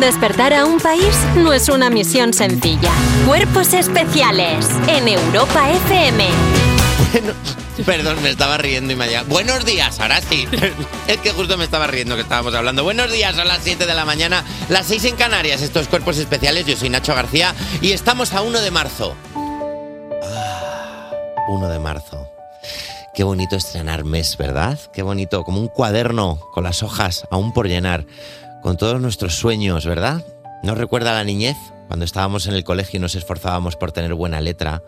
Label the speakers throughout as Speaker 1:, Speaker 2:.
Speaker 1: Despertar a un país no es una misión sencilla. Cuerpos especiales en Europa FM.
Speaker 2: Bueno, perdón, me estaba riendo y me ha llegado. Buenos días, ahora sí. Es que justo me estaba riendo que estábamos hablando. Buenos días, a las 7 de la mañana, las 6 en Canarias, estos cuerpos especiales. Yo soy Nacho García y estamos a 1 de marzo. Ah, 1 de marzo. Qué bonito estrenar mes, ¿verdad? Qué bonito, como un cuaderno con las hojas aún por llenar, con todos nuestros sueños, ¿verdad? ¿No os recuerda la niñez? Cuando estábamos en el colegio y nos esforzábamos por tener buena letra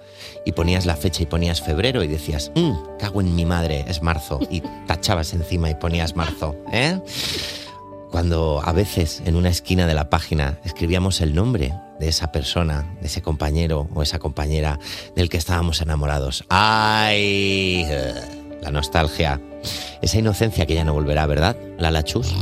Speaker 2: y ponías la fecha y ponías febrero y decías, "Mm, cago en mi madre, es marzo, y tachabas encima y ponías marzo, ¿eh? Cuando a veces en una esquina de la página escribíamos el nombre de esa persona, de ese compañero o esa compañera del que estábamos enamorados. ¡Ay! La nostalgia. Esa inocencia que ya no volverá, ¿verdad? La lachus.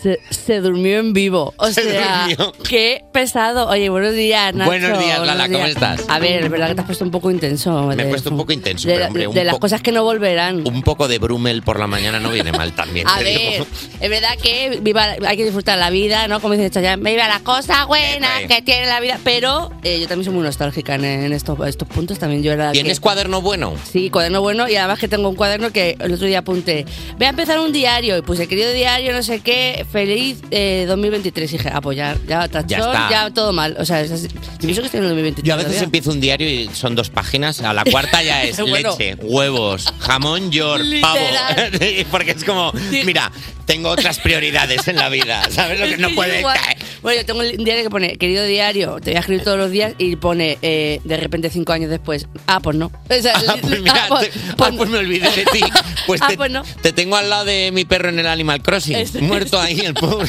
Speaker 3: Se, se durmió en vivo. O
Speaker 2: Se
Speaker 3: sea,
Speaker 2: durmió.
Speaker 3: qué pesado. Oye, buenos días, Nacho.
Speaker 2: Buenos días, Lala, ¿cómo estás?
Speaker 3: A ver, es verdad que te has puesto un poco intenso.
Speaker 2: Me he
Speaker 3: de-
Speaker 2: puesto un poco intenso,
Speaker 3: de,
Speaker 2: pero,
Speaker 3: la-
Speaker 2: hombre, un
Speaker 3: de las
Speaker 2: po-
Speaker 3: cosas que no volverán.
Speaker 2: Un poco de Brummel por la mañana no viene mal también.
Speaker 3: A
Speaker 2: te digo.
Speaker 3: ver, es verdad que viva- hay que disfrutar la vida, ¿no? Como dice Chayanne, viva las cosas buenas
Speaker 2: Epa.
Speaker 3: que tiene la vida. Pero eh, yo también soy muy nostálgica en, en estos, estos puntos. También yo era.
Speaker 2: ¿Tienes
Speaker 3: que-
Speaker 2: cuaderno bueno?
Speaker 3: Sí, cuaderno bueno y además que tengo un cuaderno que el otro día apunté. Voy a empezar un diario y puse querido diario, no sé qué, feliz eh, 2023. Y dije, apoyar, ya, tachón,
Speaker 2: Ya
Speaker 3: ya,
Speaker 2: está.
Speaker 3: todo mal. O sea, es así. yo pienso que estoy en el 2023.
Speaker 2: Yo a veces
Speaker 3: todavía.
Speaker 2: empiezo un diario y son dos páginas. A la cuarta ya es
Speaker 3: Bueno.
Speaker 2: leche, huevos, jamón, york, pavo.
Speaker 3: Literal.
Speaker 2: Porque es como, mira, tengo otras prioridades en la vida. ¿Sabes lo que
Speaker 3: Es
Speaker 2: no
Speaker 3: yo
Speaker 2: puede
Speaker 3: igual-
Speaker 2: caer?
Speaker 3: Bueno, yo tengo un diario que pone, querido diario, te voy a escribir todos los días y pone, eh, de repente cinco años después, ah, pues no. O sea,
Speaker 2: Ah, pues mira,
Speaker 3: ah, pues-
Speaker 2: te- ah, pues me olvidé de ti. Pues,
Speaker 3: Ah,
Speaker 2: te,
Speaker 3: pues no.
Speaker 2: te tengo al lado de mi perro en el Animal Crossing,
Speaker 3: Eso es.
Speaker 2: muerto ahí el pobre.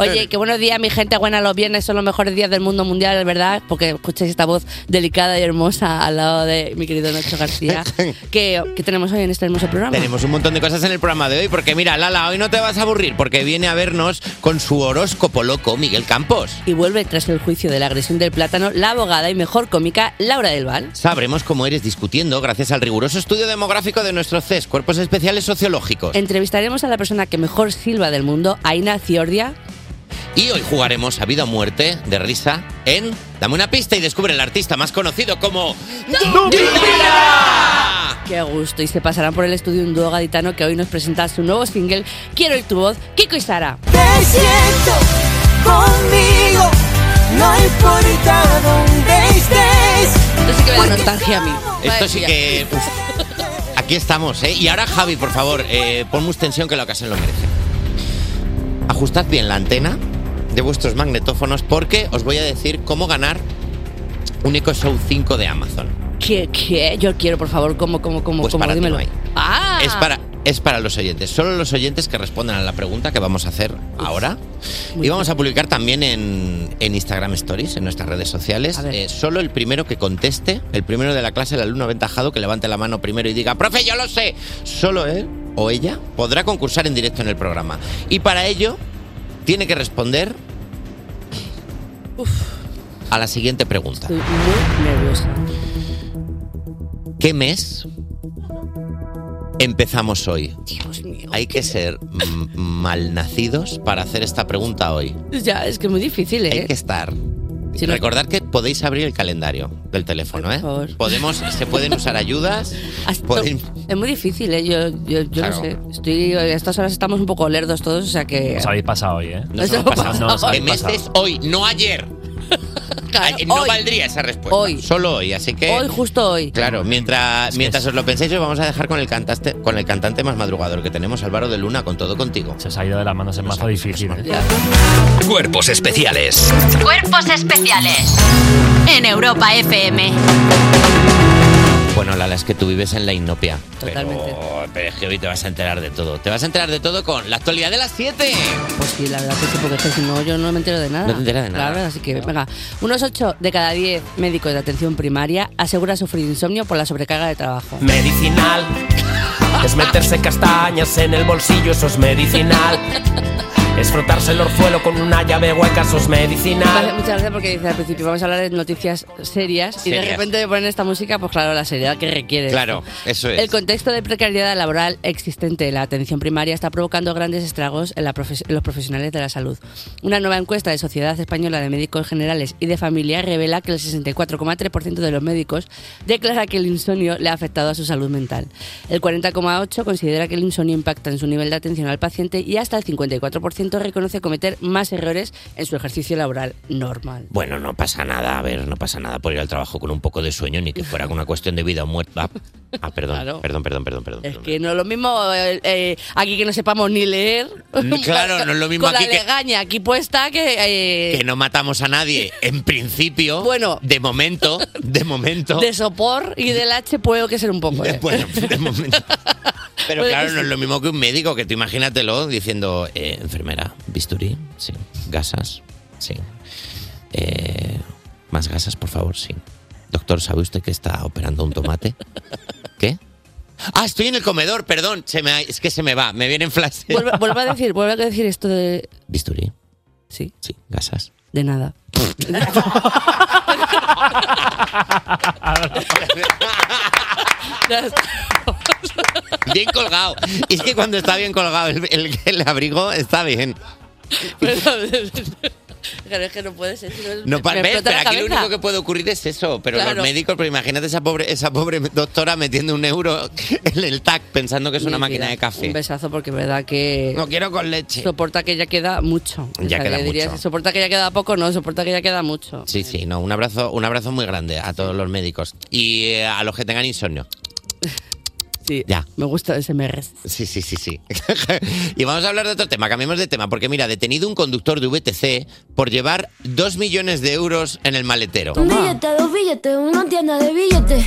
Speaker 3: Oye, que buenos días, mi gente buena. Los viernes son los mejores días del mundo mundial, ¿verdad? Porque escucháis esta voz delicada y hermosa al lado de mi querido Nacho García. que, que tenemos hoy en este hermoso programa.
Speaker 2: Tenemos un montón de cosas en el programa de hoy, porque mira, Lala, hoy no te vas a aburrir, porque viene a vernos con su horóscopo loco, Miguel Campos.
Speaker 3: Y vuelve tras el juicio de la agresión del plátano la abogada y mejor cómica Laura del Val.
Speaker 2: Sabremos cómo eres discutiendo gracias al riguroso estudio demográfico de nuestros CES, Cuerpos Especiales Sociológicos.
Speaker 3: Entrevistaremos a la persona que mejor silba del mundo, Aina Ciordia.
Speaker 2: Y hoy jugaremos a vida o muerte de risa en Dame una pista y descubre el artista más conocido como
Speaker 3: ¡Ah! Qué gusto. Y se pasarán por el estudio un dúo gaditano que hoy nos presenta su nuevo single, Quiero ir tu voz, Kiko y Sara.
Speaker 4: Te siento conmigo, no importa dónde estés.
Speaker 3: Esto sí que me da nostalgia a mí.
Speaker 2: Esto sí
Speaker 3: Oh, Vaya.
Speaker 2: que... uf, aquí estamos, ¿eh? Y ahora Javi, por favor, eh, ponme tensión que la ocasión lo merece. Ajustad bien la antena de vuestros magnetófonos porque os voy a decir cómo ganar un Echo Show 5 de Amazon.
Speaker 3: ¿Qué, qué? Yo quiero, por favor, como, como, como,
Speaker 2: Pues
Speaker 3: como,
Speaker 2: para ti
Speaker 3: dímelo.
Speaker 2: no hay.
Speaker 3: Ah,
Speaker 2: Es para, es para los oyentes, solo los oyentes que respondan a la pregunta que vamos a hacer ahora. Y vamos a publicar también en, en Instagram Stories, en nuestras redes sociales.
Speaker 3: A ver.
Speaker 2: Eh, solo el primero que conteste, el primero de la clase, el alumno aventajado que levante la mano primero y diga, profe, yo lo sé, solo él o ella podrá concursar en directo en el programa. Y para ello tiene que responder a la siguiente pregunta.
Speaker 3: Estoy muy nerviosa.
Speaker 2: ¿Qué mes empezamos hoy?
Speaker 3: Dios mío.
Speaker 2: Hay que ser mm, malnacidos para hacer esta pregunta hoy.
Speaker 3: Ya, es que es muy difícil, ¿eh?
Speaker 2: Hay que estar.
Speaker 3: Si no-
Speaker 2: Recordad que podéis abrir el calendario del teléfono, ¿eh?
Speaker 3: favor.
Speaker 2: Podemos, se pueden usar ayudas.
Speaker 3: Hasta-
Speaker 2: pueden-
Speaker 3: Es muy difícil, ¿eh? Yo, yo, yo
Speaker 2: Claro.
Speaker 3: no sé. Estoy, a estas horas estamos un poco lerdos todos, o sea que...
Speaker 5: Os habéis pasado hoy, ¿eh?
Speaker 2: Nos
Speaker 3: Eso
Speaker 2: hemos
Speaker 3: pasa
Speaker 2: pasado.
Speaker 5: No, nos
Speaker 2: ¿Qué
Speaker 5: habéis
Speaker 2: mes
Speaker 5: pasado.
Speaker 2: es hoy? No ayer.
Speaker 3: Claro,
Speaker 2: Ayer no
Speaker 3: hoy,
Speaker 2: valdría esa respuesta.
Speaker 3: Hoy.
Speaker 2: Solo hoy, así que.
Speaker 3: hoy, justo hoy.
Speaker 2: Claro, mientras,
Speaker 5: que
Speaker 2: mientras
Speaker 5: es-
Speaker 2: os lo penséis, os vamos a dejar con el, cantaste, con el cantante más madrugador que tenemos, Álvaro de Luna, con todo contigo.
Speaker 5: Se os ha ido de las manos en mazo difícil. ¿eh?
Speaker 3: Ya.
Speaker 6: Cuerpos especiales
Speaker 1: Cuerpos especiales en Europa FM.
Speaker 2: Bueno, Lala, es que tú vives en la inopia.
Speaker 3: Totalmente.
Speaker 2: Pero, Oh, pero es que hoy te vas a enterar de todo. Te vas a enterar de todo con la actualidad de las 7.
Speaker 3: Pues sí, la verdad que sí, porque es que si no, yo no me entero de nada.
Speaker 2: No te enteras de nada.
Speaker 3: Claro, así que venga. Unos 8 de cada 10 médicos de atención primaria asegura sufrir insomnio por la sobrecarga de trabajo.
Speaker 7: Medicinal. Es meterse castañas en el bolsillo, eso es medicinal. Es frotarse el orzuelo con una llave hueca, sus medicinas.
Speaker 3: Vale, muchas gracias porque dice al principio vamos a hablar de noticias serias y de
Speaker 2: Serias.
Speaker 3: repente me ponen esta música, pues claro, la seriedad que requiere.
Speaker 2: Claro,
Speaker 3: esto.
Speaker 2: eso es.
Speaker 3: El contexto de precariedad laboral existente en la atención primaria está provocando grandes estragos en, la profes- en los profesionales de la salud. Una nueva encuesta de Sociedad Española de Médicos Generales y de Familia revela que el 64,3% de los médicos declara que el insomnio le ha afectado a su salud mental. El 40,8% considera que el insomnio impacta en su nivel de atención al paciente y hasta el 54% reconoce cometer más errores en su ejercicio laboral normal.
Speaker 7: Bueno, no pasa nada, a ver, no pasa nada por ir al trabajo con un poco de sueño, ni que fuera una cuestión de vida o muerte. Ah, ah, perdón,
Speaker 3: Claro.
Speaker 7: perdón, perdón, perdón, perdón.
Speaker 3: Es que no es lo mismo eh, eh, aquí que no sepamos ni leer.
Speaker 2: Mm, claro, no es lo mismo
Speaker 3: Con
Speaker 2: aquí
Speaker 3: la
Speaker 2: que-
Speaker 3: legaña aquí puesta que, eh,
Speaker 2: Que no matamos a nadie, en principio.
Speaker 3: Bueno.
Speaker 2: De momento, de momento.
Speaker 3: de sopor y del H puedo que ser un poco. eh.
Speaker 2: Bueno, de momento. Pero
Speaker 3: Puede
Speaker 2: claro,
Speaker 3: que
Speaker 2: no es
Speaker 3: sí.
Speaker 2: lo mismo que un médico, que tú imagínatelo diciendo, eh, enfermera, bisturí, sí, gasas, sí. Eh, más gasas, por favor, sí. Doctor, ¿sabe usted que está operando un tomate? ¿Qué? Ah, estoy en el comedor, perdón, se me, ha- es que se me va, me vienen flashes.
Speaker 3: Vuelve, vuelve a decir, vuelve a decir esto de
Speaker 2: Bisturí,
Speaker 3: sí,
Speaker 2: sí, gasas.
Speaker 3: de nada. Ya está.
Speaker 2: Bien colgado. Y es que cuando está bien colgado el, el- el abrigo, está bien.
Speaker 3: Pero- Claro, es que no puede ser. si
Speaker 2: No, pa-
Speaker 3: me
Speaker 2: ves,
Speaker 3: explota
Speaker 2: pero
Speaker 3: la
Speaker 2: aquí lo
Speaker 3: cabeza.
Speaker 2: único que puede ocurrir es eso. Pero
Speaker 3: Claro.
Speaker 2: los médicos, pero imagínate esa pobre, esa pobre doctora metiendo un euro en el TAC pensando que es una
Speaker 3: Mi
Speaker 2: máquina
Speaker 3: vida,
Speaker 2: de
Speaker 3: Un
Speaker 2: café.
Speaker 3: besazo porque es verdad que
Speaker 2: No quiero con leche.
Speaker 3: soporta que ya queda mucho.
Speaker 2: Ya queda
Speaker 3: le diría,
Speaker 2: mucho.
Speaker 3: Soporta que ya queda poco, no, soporta que ya queda mucho.
Speaker 2: Sí, sí, no, un abrazo, un abrazo muy grande a todos los médicos y eh, a los que tengan insomnio.
Speaker 3: Sí.
Speaker 2: Ya.
Speaker 3: Me gusta ese MRS.
Speaker 2: Sí, sí, sí, sí. y vamos a hablar de otro tema, cambiemos de tema, porque mira, detenido un conductor de VTC por llevar dos millones de euros en el maletero.
Speaker 8: Un billete, dos billetes, una tienda de billetes.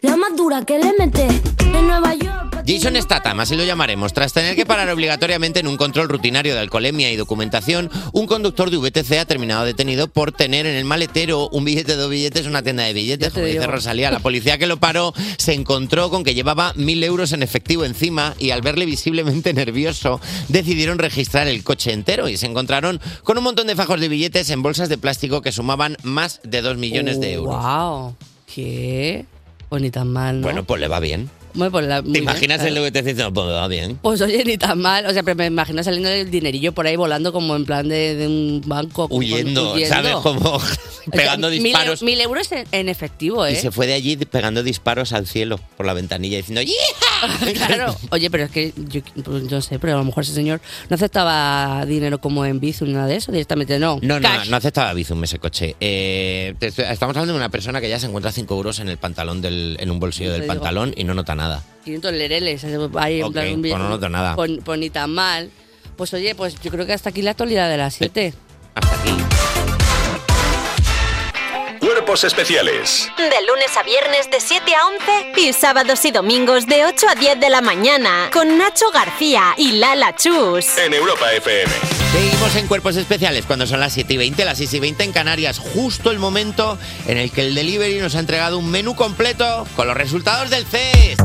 Speaker 8: La más dura que le mete en Nueva York.
Speaker 2: Jason Statham, así lo llamaremos, tras tener que parar obligatoriamente en un control rutinario de alcoholemia y documentación, un conductor de VTC ha terminado detenido por tener en el maletero un billete, dos billetes, una tienda de billetes,
Speaker 3: te
Speaker 2: como dice
Speaker 3: digo.
Speaker 2: Rosalía. La policía que lo paró se encontró con que llevaba mil euros en efectivo encima y al verle visiblemente nervioso decidieron registrar el coche entero y se encontraron con un montón de fajos de billetes en bolsas de plástico que sumaban más de dos millones de euros.
Speaker 3: ¡Wow! ¿Qué? Pues ni tan mal, ¿no?
Speaker 2: Bueno, pues le va bien.
Speaker 3: Bueno, pues la- muy
Speaker 2: ¿Te
Speaker 3: bien,
Speaker 2: imaginas el
Speaker 3: claro.
Speaker 2: VTC diciendo, pues me va bien?
Speaker 3: Pues oye, ni tan mal. O sea, pero me imagino saliendo el dinerillo por ahí volando como en plan de, de un banco. como
Speaker 2: huyendo,
Speaker 3: huyendo.
Speaker 2: ¿sabes? Como
Speaker 3: O sea,
Speaker 2: pegando
Speaker 3: mil eu-
Speaker 2: disparos.
Speaker 3: Mil, euros en, en efectivo, ¿eh?
Speaker 2: Y se fue de allí pegando disparos al cielo por la ventanilla diciendo ¡Yija!
Speaker 3: Claro. Oye, pero es que yo, pues, yo sé, pero a lo mejor ese señor no aceptaba dinero como en Bizum ni nada de eso, directamente no.
Speaker 2: No, no,
Speaker 3: Cash.
Speaker 2: no aceptaba Bizum ese coche. Eh, te estoy- estamos hablando de una persona que ya se encuentra 5 euros en el pantalón del, en un bolsillo
Speaker 3: Te
Speaker 2: del
Speaker 3: digo.
Speaker 2: pantalón y no nota nada.
Speaker 3: 500 lereles. Ahí, en
Speaker 2: Ok,
Speaker 3: plan, un
Speaker 2: pues no
Speaker 3: billete-
Speaker 2: noto nada.
Speaker 3: Pues, pues ni tan mal. Pues oye, pues yo creo que hasta aquí la actualidad de las 7.
Speaker 2: Hasta aquí.
Speaker 9: Cuerpos especiales
Speaker 1: De lunes a viernes de 7 a 11 y sábados y domingos de 8 a 10 de la mañana con Nacho García y Lala Chus.
Speaker 9: en Europa FM.
Speaker 2: Seguimos en Cuerpos Especiales cuando son las 7 y 20, las 6 y 20 en Canarias, justo el momento en el que el delivery nos ha entregado un menú completo con los resultados del CES.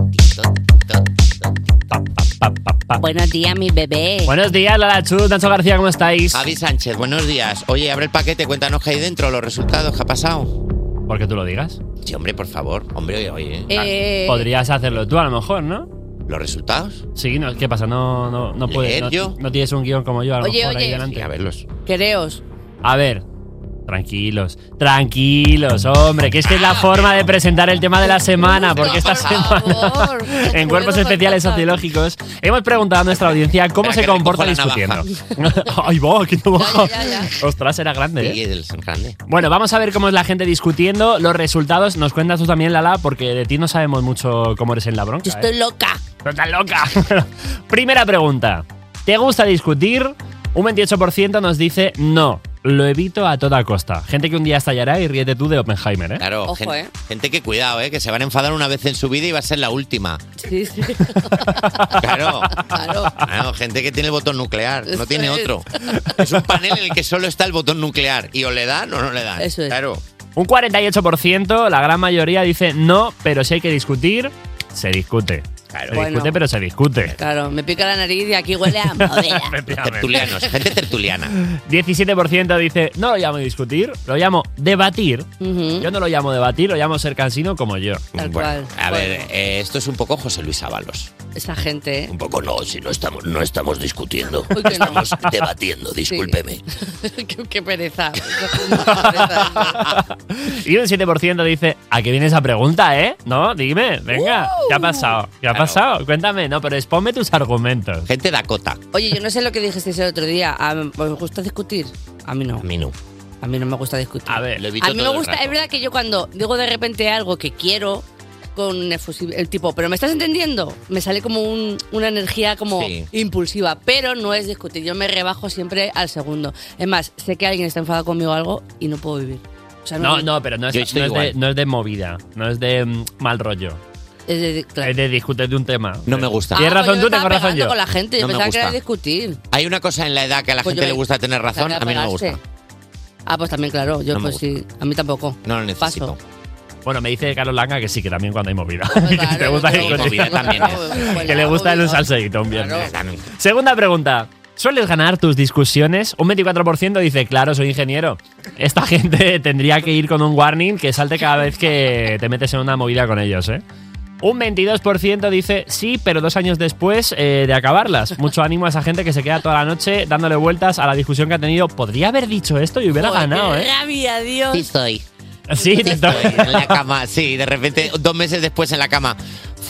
Speaker 3: Buenos días, mi bebé.
Speaker 5: Buenos días, Lala Chus, Nacho García, ¿cómo estáis?
Speaker 2: Javi Sánchez, buenos días. Oye, abre el paquete, cuéntanos qué hay dentro, los resultados, qué ha pasado.
Speaker 5: Porque tú lo digas.
Speaker 2: Sí, hombre, por favor. Hombre, oye, oye.
Speaker 3: Eh,
Speaker 5: Podrías hacerlo tú, a lo mejor, ¿no?
Speaker 2: ¿Los resultados?
Speaker 5: Sí, no, ¿qué pasa? No, no, no puedes.
Speaker 2: ¿Leer
Speaker 5: No,
Speaker 2: yo?
Speaker 5: no tienes un guión como yo, a lo
Speaker 3: Oye,
Speaker 5: mejor ahí
Speaker 3: oye.
Speaker 5: delante.
Speaker 2: Sí, a verlos.
Speaker 3: Quereos.
Speaker 5: A ver, tranquilos, tranquilos, hombre, que es que es la forma de presentar el tema de la semana,
Speaker 3: Por
Speaker 5: porque esta
Speaker 3: favor,
Speaker 5: semana
Speaker 3: te
Speaker 5: en cuerpos
Speaker 3: vuelvo
Speaker 5: especiales
Speaker 3: loca.
Speaker 5: sociológicos hemos preguntado a nuestra audiencia cómo
Speaker 2: Espera,
Speaker 5: se
Speaker 2: que
Speaker 5: comporta
Speaker 2: recojo la
Speaker 5: discutiendo. Oh, Ay, va, qué navaja.
Speaker 3: Ya, ya, ya.
Speaker 5: Ostras, era grande, ¿eh?
Speaker 2: Sí, el San grande.
Speaker 5: Bueno, vamos a ver cómo es la gente discutiendo los resultados. Nos cuentas tú también, Lala, porque de ti no sabemos mucho cómo eres en la bronca.
Speaker 3: Yo
Speaker 5: ¿eh?
Speaker 3: estoy loca.
Speaker 5: Pero estás loca. Primera pregunta. ¿Te gusta discutir? Un 28% nos dice no. Lo evito a toda costa. Gente que un día estallará y ríete tú de Oppenheimer, ¿eh?
Speaker 2: Claro,
Speaker 3: Ojo,
Speaker 2: gen- gente,
Speaker 3: eh.
Speaker 2: que cuidado, ¿eh? que se van a enfadar una vez en su vida y va a ser la última.
Speaker 3: Sí, sí.
Speaker 2: Claro.
Speaker 3: Claro.
Speaker 2: Claro, gente que tiene el botón nuclear,
Speaker 3: Eso
Speaker 2: no tiene
Speaker 3: es.
Speaker 2: otro. Es un panel en el que solo está el botón nuclear. Y o le dan o no le dan.
Speaker 3: Eso es.
Speaker 2: Claro.
Speaker 5: Un 48%, la gran mayoría dice no, pero si hay que discutir, se discute. Se
Speaker 3: Bueno.
Speaker 5: discute, pero se discute.
Speaker 3: Claro, me pica la nariz y aquí huele a madera.
Speaker 5: Tertulianos,
Speaker 2: gente tertuliana.
Speaker 5: 17% dice, no lo llamo discutir, lo llamo debatir. Yo no lo llamo debatir, lo llamo ser cansino como yo.
Speaker 3: Tal Bueno, cual.
Speaker 7: A ver, eh, esto es un poco José Luis Ábalos.
Speaker 3: Esta gente, ¿eh?
Speaker 7: Un poco no, si no estamos, no estamos discutiendo. Estamos debatiendo, discúlpeme.
Speaker 3: qué, qué pereza.
Speaker 5: Y un 7% dice, ¿a qué viene esa pregunta, eh? No, dime, venga,
Speaker 3: Uh.
Speaker 5: ¿qué ha pasado? ¿Qué ha pasado? Cuéntame, no, pero exponme tus argumentos.
Speaker 2: Gente Dakota.
Speaker 3: Oye, yo no sé lo que dijisteis el otro día. ¿A- ¿Os gusta discutir? A mí no. A
Speaker 7: mí no.
Speaker 3: A mí no me gusta discutir.
Speaker 7: A ver, lo evito
Speaker 3: A mí me
Speaker 7: todo el
Speaker 3: gusta,
Speaker 7: rato.
Speaker 3: es verdad que yo cuando digo de repente algo que quiero con efusiv- el tipo, pero ¿me estás entendiendo? Me sale como un- una energía como
Speaker 10: Sí.
Speaker 3: impulsiva, pero no es discutir. Yo me rebajo siempre al segundo. Es más, sé que alguien está enfadado conmigo o algo y no puedo vivir. O sea,
Speaker 5: No, no, pero no es,
Speaker 7: Yo estoy
Speaker 5: no es de,
Speaker 7: igual.
Speaker 5: no es de movida, no es de mm, mal rollo.
Speaker 3: Es de, claro.
Speaker 5: Es de discutir de un tema.
Speaker 2: No me gusta.
Speaker 5: Tienes
Speaker 3: Ah, pues
Speaker 5: razón
Speaker 3: yo
Speaker 5: tú,
Speaker 3: estaba
Speaker 5: tengo razón
Speaker 3: pegando
Speaker 5: yo.
Speaker 3: con la gente, yo
Speaker 2: No me
Speaker 3: pensaba que era
Speaker 2: gusta.
Speaker 3: discutir.
Speaker 2: Hay una cosa en la edad que a la
Speaker 3: Pues
Speaker 2: gente
Speaker 3: yo-
Speaker 2: le gusta tener razón,
Speaker 3: Sacar
Speaker 2: a mí no me gusta.
Speaker 3: pegarse. Ah, pues también, claro, yo
Speaker 5: No me
Speaker 3: pues sí, a mí tampoco.
Speaker 2: No lo necesito.
Speaker 5: Bueno, me dice Carlos Langa que sí, que también cuando hay movida. Que le gusta discutir.
Speaker 2: movida también
Speaker 5: Que le gusta el salseíto un viernes. Segunda pregunta. ¿Sueles ganar tus discusiones? Un 24% dice, claro, soy ingeniero. Esta gente tendría que ir con un warning que salte cada vez que te metes en una movida con ellos, ¿eh? Un 22% dice, sí, pero dos años después eh, de acabarlas. Mucho ánimo a esa gente que se queda toda la noche dándole vueltas a la discusión que ha tenido. Podría haber dicho esto y hubiera ganado, ¿eh?
Speaker 3: Rabia, Dios.
Speaker 2: Sí estoy.
Speaker 5: Sí, te to-
Speaker 2: En la cama, sí, de repente, dos meses después en la cama.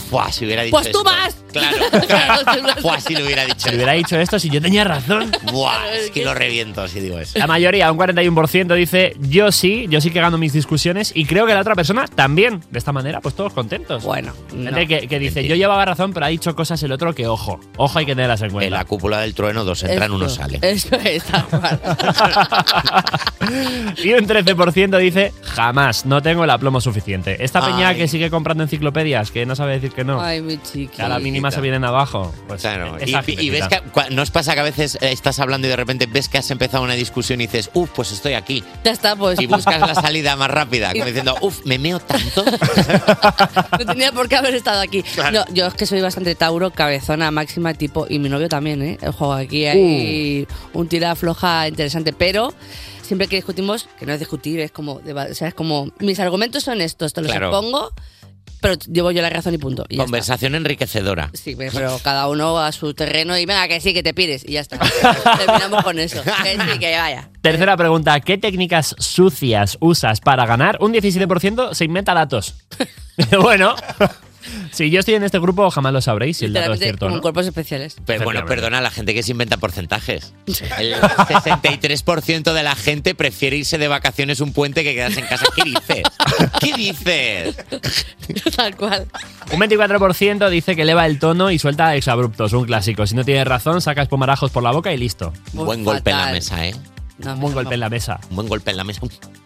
Speaker 2: Fua, si hubiera dicho
Speaker 3: Pues tú
Speaker 2: esto.
Speaker 3: vas.
Speaker 2: Claro, claro. Fua, si lo hubiera dicho.
Speaker 5: Si hubiera dicho esto, si yo tenía razón.
Speaker 2: Buah, es que lo reviento si digo eso.
Speaker 5: La mayoría, un 41%, dice yo sí, yo sí que gano mis discusiones y creo que la otra persona también. De esta manera, pues todos contentos.
Speaker 3: Bueno,
Speaker 5: Gente que, que dice yo llevaba razón, pero ha dicho cosas el otro que ojo. Ojo hay que tenerlas en cuenta. En la
Speaker 2: cúpula del trueno dos entran, uno sale.
Speaker 3: Eso es, tal cual.
Speaker 5: Y un 13% dice jamás, no tengo el aplomo suficiente. Esta peña
Speaker 2: Ay.
Speaker 5: que sigue comprando enciclopedias, que no sabe decir que no.
Speaker 3: Ay, mi chiqui.
Speaker 5: que a la mínima se vienen abajo. Pues
Speaker 2: Claro,
Speaker 5: esa
Speaker 2: y, y
Speaker 5: gentecita.
Speaker 2: ves que cua- nos pasa que a veces eh, estás hablando y de repente ves que has empezado una discusión y dices, uff, pues estoy aquí.
Speaker 3: Ya está, pues.
Speaker 2: Y buscas la salida más rápida, como diciendo, uff, me meo tanto.
Speaker 3: No tenía por qué haber estado aquí. No, yo es que soy bastante Tauro, cabezona máxima tipo, y mi novio también, ¿eh? Ojo, aquí hay
Speaker 2: Uh.
Speaker 3: un tira floja interesante, pero siempre que discutimos, que no es discutir, es como, deba- o sea, es como, mis argumentos son estos, te los
Speaker 2: Claro.
Speaker 3: expongo, pero llevo yo la razón y punto. Y ya está.
Speaker 2: Conversación enriquecedora.
Speaker 3: Sí, pero cada uno a su terreno y venga, que sí, que te pires y ya está. Terminamos con eso. Que sí, que vaya.
Speaker 5: Tercera pregunta, ¿qué técnicas sucias usas para ganar? Un 17% se inventa datos. bueno, si yo estoy en este grupo jamás lo sabréis si el dato es
Speaker 3: Literalmente,
Speaker 5: cierto,
Speaker 3: con
Speaker 5: ¿no?
Speaker 3: cuerpos especiales.
Speaker 2: Pero bueno, perdona a la gente que se inventa porcentajes. El 63% de la gente prefiere irse de vacaciones un puente que quedarse en casa. ¿Qué dices? ¿Qué dices?
Speaker 3: Tal cual.
Speaker 5: Un 24% dice que eleva el tono y suelta exabruptos, un clásico. Si no tienes razón, sacas pomarajos por la boca y listo.
Speaker 2: Un buen golpe en la mesa, ¿eh?
Speaker 3: un
Speaker 5: buen golpe en la mesa.
Speaker 2: Un buen golpe en la mesa.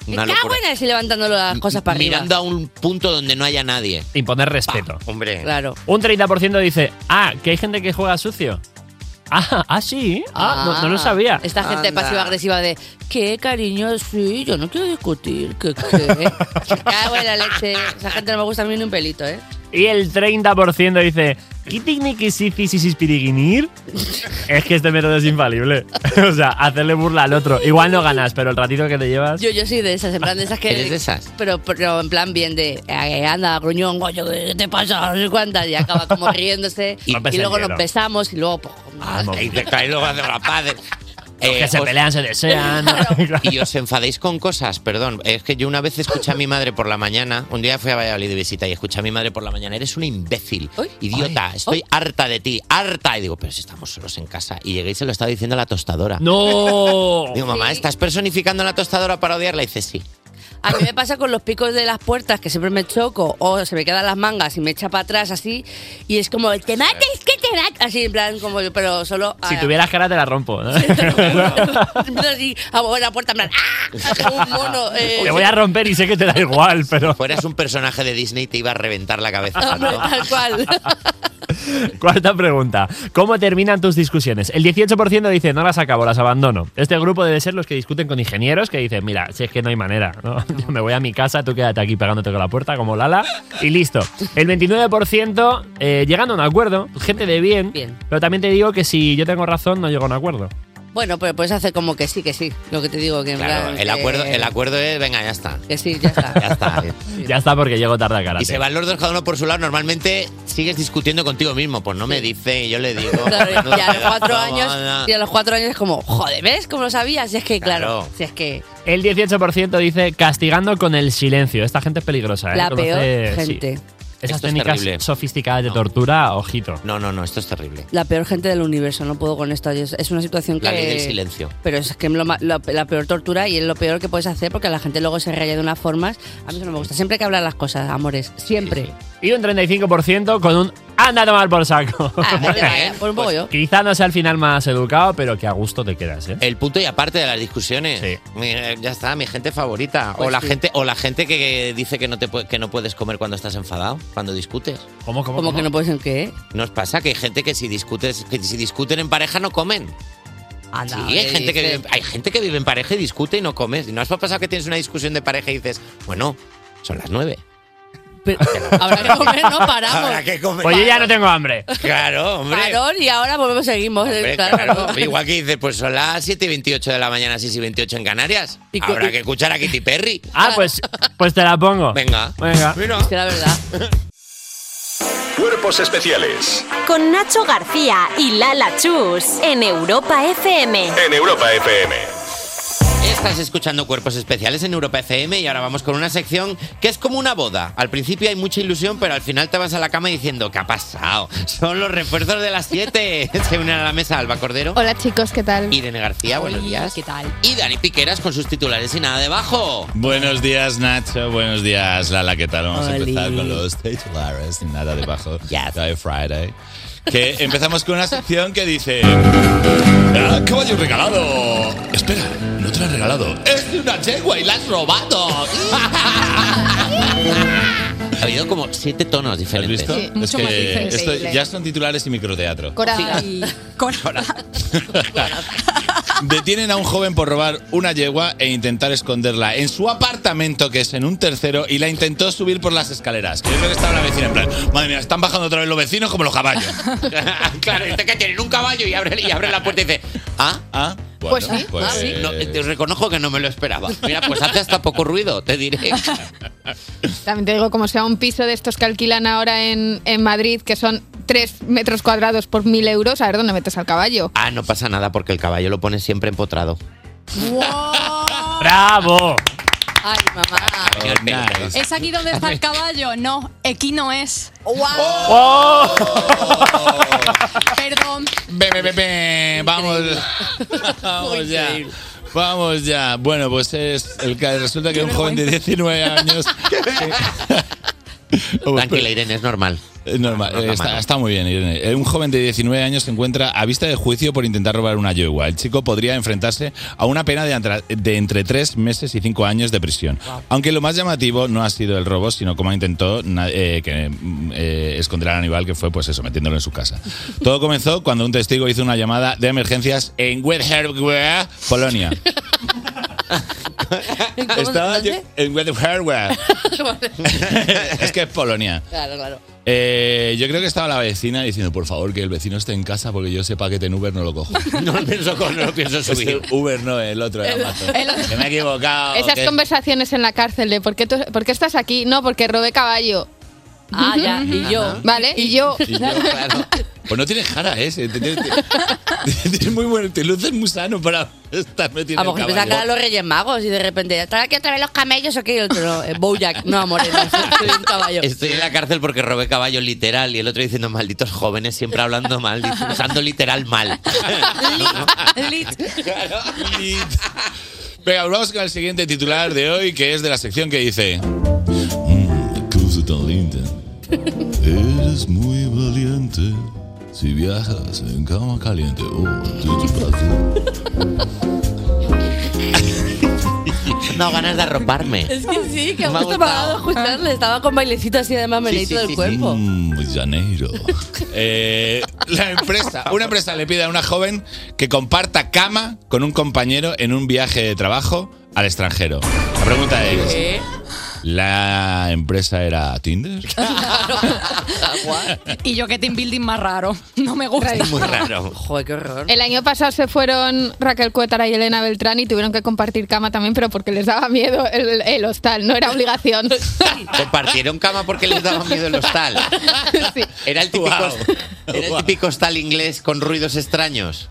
Speaker 2: Una
Speaker 3: Está
Speaker 2: locura.
Speaker 3: buena si levantando las cosas para arriba.
Speaker 2: Mirando a un punto donde no haya nadie.
Speaker 5: Imponer respeto.
Speaker 2: Hombre.
Speaker 3: Claro.
Speaker 5: Un 30% dice, ah, que hay gente que juega sucio. Ah, ah sí. Ah, no, no lo sabía.
Speaker 3: Esta gente pasiva-agresiva de, ¿qué, cariño? Sí, yo no quiero discutir. ¿Qué, qué? Me Cago en Ah, la leche. Esa gente no me gusta a mí ni un pelito, ¿eh?
Speaker 5: Y el 30% dice, ¿qué técnicas hiciste piriguinir? Es que este método es infalible. o sea, hacerle burla al otro. Igual no ganas, pero el ratito que te llevas...
Speaker 3: Yo, yo soy de esas, en plan de esas que...
Speaker 5: ¿Eres de esas?
Speaker 3: Pero, pero en plan bien de, "Eh, anda, gruñón, coño, ¿qué te pasa? No sé cuántas", Y acaba como riéndose. y,
Speaker 2: Rompes el
Speaker 3: luego
Speaker 2: hielo.
Speaker 3: nos besamos y luego... pues,
Speaker 2: Y te caes luego hacemos la paz.
Speaker 5: Ah, que se pelean, se desean.
Speaker 2: Y os enfadéis con cosas, perdón. Es que yo una vez escuché a mi madre por la mañana, un día fui a Valladolid de visita y escuché a mi madre por la mañana, eres un imbécil, idiota, estoy harta de ti, harta. Y digo, pero si estamos solos en casa. Y llegué y se lo estaba diciendo a la tostadora.
Speaker 5: ¡No!
Speaker 2: Digo, mamá, ¿estás personificando a la tostadora para odiarla? Y dice, sí.
Speaker 3: A mí me pasa con los picos de las puertas que siempre me choco o se me quedan las mangas y me echa para atrás así y es como te mates que te mates así en plan como yo, pero solo a,
Speaker 5: Si tuvieras cara te la rompo. ¿no?
Speaker 3: así, a mover la puerta en plan ¡ah! como un mono eh,
Speaker 5: te voy a romper y sé que te da igual, pero...
Speaker 2: Fueras un personaje de Disney te iba a reventar la cabeza.
Speaker 3: hombre,
Speaker 2: ¿no?
Speaker 3: tal cual
Speaker 5: Cuarta pregunta. ¿Cómo terminan tus discusiones? El 18% dice, no las acabo, las abandono. Este grupo debe ser los que discuten con ingenieros que dicen, mira, si es que no hay manera, ¿no? Yo me voy a mi casa, tú quédate aquí pegándote con la puerta como Lala y listo. El 29% eh, llegando a un acuerdo, gente de bien, pero también te digo que si yo tengo razón no llego a un acuerdo.
Speaker 3: Bueno, pero puedes hacer como que sí, que sí. Lo que te digo que en
Speaker 2: Claro,
Speaker 3: plan,
Speaker 2: el
Speaker 3: que-
Speaker 2: acuerdo, el acuerdo es, venga, ya está.
Speaker 3: Que sí, ya está.
Speaker 2: Ya está.
Speaker 5: ya está porque llego tarde a karate.
Speaker 2: Y se van los dos cada uno por su lado. Normalmente sigues discutiendo contigo mismo. Pues no me dice, yo le digo. Pues
Speaker 3: Claro,
Speaker 2: menudo
Speaker 3: y a los cuatro
Speaker 2: pedazo,
Speaker 3: años,
Speaker 2: nada.
Speaker 3: y a los cuatro años es como, joder, ¿ves? Como lo sabías. Y es que, claro,
Speaker 5: Claro.
Speaker 3: si es que
Speaker 5: El 18% dice castigando con el silencio. Esta gente es peligrosa, ¿eh?
Speaker 3: la
Speaker 5: Conoce-
Speaker 3: peor
Speaker 5: sí.
Speaker 3: gente.
Speaker 5: Esas
Speaker 2: Esto es
Speaker 5: técnicas
Speaker 2: terrible.
Speaker 5: sofisticadas de tortura, ojito.
Speaker 2: No, no, no, esto es terrible.
Speaker 3: La peor gente del universo, no puedo con esto. Es es una situación que...
Speaker 2: La ley del silencio.
Speaker 3: Pero es que es lo ma- lo- la peor tortura y es lo peor que puedes hacer porque la gente luego se raya de unas formas. A mí eso no me gusta. Siempre hay que hablar las cosas, amores. Siempre.
Speaker 5: Y un 35% con un anda a tomar por saco.
Speaker 3: Ah,
Speaker 5: Pues
Speaker 3: Por un poco yo.
Speaker 5: Quizá no sea el final más educado, pero que a gusto te quedas, ¿eh?
Speaker 2: El punto y aparte de las discusiones. Mi- eh, Ya está, mi gente favorita. o
Speaker 5: Pues
Speaker 2: la
Speaker 5: sí.
Speaker 2: gente, o la gente que- que dice que no te pu- que no puedes comer cuando estás enfadado, cuando discutes.
Speaker 5: ¿Cómo, cómo,
Speaker 3: Como que no puedes en qué.
Speaker 2: Nos pasa que hay gente que si discutes, que si discuten en pareja no comen.
Speaker 3: Anda,
Speaker 2: sí, hay
Speaker 3: ¿qué
Speaker 2: gente, que
Speaker 3: dices?
Speaker 2: vive, hay gente que vive en pareja y discute y no comes. ¿No has pasado que tienes una discusión de pareja y dices, bueno, son las nueve?
Speaker 3: Habrá que comer, no paramos.
Speaker 2: Habrá que comer.
Speaker 5: Pues yo ya no tengo hambre.
Speaker 2: Claro, hombre.
Speaker 3: Parón y ahora volvemos, seguimos.
Speaker 2: Hombre,
Speaker 3: Claro.
Speaker 2: claro. Igual que dices, pues son las 7 y 28 de la mañana, 6 y 28 en Canarias.
Speaker 3: Y cu-
Speaker 2: Habrá que escuchar a Kitty Perry.
Speaker 5: Ah, pues, pues te la pongo.
Speaker 2: Venga.
Speaker 5: Venga.
Speaker 2: Es
Speaker 3: que la verdad.
Speaker 9: Cuerpos especiales
Speaker 1: Con Nacho García y Lala Chus en Europa FM.
Speaker 9: en Europa FM.
Speaker 2: Estás escuchando Cuerpos Especiales en Europa FM y ahora vamos con una sección que es como una boda. Al principio hay mucha ilusión, pero al final te vas a la cama diciendo, ¿qué ha pasado? Son los refuerzos de las 7. Se unen a la mesa Alba Cordero,
Speaker 10: Hola chicos, ¿qué tal?
Speaker 2: Irene García, buenos días. ¿Qué
Speaker 3: tal?
Speaker 2: Y Dani Piqueras con sus titulares y nada debajo.
Speaker 11: Buenos días, Nacho. Buenos días, Lala. ¿Qué tal? Vamos a
Speaker 2: Oli.
Speaker 11: empezar con los titulares y nada debajo. Ya. Friday. Que empezamos con una sección que dice... ¡Ah, caballo regalado! Espera, no te lo he regalado. Es de una yegua y la has robado.
Speaker 2: Ha habido como siete tonos diferentes.
Speaker 11: ¿Listo? es que esto ya son titulares y microteatro.
Speaker 10: Cora. Cora.
Speaker 11: Detienen a un joven por robar una yegua e intentar esconderla en su apartamento, que es en un tercero, y la intentó subir por las escaleras. Que es lo que estaba la vecina en plan. Madre mía, están bajando otra vez los vecinos como los caballos.
Speaker 2: claro, este que tienen un caballo y abre, y abre la puerta y dice, ¿ah?
Speaker 11: ¿Ah?
Speaker 2: Bueno,
Speaker 11: Pues sí.
Speaker 2: pues
Speaker 11: Ah, sí.
Speaker 2: no, eh, te reconozco que no me lo esperaba. Mira, pues hace hasta poco ruido, te diré.
Speaker 10: También te digo, como sea un piso de estos que alquilan ahora en, en Madrid, que son 3 metros cuadrados por 1.000 euros, a ver dónde metes al caballo.
Speaker 2: Ah, no pasa nada porque el caballo lo pone siempre empotrado.
Speaker 11: Oh.
Speaker 5: ¡Bravo!
Speaker 12: Ay, mamá. ¿Es aquí donde está el caballo? No, aquí no es.
Speaker 11: Oh.
Speaker 3: ¡Oh!
Speaker 12: Perdón.
Speaker 11: Be, be, be, be. Vamos. Vamos ya. Vamos ya. Bueno, pues es el que resulta que un joven de 19 años.
Speaker 2: Tranquila, Irene, es normal.
Speaker 11: Es normal,
Speaker 2: No, no,
Speaker 11: está,
Speaker 2: no.
Speaker 11: está muy bien, Irene. Eh, Un joven de 19 años se encuentra a vista de juicio por intentar robar una yegua. El chico podría enfrentarse a una pena de, antra- de entre 3 meses y 5 años de prisión. Aunque lo más llamativo no ha sido el robo, sino cómo intentó na- eh, que, mm, eh, esconder al animal, que fue pues eso, metiéndolo en su casa. Todo comenzó cuando un testigo hizo una llamada de emergencias en Wetherware, Polonia. Estaba yo- en Wetherware. es que es Polonia.
Speaker 3: Claro, claro.
Speaker 11: Eh, yo creo que estaba la vecina diciendo, por favor, que el vecino esté en casa porque yo sepa que en Uber no lo cojo. Este
Speaker 2: No lo pienso, co- no lo pienso subir.
Speaker 11: Uber no, el otro, el
Speaker 10: El-
Speaker 11: Amazon.
Speaker 10: el otro.
Speaker 11: Que me he equivocado.
Speaker 10: Esas
Speaker 11: que-
Speaker 10: conversaciones en la cárcel de ¿por qué, tú- por qué estás aquí? No, porque robé caballo.
Speaker 3: Ah, ya, y yo.
Speaker 10: Vale, y yo.
Speaker 11: Y yo, claro. Pues no tienes cara, ¿eh? Te- te- te- te- Tienes muy bueno, te luces muy sano para estar metido
Speaker 3: A
Speaker 11: en
Speaker 3: lo
Speaker 11: el
Speaker 3: mejor empiezan
Speaker 11: caballo.
Speaker 3: a caer los Reyes Magos y de repente, trae aquí otra vez los camellos o qué? Y el otro, eh, Bojack. No, amor, no, soy un caballo.
Speaker 2: Estoy en la cárcel porque robé caballo literal y el otro diciendo malditos jóvenes, siempre hablando mal, dic- usando literal mal.
Speaker 11: Venga, vamos con el siguiente titular de hoy, que es de la sección que dice... "Mm, qué cosa tan linda. Eres muy valiente si viajas en cama caliente. Oh, tú, tú, tú".
Speaker 2: dado ganas de arroparme.
Speaker 3: Es que sí, que
Speaker 2: Me ha
Speaker 3: justo me ha dado ajustarle. Estaba con bailecito así, además me
Speaker 11: Sí,
Speaker 3: leí
Speaker 11: sí,
Speaker 3: todo
Speaker 11: sí,
Speaker 3: el cuerpo.
Speaker 11: Mm, Janeiro. Eh, la empresa, una empresa le pide a una joven que comparta cama con un compañero en un viaje de trabajo al extranjero. La pregunta es, ¿la empresa era Tinder?
Speaker 12: Y yo que team building más raro. No me gusta.
Speaker 3: Joder, qué horror.
Speaker 13: Eh,
Speaker 10: El año pasado se fueron Raquel Cuétara y Elena Beltrán y tuvieron que compartir cama también, pero porque les daba miedo el, el hostal, no era obligación.
Speaker 2: Compartieron cama porque les daba miedo el hostal. Era el típico,
Speaker 7: Guau.
Speaker 2: era el típico hostal inglés con ruidos extraños.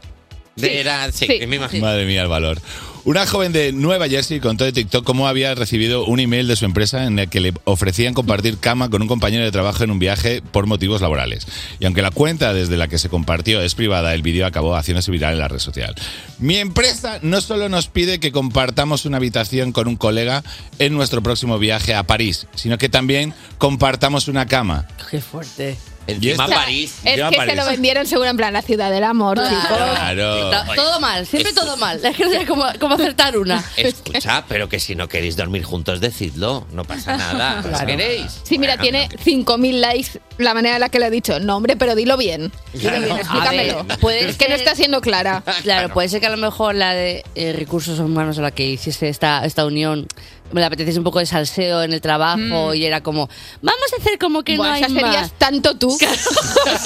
Speaker 2: De- era, sí, me imagino.
Speaker 11: Madre mía, el valor. Una joven de Nueva Jersey contó de TikTok cómo había recibido un email de su empresa en el que le ofrecían compartir cama con un compañero de trabajo en un viaje por motivos laborales. Y aunque la cuenta desde la que se compartió es privada, el vídeo acabó haciéndose viral en la red social. Mi empresa no solo nos pide que compartamos una habitación con un colega en nuestro próximo viaje a París, sino que también compartamos una cama.
Speaker 3: Qué fuerte.
Speaker 11: Encima
Speaker 10: O sea, Es que se lo vendieron seguro en plan la ciudad del amor, chicos.
Speaker 11: Claro.
Speaker 3: Está- todo mal, siempre todo mal. Es que no sé cómo, cómo acertar una.
Speaker 7: Escucha, pero que si no queréis dormir juntos, decidlo. No pasa nada. ¿Os
Speaker 10: Claro.
Speaker 7: queréis?
Speaker 10: Sí, mira,
Speaker 7: Bueno,
Speaker 10: tiene 5.000 likes la manera en la que lo ha dicho. No, hombre, pero dilo bien. Dilo
Speaker 7: Claro.
Speaker 10: bien, explícamelo.
Speaker 3: A ver, puede
Speaker 10: es que no
Speaker 3: ser-
Speaker 10: está siendo clara.
Speaker 3: Claro, puede ser que a lo mejor la de eh, recursos humanos a la que hiciste esta, esta unión me la apeteciese un poco de salseo en el
Speaker 12: Mm.
Speaker 3: trabajo y era como, vamos a hacer como que
Speaker 10: Buah,
Speaker 3: no hay
Speaker 10: esa serías
Speaker 3: más.
Speaker 10: tanto tú.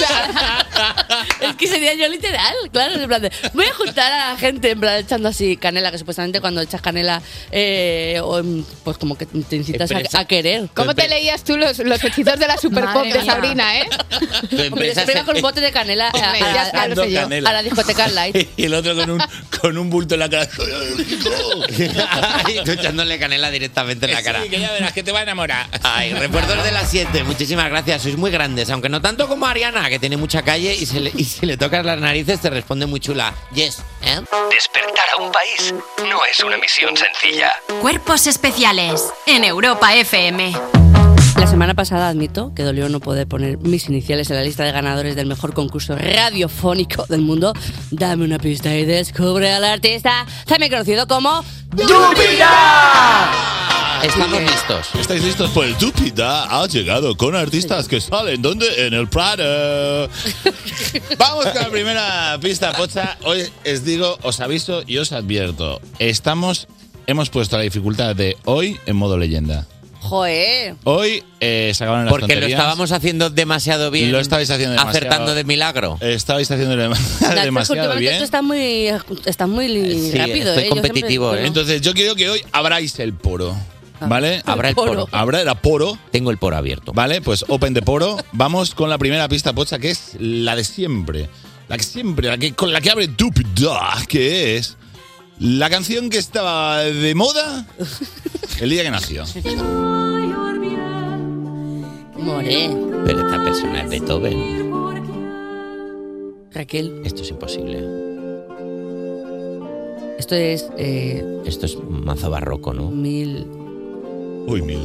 Speaker 3: es que sería yo literal, claro, en plan de, voy a juntar a la gente en plan echando así canela, que supuestamente cuando echas canela, eh, o, mm, pues como que te incitas a,
Speaker 2: Empresa.
Speaker 3: a querer.
Speaker 10: ¿Cómo
Speaker 2: em,
Speaker 10: te leías tú los, los hechizos de la Superpop
Speaker 3: Madre
Speaker 10: de
Speaker 3: mía.
Speaker 10: Sabrina, eh?
Speaker 2: Tu
Speaker 3: Hombre, yo
Speaker 2: empresa
Speaker 3: siempre iba
Speaker 2: se-
Speaker 3: con un bote de canela a,
Speaker 10: Hombre, ya
Speaker 3: a-
Speaker 10: está,
Speaker 2: lo sé yo.
Speaker 3: a
Speaker 2: Canela.
Speaker 3: la discoteca light.
Speaker 11: Y el otro con un, con un bulto en la cara.
Speaker 2: Ay, tú echándole canela directamente en la cara.
Speaker 11: Sí, que ya verás que te va a enamorar.
Speaker 2: Ay, recuerdos de las 7. Muchísimas gracias. Sois muy grandes, aunque no tanto como Ariana, que tiene mucha calle y, se le- y si le tocas las narices te responde muy chula. Yes, ¿eh?
Speaker 6: Despertar a un país no es una misión sencilla.
Speaker 1: Cuerpos especiales en Europa FM.
Speaker 3: La semana pasada admito que dolió no poder poner mis iniciales en la lista de ganadores del mejor concurso radiofónico del mundo. Dame una pista y descubre al artista también conocido como
Speaker 2: Estamos listos.
Speaker 11: ¿Estáis listos? Pues Dupida ha llegado con artistas que salen. ¿Dónde? En el Prado. Vamos con la primera pista, Pocha. Hoy os digo, os aviso y os advierto. Estamos, hemos puesto la dificultad de hoy en modo leyenda.
Speaker 3: Joe.
Speaker 11: Hoy eh, se acabaron las
Speaker 2: Porque lo
Speaker 11: tonterías.
Speaker 2: estábamos haciendo demasiado bien.
Speaker 11: Lo estabais haciendo demasiado-
Speaker 2: Acertando de milagro.
Speaker 11: Estabais haciendo demasiado, demasiado bien.
Speaker 3: Tú estás muy, estás muy li-
Speaker 11: Sí,
Speaker 3: rápido.
Speaker 11: estoy
Speaker 3: ¿eh? Yo
Speaker 11: competitivo,
Speaker 3: siempre-
Speaker 11: ¿eh? Entonces, yo quiero que hoy abráis el poro. ¿Vale?
Speaker 3: Habrá Ah, el poro.
Speaker 11: Habrá el poro. Tengo el poro abierto. Vale, pues open de poro. Vamos con la primera pista pocha, que es la de siempre. La que siempre, la que, con la que abre Dupida, que es la canción que estaba de moda el día que nació.
Speaker 3: Moré.
Speaker 7: Pero esta persona es Beethoven.
Speaker 3: Raquel,
Speaker 7: Esto es imposible.
Speaker 3: esto es eh,
Speaker 7: Esto es mazo barroco, ¿no?
Speaker 3: mil...
Speaker 11: Uy, mil.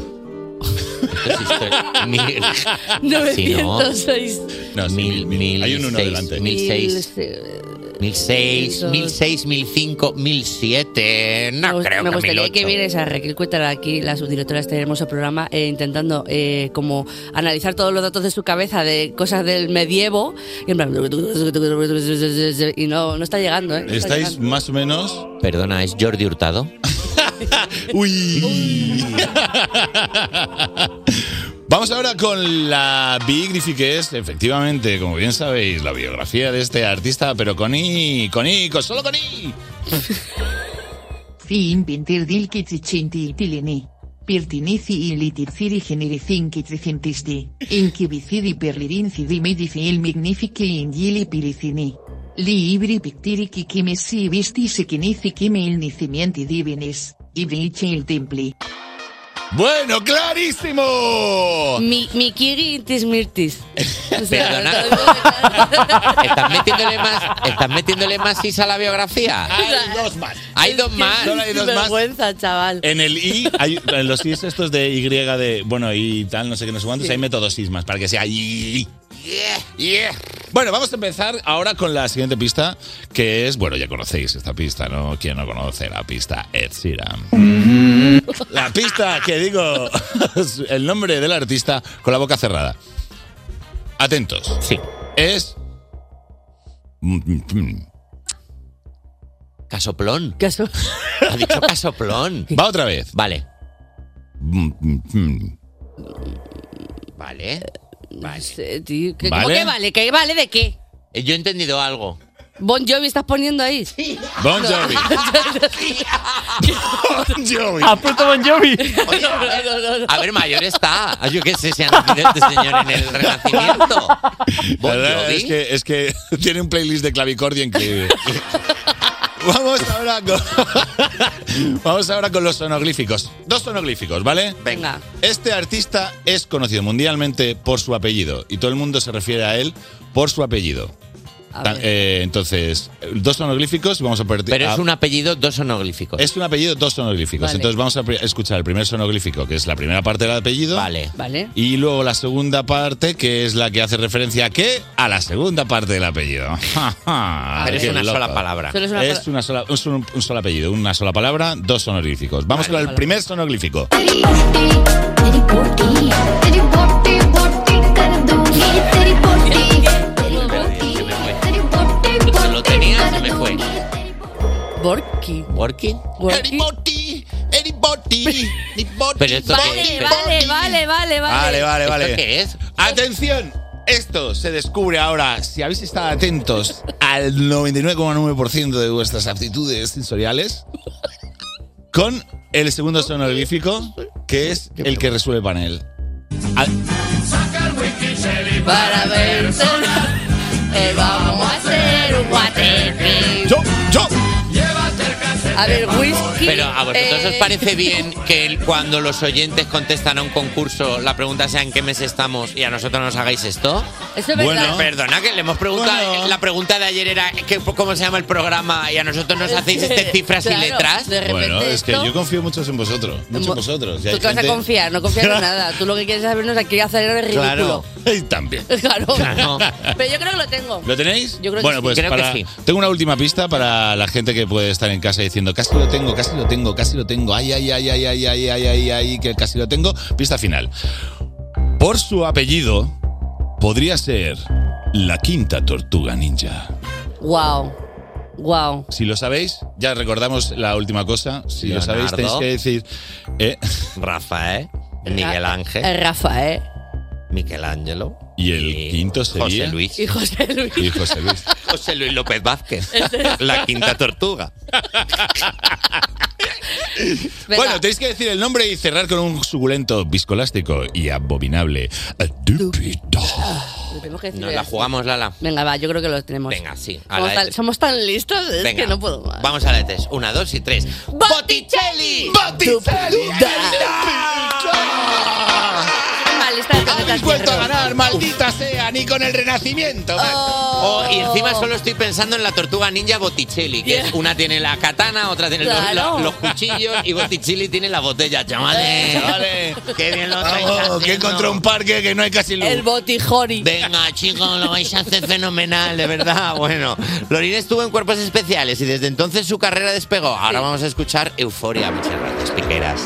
Speaker 7: Esto es histori- mil. Sí, ¿no?
Speaker 3: 906.
Speaker 11: No, sí,
Speaker 7: mil, mil
Speaker 11: Hay un uno
Speaker 7: seis,
Speaker 11: delante.
Speaker 7: Mil seis.
Speaker 3: eh,
Speaker 7: Mil seis,
Speaker 3: Esos-
Speaker 7: mil seis, mil cinco, mil siete. No creo
Speaker 3: me
Speaker 7: que mil
Speaker 3: gustaría
Speaker 7: ocho.
Speaker 3: que vieras a Raquel Cuétara aquí, la subdirectora de este hermoso programa, eh, intentando eh, como analizar todos los datos de su cabeza de cosas del medievo y, en plan, y no, no está llegando, ¿eh? No está
Speaker 11: Estáis
Speaker 3: llegando.
Speaker 11: más o menos.
Speaker 7: Perdona, ¿es Jordi Hurtado?
Speaker 11: Uy. Vamos ahora con la biography que es, efectivamente, como bien sabéis, la biografía de este artista, pero con I, con I, con- solo con I.
Speaker 14: Fin pintir dil kitzichinti itilini. Pirtinici ilitiziri genericin kitzicintisti. Incibicidi perlirinci dimidici il magnifici ingili piricini. Libri pictiri kikimesi visti sekinici kime il nacimienti divinis. Ibrici il templi.
Speaker 11: Bueno, clarísimo.
Speaker 3: Mi, mi kiri intis mirtis. O sea,
Speaker 2: Perdona. ¿Estás metiéndole más, estás metiéndole más is a la biografía?
Speaker 11: Hay dos más.
Speaker 2: Hay dos más. Eh.
Speaker 11: Solo hay dos más.
Speaker 3: vergüenza, chaval.
Speaker 11: En el I, hay, en los Is estos de Y de, bueno, y tal, no sé qué, no sé cuántos,
Speaker 3: Sí.
Speaker 11: hay métodos sismas para que sea I. Bueno, vamos a empezar ahora con la siguiente pista, que es, bueno, ya conocéis esta pista, ¿no? ¿Quién no conoce la pista Ed Sheeran? La pista que digo el nombre del artista con la boca cerrada. Atentos. Sí. Es.
Speaker 2: Casoplón.
Speaker 3: Caso.
Speaker 2: Ha dicho casoplón.
Speaker 11: Va otra vez.
Speaker 2: Vale.
Speaker 11: Vale.
Speaker 2: Vale.
Speaker 3: Eh, No sé, tío, que- ¿Cómo
Speaker 2: Vale.
Speaker 3: que vale? ¿Que vale de qué?
Speaker 2: Eh, Yo he entendido algo.
Speaker 3: Bon Jovi estás poniendo ahí.
Speaker 2: Bon Jovi.
Speaker 11: Bon Jovi.
Speaker 5: ¡Ha puesto Bon Jovi!
Speaker 2: A ver, mayor está. Ah, Yo qué sé si ha nacido este señor en el Renacimiento.
Speaker 11: La verdad
Speaker 2: Jovi.
Speaker 11: es que, es que tiene un playlist de clavicordia increíble. Vamos ahora con. Vamos ahora con los sonoglíficos. Dos sonoglíficos, ¿vale?
Speaker 2: Venga.
Speaker 11: Este artista es conocido mundialmente por su apellido y todo el mundo se refiere a él por su apellido. Tan- eh, entonces, dos sonoglíficos y vamos a partir.
Speaker 2: Pero es un apellido, dos sonoglíficos.
Speaker 11: Es un apellido, dos sonoglíficos.
Speaker 2: Vale.
Speaker 11: Entonces vamos a pri- escuchar el primer sonoglífico, que es la primera parte del apellido. Vale.
Speaker 3: Vale.
Speaker 11: Y luego la segunda parte, que es la que hace referencia a qué? A la segunda parte del apellido. Ja, ja.
Speaker 2: Pero es
Speaker 11: Qué
Speaker 2: una
Speaker 11: loco.
Speaker 2: sola palabra. Solo
Speaker 11: Es
Speaker 2: es una pala-
Speaker 11: una sola- es un, un solo apellido, una sola palabra, dos sonoglíficos. Vamos
Speaker 2: Vale.
Speaker 11: con el primer sonoglífico.
Speaker 2: Lo tenía, se me fue.
Speaker 3: Borky.
Speaker 2: ¿Borky?
Speaker 11: Borky. Borky.
Speaker 2: Pero esto qué
Speaker 3: Vale,
Speaker 2: es.
Speaker 3: vale, vale, vale,
Speaker 11: Vale,
Speaker 3: vale.
Speaker 11: vale, vale.
Speaker 2: ¿Esto qué es?
Speaker 11: ¡Atención! Esto se descubre ahora. Si habéis estado atentos al 99,9% de vuestras aptitudes sensoriales, con el segundo sonoglífico, que es el que resuelve panel. A-
Speaker 4: Para ver
Speaker 3: vamos a hacer un guateque.
Speaker 11: Yo, yo.
Speaker 3: A ver, whisky.
Speaker 2: Pero a vosotros os
Speaker 3: eh,
Speaker 2: parece bien que el- cuando los oyentes contestan a un concurso, la pregunta sea en qué mes estamos y a nosotros nos hagáis esto.
Speaker 3: Eso es Bueno. verdad.
Speaker 2: perdona que le hemos preguntado.
Speaker 3: Bueno.
Speaker 2: La pregunta de ayer era ¿qué- cómo se llama el programa y a nosotros nos hacéis este cifras
Speaker 3: Claro,
Speaker 2: y letras.
Speaker 3: de repente
Speaker 11: Bueno, es que
Speaker 3: esto-
Speaker 11: yo confío mucho en vosotros. Mucho en vosotros. Y hay
Speaker 3: Tú que vas a
Speaker 11: gente-
Speaker 3: confiar, no confías en nada. Tú lo que quieres es vernos aquí hacer el ridículo.
Speaker 11: Claro. Y también.
Speaker 3: Claro.
Speaker 11: Claro.
Speaker 3: Pero yo creo que lo tengo.
Speaker 11: ¿Lo tenéis?
Speaker 3: Yo creo que
Speaker 11: bueno,
Speaker 3: sí.
Speaker 11: pues
Speaker 3: Creo que
Speaker 11: para-
Speaker 3: sí.
Speaker 11: tengo una última pista para la gente que puede estar en casa diciendo casi lo tengo, casi lo tengo, casi lo tengo, ay, ay, ay, ay, ay, ay, ay, ay, ay, que casi lo tengo. Pista final. Por su apellido, podría ser la quinta tortuga ninja.
Speaker 3: Wow. Wow.
Speaker 11: Si lo sabéis, ya recordamos la última cosa. Si lo sabéis, tenéis
Speaker 2: Leonardo.
Speaker 11: que decir. ¿eh?
Speaker 2: Rafa, ¿eh? Miguel Ángel.
Speaker 3: Eh, Rafa, ¿eh?
Speaker 2: Michelangelo.
Speaker 11: Y el quinto
Speaker 2: José
Speaker 11: sería-
Speaker 2: Luis.
Speaker 3: Y José Luis.
Speaker 11: Y José Luis.
Speaker 2: José Luis López Vázquez. La quinta tortuga.
Speaker 3: Venga.
Speaker 11: Bueno, tenéis que decir el nombre y cerrar con un suculento viscolástico y abominable. Dupita.
Speaker 3: Lo tenemos que decir.
Speaker 2: Nos la jugamos, Lala.
Speaker 3: Venga, va, yo creo que lo tenemos.
Speaker 2: Venga, sí. A
Speaker 3: Somos
Speaker 2: la
Speaker 3: tan,
Speaker 2: de-
Speaker 3: somos tan listos, es
Speaker 2: Venga.
Speaker 3: que no puedo más.
Speaker 2: Vamos a la de tres. Una, dos y tres.
Speaker 3: ¡Botticelli!
Speaker 2: ¡Botticelli!
Speaker 11: ¡Habéis vuelto a ganar, maldita sea! ¡Ni con el renacimiento!
Speaker 2: Oh, y encima solo estoy pensando en la tortuga ninja Botticelli, que es- una tiene la katana, otra tiene los-
Speaker 11: Claro.
Speaker 2: los, los cuchillos y Botticelli tiene la botella, chavales.
Speaker 3: Eh.
Speaker 11: Chavales,
Speaker 2: ¡Qué bien lo estáis
Speaker 4: Oh,
Speaker 11: Vamos, que
Speaker 2: haciendo.
Speaker 11: encontró un parque que no hay casi luz.
Speaker 3: El botijori.
Speaker 2: Venga, chicos, lo vais a hacer fenomenal, de verdad. Bueno, Lorin estuvo en Cuerpos Especiales y desde entonces su carrera despegó. Ahora vamos a escuchar Euforia. Muchas gracias, piqueras.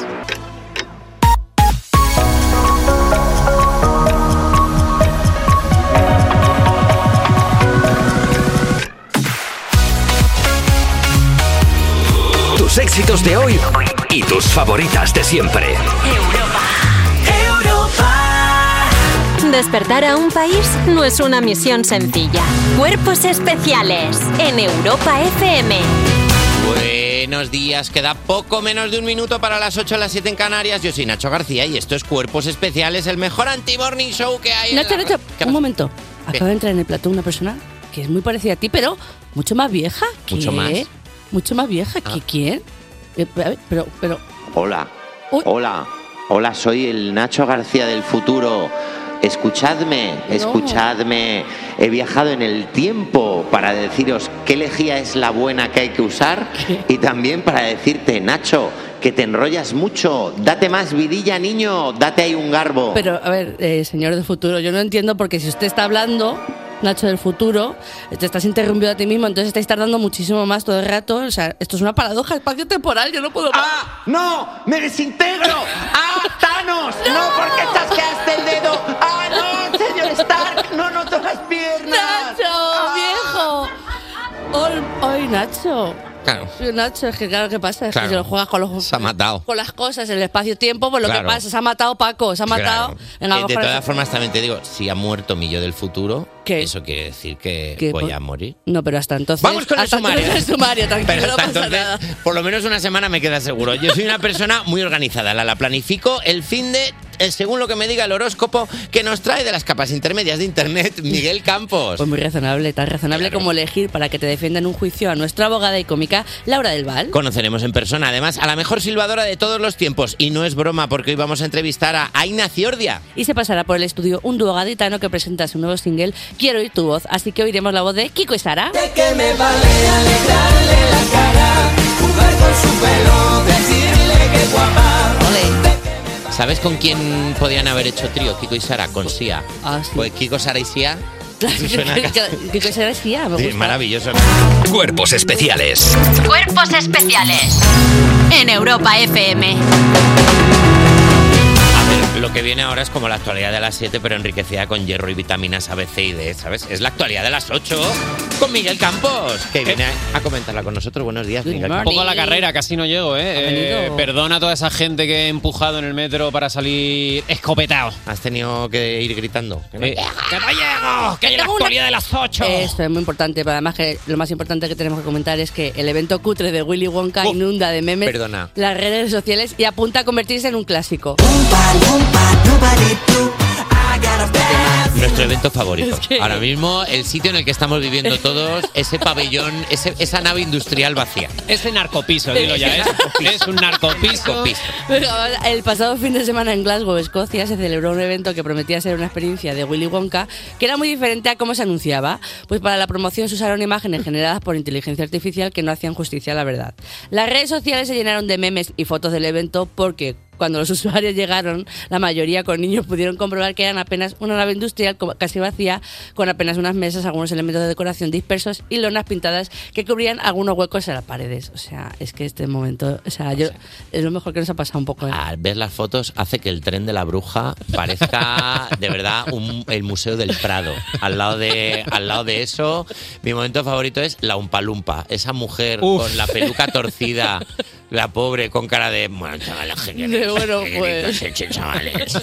Speaker 6: Tus éxitos de hoy y tus favoritas de siempre.
Speaker 1: Despertar a un país no es una misión sencilla. Cuerpos especiales en Europa FM.
Speaker 2: Buenos días, queda poco menos de un minuto para las 8 a las 7 en Canarias. Yo soy Nacho García y esto es Cuerpos Especiales, el mejor anti-morning show que hay. en
Speaker 3: Nacho,
Speaker 2: la
Speaker 3: Nacho,
Speaker 2: radio.
Speaker 3: un momento. Acaba de entrar en el plató una persona que es muy parecida a ti, pero mucho más vieja. ¿Qué?
Speaker 15: Mucho más.
Speaker 3: Mucho más vieja. ¿Que quién? Eh, a ver, Pero, pero,
Speaker 15: Hola. Hola. Hola, soy el Nacho García del futuro. Escuchadme,
Speaker 3: No.
Speaker 15: escuchadme. He viajado en el tiempo para deciros qué lejía es la buena que hay que usar y también para decirte, Nacho, que te enrollas mucho. Date más vidilla, niño. Date ahí un garbo.
Speaker 3: pero, a ver, eh, señor del futuro, yo no entiendo porque si usted está hablando, Nacho del futuro, te estás interrumpiendo a ti mismo, entonces estáis tardando muchísimo más todo el rato. O sea, esto es una paradoja espacio-temporal, yo no puedo. ¡Ah!
Speaker 15: ¡No! ¡Me desintegro! ¡Ah, Thanos! ¡No! porque chasqueaste el dedo! ¡Ah, no, señor Stark! ¡No noto las piernas!
Speaker 3: ¡Nacho, viejo! Ol- ¡Ay, Nacho!
Speaker 2: Claro.
Speaker 3: Sí, Nacho, es que claro, ¿qué pasa? Es
Speaker 2: Claro.
Speaker 3: que si lo juegas con, los,
Speaker 2: Se ha matado.
Speaker 3: con las cosas, el espacio-tiempo, pues lo
Speaker 2: Claro.
Speaker 3: que pasa, se ha matado Paco, se ha matado...
Speaker 2: Claro.
Speaker 3: Venga,
Speaker 2: Eh,
Speaker 3: vamos
Speaker 2: de
Speaker 3: con el-
Speaker 2: todas formas, también te digo, si ha muerto mi yo del futuro, eso quiere decir que
Speaker 3: Que
Speaker 2: voy
Speaker 3: por-
Speaker 2: a morir.
Speaker 3: No, pero hasta entonces...
Speaker 2: Vamos con el
Speaker 3: hasta entonces
Speaker 2: sumario.
Speaker 3: el sumario, tranquilo,
Speaker 2: Pero
Speaker 3: no
Speaker 2: hasta
Speaker 3: pasa
Speaker 2: entonces,
Speaker 3: nada.
Speaker 2: por lo menos una semana me queda seguro. Yo soy una persona muy organizada, la, la planifico el fin de, eh, según lo que me diga el horóscopo que nos trae de las capas intermedias de Internet, Miguel Campos.
Speaker 3: Pues muy razonable, tan razonable como elegir para que te defienda en un juicio a nuestra abogada y cómica Laura del Val.
Speaker 2: Conoceremos en persona, además, a la mejor silbadora de todos los tiempos. Y no es broma, porque hoy vamos a entrevistar a Aina Ciordia.
Speaker 3: Y se pasará por el estudio un dúo gaditano que presenta su nuevo single Quiero oír tu voz, así que oiremos la voz de Kiko y Sara.
Speaker 4: que me vale alegrarle la cara, jugar con su pelo, decirle que guapa.
Speaker 2: ¿Sabes con quién podían haber hecho trío Kiko y Sara? Con Sia.
Speaker 3: Ah, sí.
Speaker 2: Pues Kiko, Sara y Sia. Suena ca-
Speaker 3: Kiko y Sara es tía, me
Speaker 2: Sí,
Speaker 3: gusta.
Speaker 2: maravilloso. Cuerpos especiales.
Speaker 1: Cuerpos especiales en Europa FM.
Speaker 2: A ver, lo que viene ahora es como la actualidad de las 7, pero enriquecida con hierro y vitaminas A, B, C y D, ¿sabes? Es la actualidad de las 8 con Miguel Campos, que viene a, a comentarla con nosotros. Buenos días, Miguel.
Speaker 16: Un poco a la carrera, casi no llego, ¿eh? Eh,
Speaker 2: venido.
Speaker 16: perdona a toda esa gente que he empujado en el metro para salir escopetado.
Speaker 2: Has tenido que ir gritando.
Speaker 16: Eh, ¡Que no llego! ¡Que hay la actualidad de las 8!
Speaker 3: Esto es muy importante, pero además que lo más importante que tenemos que comentar es que el evento cutre de Willy Wonka inunda de memes
Speaker 2: perdona.
Speaker 3: las redes sociales y apunta a convertirse en un clásico.
Speaker 2: Nuestro evento favorito.
Speaker 3: Es que-
Speaker 2: Ahora mismo, el sitio en el que estamos viviendo todos, ese pabellón, ese- esa nave industrial vacía.
Speaker 16: Ese narcopiso, dilo ya, ¿eh? es, es un narcopiso.
Speaker 3: Pero El pasado fin de semana en Glasgow, Escocia, se celebró un evento que prometía ser una experiencia de Willy Wonka que era muy diferente a cómo se anunciaba, pues para la promoción se usaron imágenes generadas por inteligencia artificial que no hacían justicia a la verdad. Las redes sociales se llenaron de memes y fotos del evento porque cuando los usuarios llegaron, la mayoría con niños pudieron comprobar que eran apenas una nave industrial co- casi vacía, con apenas unas mesas, algunos elementos de decoración dispersos y lonas pintadas que cubrían algunos huecos en las paredes. O sea, es que este momento, o sea, yo, es lo mejor que nos ha pasado un poco. ¿eh?
Speaker 2: Al ver las fotos, hace que el tren de la bruja parezca de verdad un- el Museo del Prado. Al lado, de, al lado de eso, mi momento favorito es la Umpalumpa. Esa mujer
Speaker 16: Uf.
Speaker 2: con la peluca torcida, la pobre con cara de. Bueno, chavales, ¿qué queréis?
Speaker 16: De bueno,
Speaker 2: ¿Qué
Speaker 16: pues".
Speaker 2: queréis que os eche, chavales?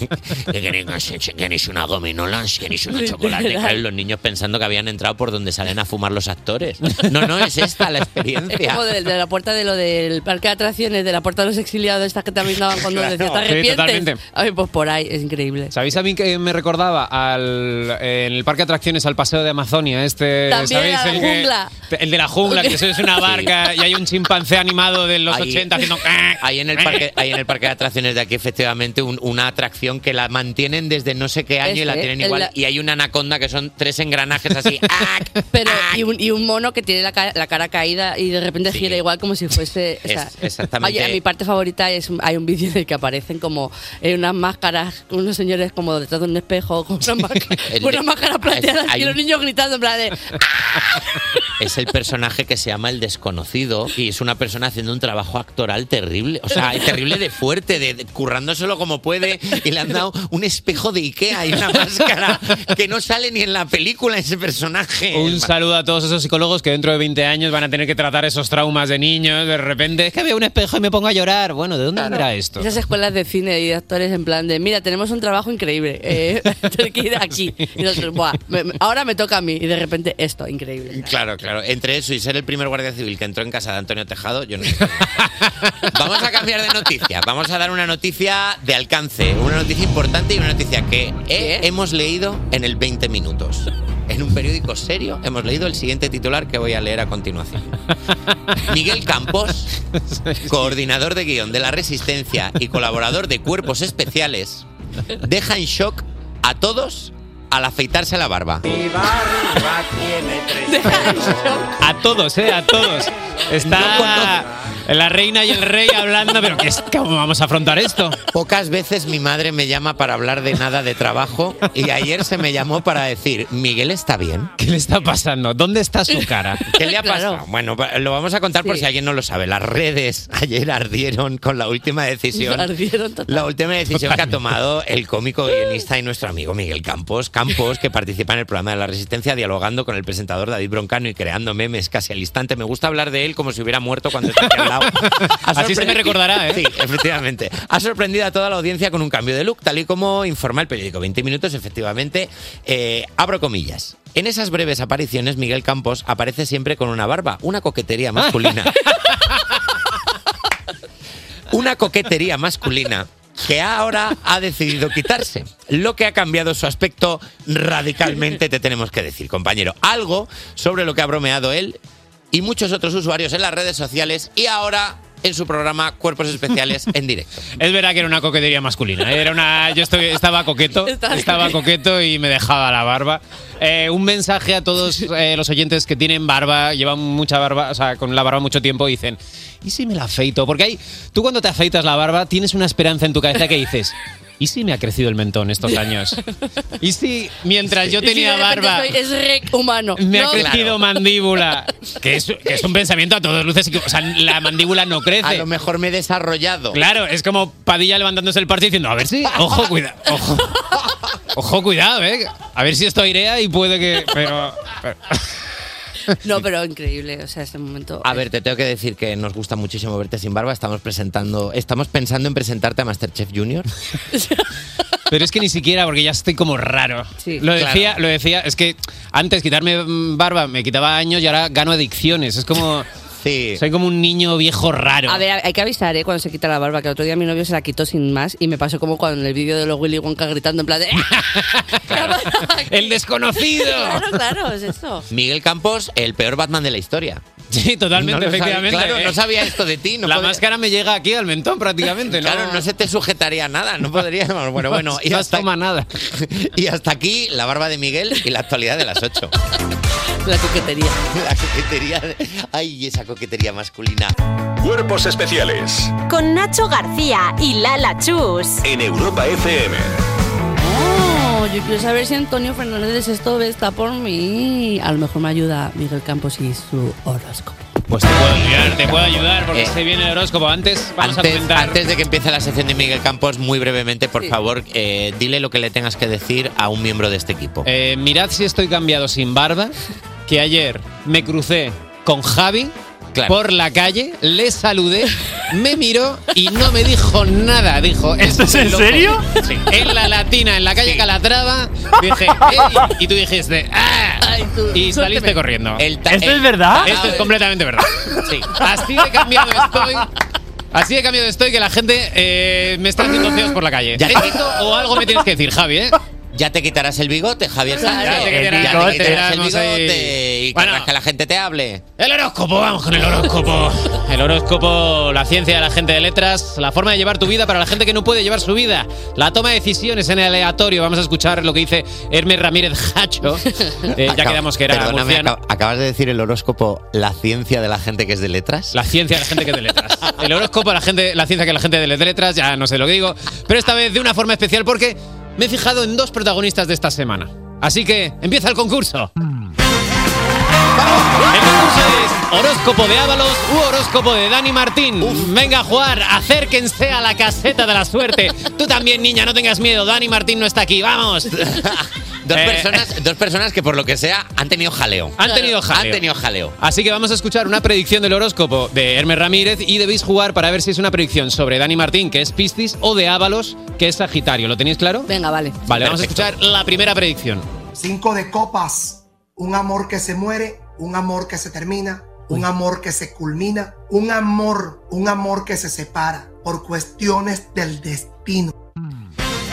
Speaker 2: ¿Qué queréis que os eche? ¿Queréis una gominola? ¿Queréis una
Speaker 16: Literal.
Speaker 2: chocolate? Claro, los niños pensando que habían entrado por donde salen a fumar los actores. No, no, es esta la experiencia.
Speaker 3: Es como de, de la puerta de lo del parque de atracciones, de la puerta de los exiliados, estas que también daban cuando
Speaker 16: Claro.
Speaker 3: decía, ¿te
Speaker 16: Sí,
Speaker 3: arrepientes?
Speaker 16: totalmente.
Speaker 3: Ay, pues por ahí, es increíble.
Speaker 16: ¿Sabéis a mí que me recordaba al, eh, en el parque de atracciones al paseo de Amazonia? Este,
Speaker 3: También
Speaker 16: ¿sabéis?
Speaker 3: a la
Speaker 16: el, que-
Speaker 3: jungla.
Speaker 16: el de la jungla,
Speaker 3: Ok.
Speaker 16: que eso es una barca y hay un chimpancé animado de los
Speaker 2: Ahí-
Speaker 16: 80 haciendo...
Speaker 2: Hay en el parque, hay en el parque de atracciones de aquí efectivamente un- una atracción que la mantienen desde no sé qué año y la
Speaker 3: Ese,
Speaker 2: tienen
Speaker 3: el
Speaker 2: igual.
Speaker 3: Este, la-
Speaker 2: Y hay una anaconda que son tres engranajes así. Ah,
Speaker 3: Pero, y un, y un mono que tiene la, ca- la cara caída y de repente gira igual como si fuese. o sea,
Speaker 2: Es- exactamente.
Speaker 3: Oye, mi parte favorita es hay un vídeo en el que aparecen como eh, unas máscaras, unos señores como detrás de un espejo, con unas máscaras,
Speaker 2: El-
Speaker 3: con unas máscaras plateadas
Speaker 2: hay
Speaker 3: y los
Speaker 2: un-
Speaker 3: niños gritando en plan de.
Speaker 2: Es el personaje que se llama el desconocido y es una persona haciendo un trabajo actoral terrible. O sea, terrible de fuerte, de, de- currándoselo como puede. Y le han dado un espejo de Ikea y una máscara que no sale ni en la película ese personaje.
Speaker 16: Un saludo a todos esos psicólogos que dentro de 20 años van a tener que tratar esos traumas de niños. De repente, es que veo un espejo y me pongo a llorar. Bueno, ¿de dónde vendrá esto?
Speaker 3: Esas escuelas de cine y de actores en plan de, mira, tenemos un trabajo increíble, eh, tengo que ir aquí. Y nosotros, "Buah, me- me- ahora me toca a mí. Y de repente esto, increíble.
Speaker 2: Claro, claro. Entre eso y ser el primer guardia civil que entró en casa de Antonio Tejado, yo no. sé. Vamos a cambiar de noticia. Vamos a dar una noticia de alcance, una noticia importante y una noticia que eh, hemos leído en el 20 minutos. En un periódico serio hemos leído el siguiente titular que voy a leer a continuación. Miguel Campos, coordinador de guión de La Resistencia y colaborador de Cuerpos Especiales, deja en shock a todos al afeitarse la barba.
Speaker 16: A todos, eh, a todos. Está la reina y el rey hablando, pero ¿qué es? ¿cómo vamos a afrontar esto?
Speaker 2: Pocas veces mi madre me llama para hablar de nada de trabajo y ayer se me llamó para decir, Miguel está bien.
Speaker 16: ¿Qué le está pasando? ¿Dónde está su cara?
Speaker 2: ¿Qué le ha pasado? Bueno, pa- lo vamos a contar por si alguien no lo sabe. Las redes ayer ardieron con la última decisión.
Speaker 3: Ardieron total.
Speaker 2: La última decisión que ha tomado el cómico guionista y nuestro amigo Miguel Campos, Campos, que participa en el programa de La Resistencia, dialogando con el presentador David Broncano y creando memes casi al instante. Me gusta hablar de él como si hubiera muerto cuando está aquí al lado. Ha
Speaker 16: Así se me
Speaker 2: sorprendido-
Speaker 16: recordará, ¿eh?
Speaker 2: Sí, efectivamente. Ha sorprendido a toda la audiencia con un cambio de look, tal y como informa el periódico 20 Minutos, efectivamente. Eh, abro comillas. En esas breves apariciones, Miguel Campos aparece siempre con una barba, una coquetería masculina. una coquetería masculina que ahora ha decidido quitarse, lo que ha cambiado su aspecto radicalmente, te tenemos que decir, compañero. Algo sobre lo que ha bromeado él y muchos otros usuarios en las redes sociales y ahora en su programa Cuerpos Especiales en directo.
Speaker 16: Es verdad que era una coquetería masculina. ¿eh? Era una, yo estoy- estaba coqueto, estaba coqueto y me dejaba la barba. Eh, un mensaje a todos eh, los oyentes que tienen barba, llevan mucha barba, o sea, con la barba mucho tiempo, dicen, ¿y si me la afeito? Porque hay, tú cuando te afeitas la barba tienes una esperanza en tu cabeza que dices, ¿y si me ha crecido el mentón estos años? ¿Y si mientras yo
Speaker 3: Y si
Speaker 16: tenía
Speaker 3: de repente
Speaker 16: barba...
Speaker 3: soy- es rec humano.
Speaker 16: Me ha
Speaker 3: No.
Speaker 16: crecido mandíbula. Que es, que es un pensamiento a todas luces. que- O sea, la mandíbula no crece.
Speaker 2: A lo mejor me he desarrollado.
Speaker 16: Claro, es como Padilla levantándose el parche diciendo, a ver si, ojo, cuidado, ojo, ojo, cuidado, eh. A ver si esto airea y puede que, pero, pero-
Speaker 3: No, pero increíble, o sea, este momento.
Speaker 2: A ver, te tengo que decir que nos gusta muchísimo verte sin barba. Estamos presentando, estamos pensando en presentarte a Masterchef Junior.
Speaker 16: pero es que ni siquiera porque ya estoy como raro. lo
Speaker 2: Claro.
Speaker 16: decía, lo decía, es que antes quitarme mm, barba me quitaba años y ahora gano adicciones. Es como, soy como un niño viejo raro.
Speaker 3: A ver, hay que avisar, ¿eh? Cuando se quita la barba, que el otro día mi novio se la quitó sin más y me pasó como cuando en el vídeo de los Willy Wonka gritando en plan de...
Speaker 16: El desconocido.
Speaker 3: claro, claro, es eso.
Speaker 2: Miguel Campos, el peor Batman de la historia.
Speaker 16: Sí,
Speaker 2: No
Speaker 16: totalmente,
Speaker 2: lo sabía,
Speaker 16: efectivamente. eh.
Speaker 2: claro, no sabía esto de ti.
Speaker 16: La máscara me llega aquí al mentón prácticamente. ¿no?
Speaker 2: Claro, no se te sujetaría nada, no podríamos. Bueno, bueno, y
Speaker 16: No
Speaker 2: hasta,
Speaker 16: toma nada.
Speaker 2: y hasta aquí la barba de Miguel y la actualidad de las 8.
Speaker 3: La coquetería.
Speaker 2: La coquetería. de- Ay, esa coquetería masculina.
Speaker 9: Cuerpos especiales
Speaker 1: Con Nacho García y Lala Chus.
Speaker 9: en Europa FM.
Speaker 3: Oh, yo quiero saber si Antonio Fernández esto está por mí. A lo mejor me ayuda Miguel Campos y su horóscopo.
Speaker 16: Pues te puedo ayudar, te puedo ayudar porque se viene el horóscopo. Antes vamos a
Speaker 2: Eh. Antes,
Speaker 16: comentar.
Speaker 2: antes de que empiece la sección de Miguel Campos, muy brevemente, por favor, eh, dile lo que le tengas que decir a un miembro de este equipo.
Speaker 16: Eh, mirad si estoy cambiado sin barba, que ayer me crucé con Javi por la calle, le saludé, me miró y no me dijo nada. Dijo,
Speaker 5: ¿Esto es
Speaker 16: un
Speaker 5: en
Speaker 16: loco".
Speaker 5: serio?
Speaker 16: Sí. En la Latina, en la calle Calatrava, dije, "Ey", y tú dijiste, ¡ah! y saliste corriendo.
Speaker 5: ¿Esto es verdad?
Speaker 16: Esto es completamente verdad. Sí. Así de cambiado estoy. Así de cambiado estoy que la gente eh, me está haciendo feos por la calle.
Speaker 2: Ya.
Speaker 16: Éxito o algo me tienes que decir, Javi, ¿eh?
Speaker 2: Ya te quitarás el bigote, Javier
Speaker 16: Claro.
Speaker 2: Sánchez.
Speaker 16: Ya te quitarás
Speaker 2: Ya
Speaker 16: el bigote,
Speaker 2: te quitarás el
Speaker 16: vamos ahí.
Speaker 2: bigote y querrás que la gente te hable.
Speaker 16: El horóscopo, vamos con el horóscopo. El horóscopo, la ciencia de la gente de letras, la forma de llevar tu vida para la gente que no puede llevar su vida, la toma de decisiones en aleatorio. Vamos a escuchar lo que dice Hermes Ramírez Hacho. Eh, ya
Speaker 2: Acab-
Speaker 16: quedamos que era
Speaker 2: Perdóname,
Speaker 16: murciano.
Speaker 2: acab- acabas de decir el horóscopo, la ciencia de la gente que es de letras.
Speaker 16: La ciencia de la gente que es de letras. El horóscopo, la, gente, la ciencia que la gente de letras, ya no sé lo que digo. Pero esta vez de una forma especial porque me he fijado en dos protagonistas de esta semana. Así que empieza el concurso. El concurso es horóscopo de Ábalos u horóscopo de Dani Martín. Venga a jugar, acérquense a la caseta de la suerte. Tú también, niña, no tengas miedo. Dani Martín no está aquí, vamos.
Speaker 2: Dos,
Speaker 16: Eh.
Speaker 2: personas, dos personas que por lo que sea han tenido jaleo.
Speaker 16: Han tenido jaleo.
Speaker 2: Han tenido jaleo.
Speaker 16: Así que vamos a escuchar una predicción del horóscopo de Hermes Ramírez y debéis jugar para ver si es una predicción sobre Dani Martín, que es Piscis, o de Ábalos, que es Sagitario. ¿Lo tenéis claro?
Speaker 3: Venga, vale.
Speaker 16: Vale, vamos a escuchar la primera predicción.
Speaker 17: Cinco de copas. Un amor que se muere, un amor que se termina, un amor que se culmina, un amor, un amor que se separa por cuestiones del destino.